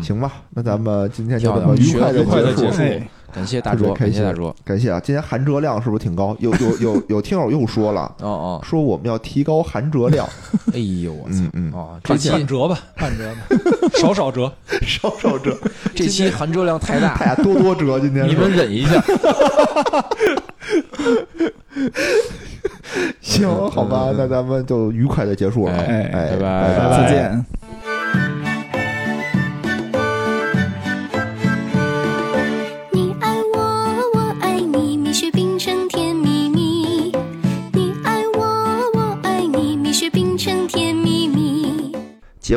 Speaker 1: 行吧，那咱们今天就这
Speaker 3: 漂
Speaker 1: 么
Speaker 3: 亮
Speaker 1: 愉快
Speaker 3: 嗯学得愉快
Speaker 1: 地
Speaker 3: 地
Speaker 1: 结
Speaker 3: 结
Speaker 1: 束
Speaker 3: 束。
Speaker 2: 哎
Speaker 3: 感谢大卓，
Speaker 1: 特别开
Speaker 3: 感
Speaker 1: 心
Speaker 3: 谢大卓，
Speaker 1: 感谢啊，今天含哲量是不是挺高？有有有有听友又说了，
Speaker 3: 哦哦，
Speaker 1: 说我们要提高含哲 量。
Speaker 3: 哎呦我操
Speaker 1: 嗯嗯，
Speaker 3: 啊， 这
Speaker 5: 半
Speaker 3: 期
Speaker 5: 半折 吧，半折吧，少少折。
Speaker 1: 少少哲，
Speaker 3: 这期含遮量太
Speaker 1: 哎
Speaker 3: 大，
Speaker 1: 呀，多多哲，今天
Speaker 3: 你
Speaker 1: 是
Speaker 3: 们忍一下，
Speaker 1: 行哦好吧？那咱们就愉快的结束了，
Speaker 3: 嗯哎
Speaker 1: 哎，
Speaker 3: 拜拜
Speaker 1: 拜
Speaker 2: 再见。
Speaker 7: 你爱我，
Speaker 1: 节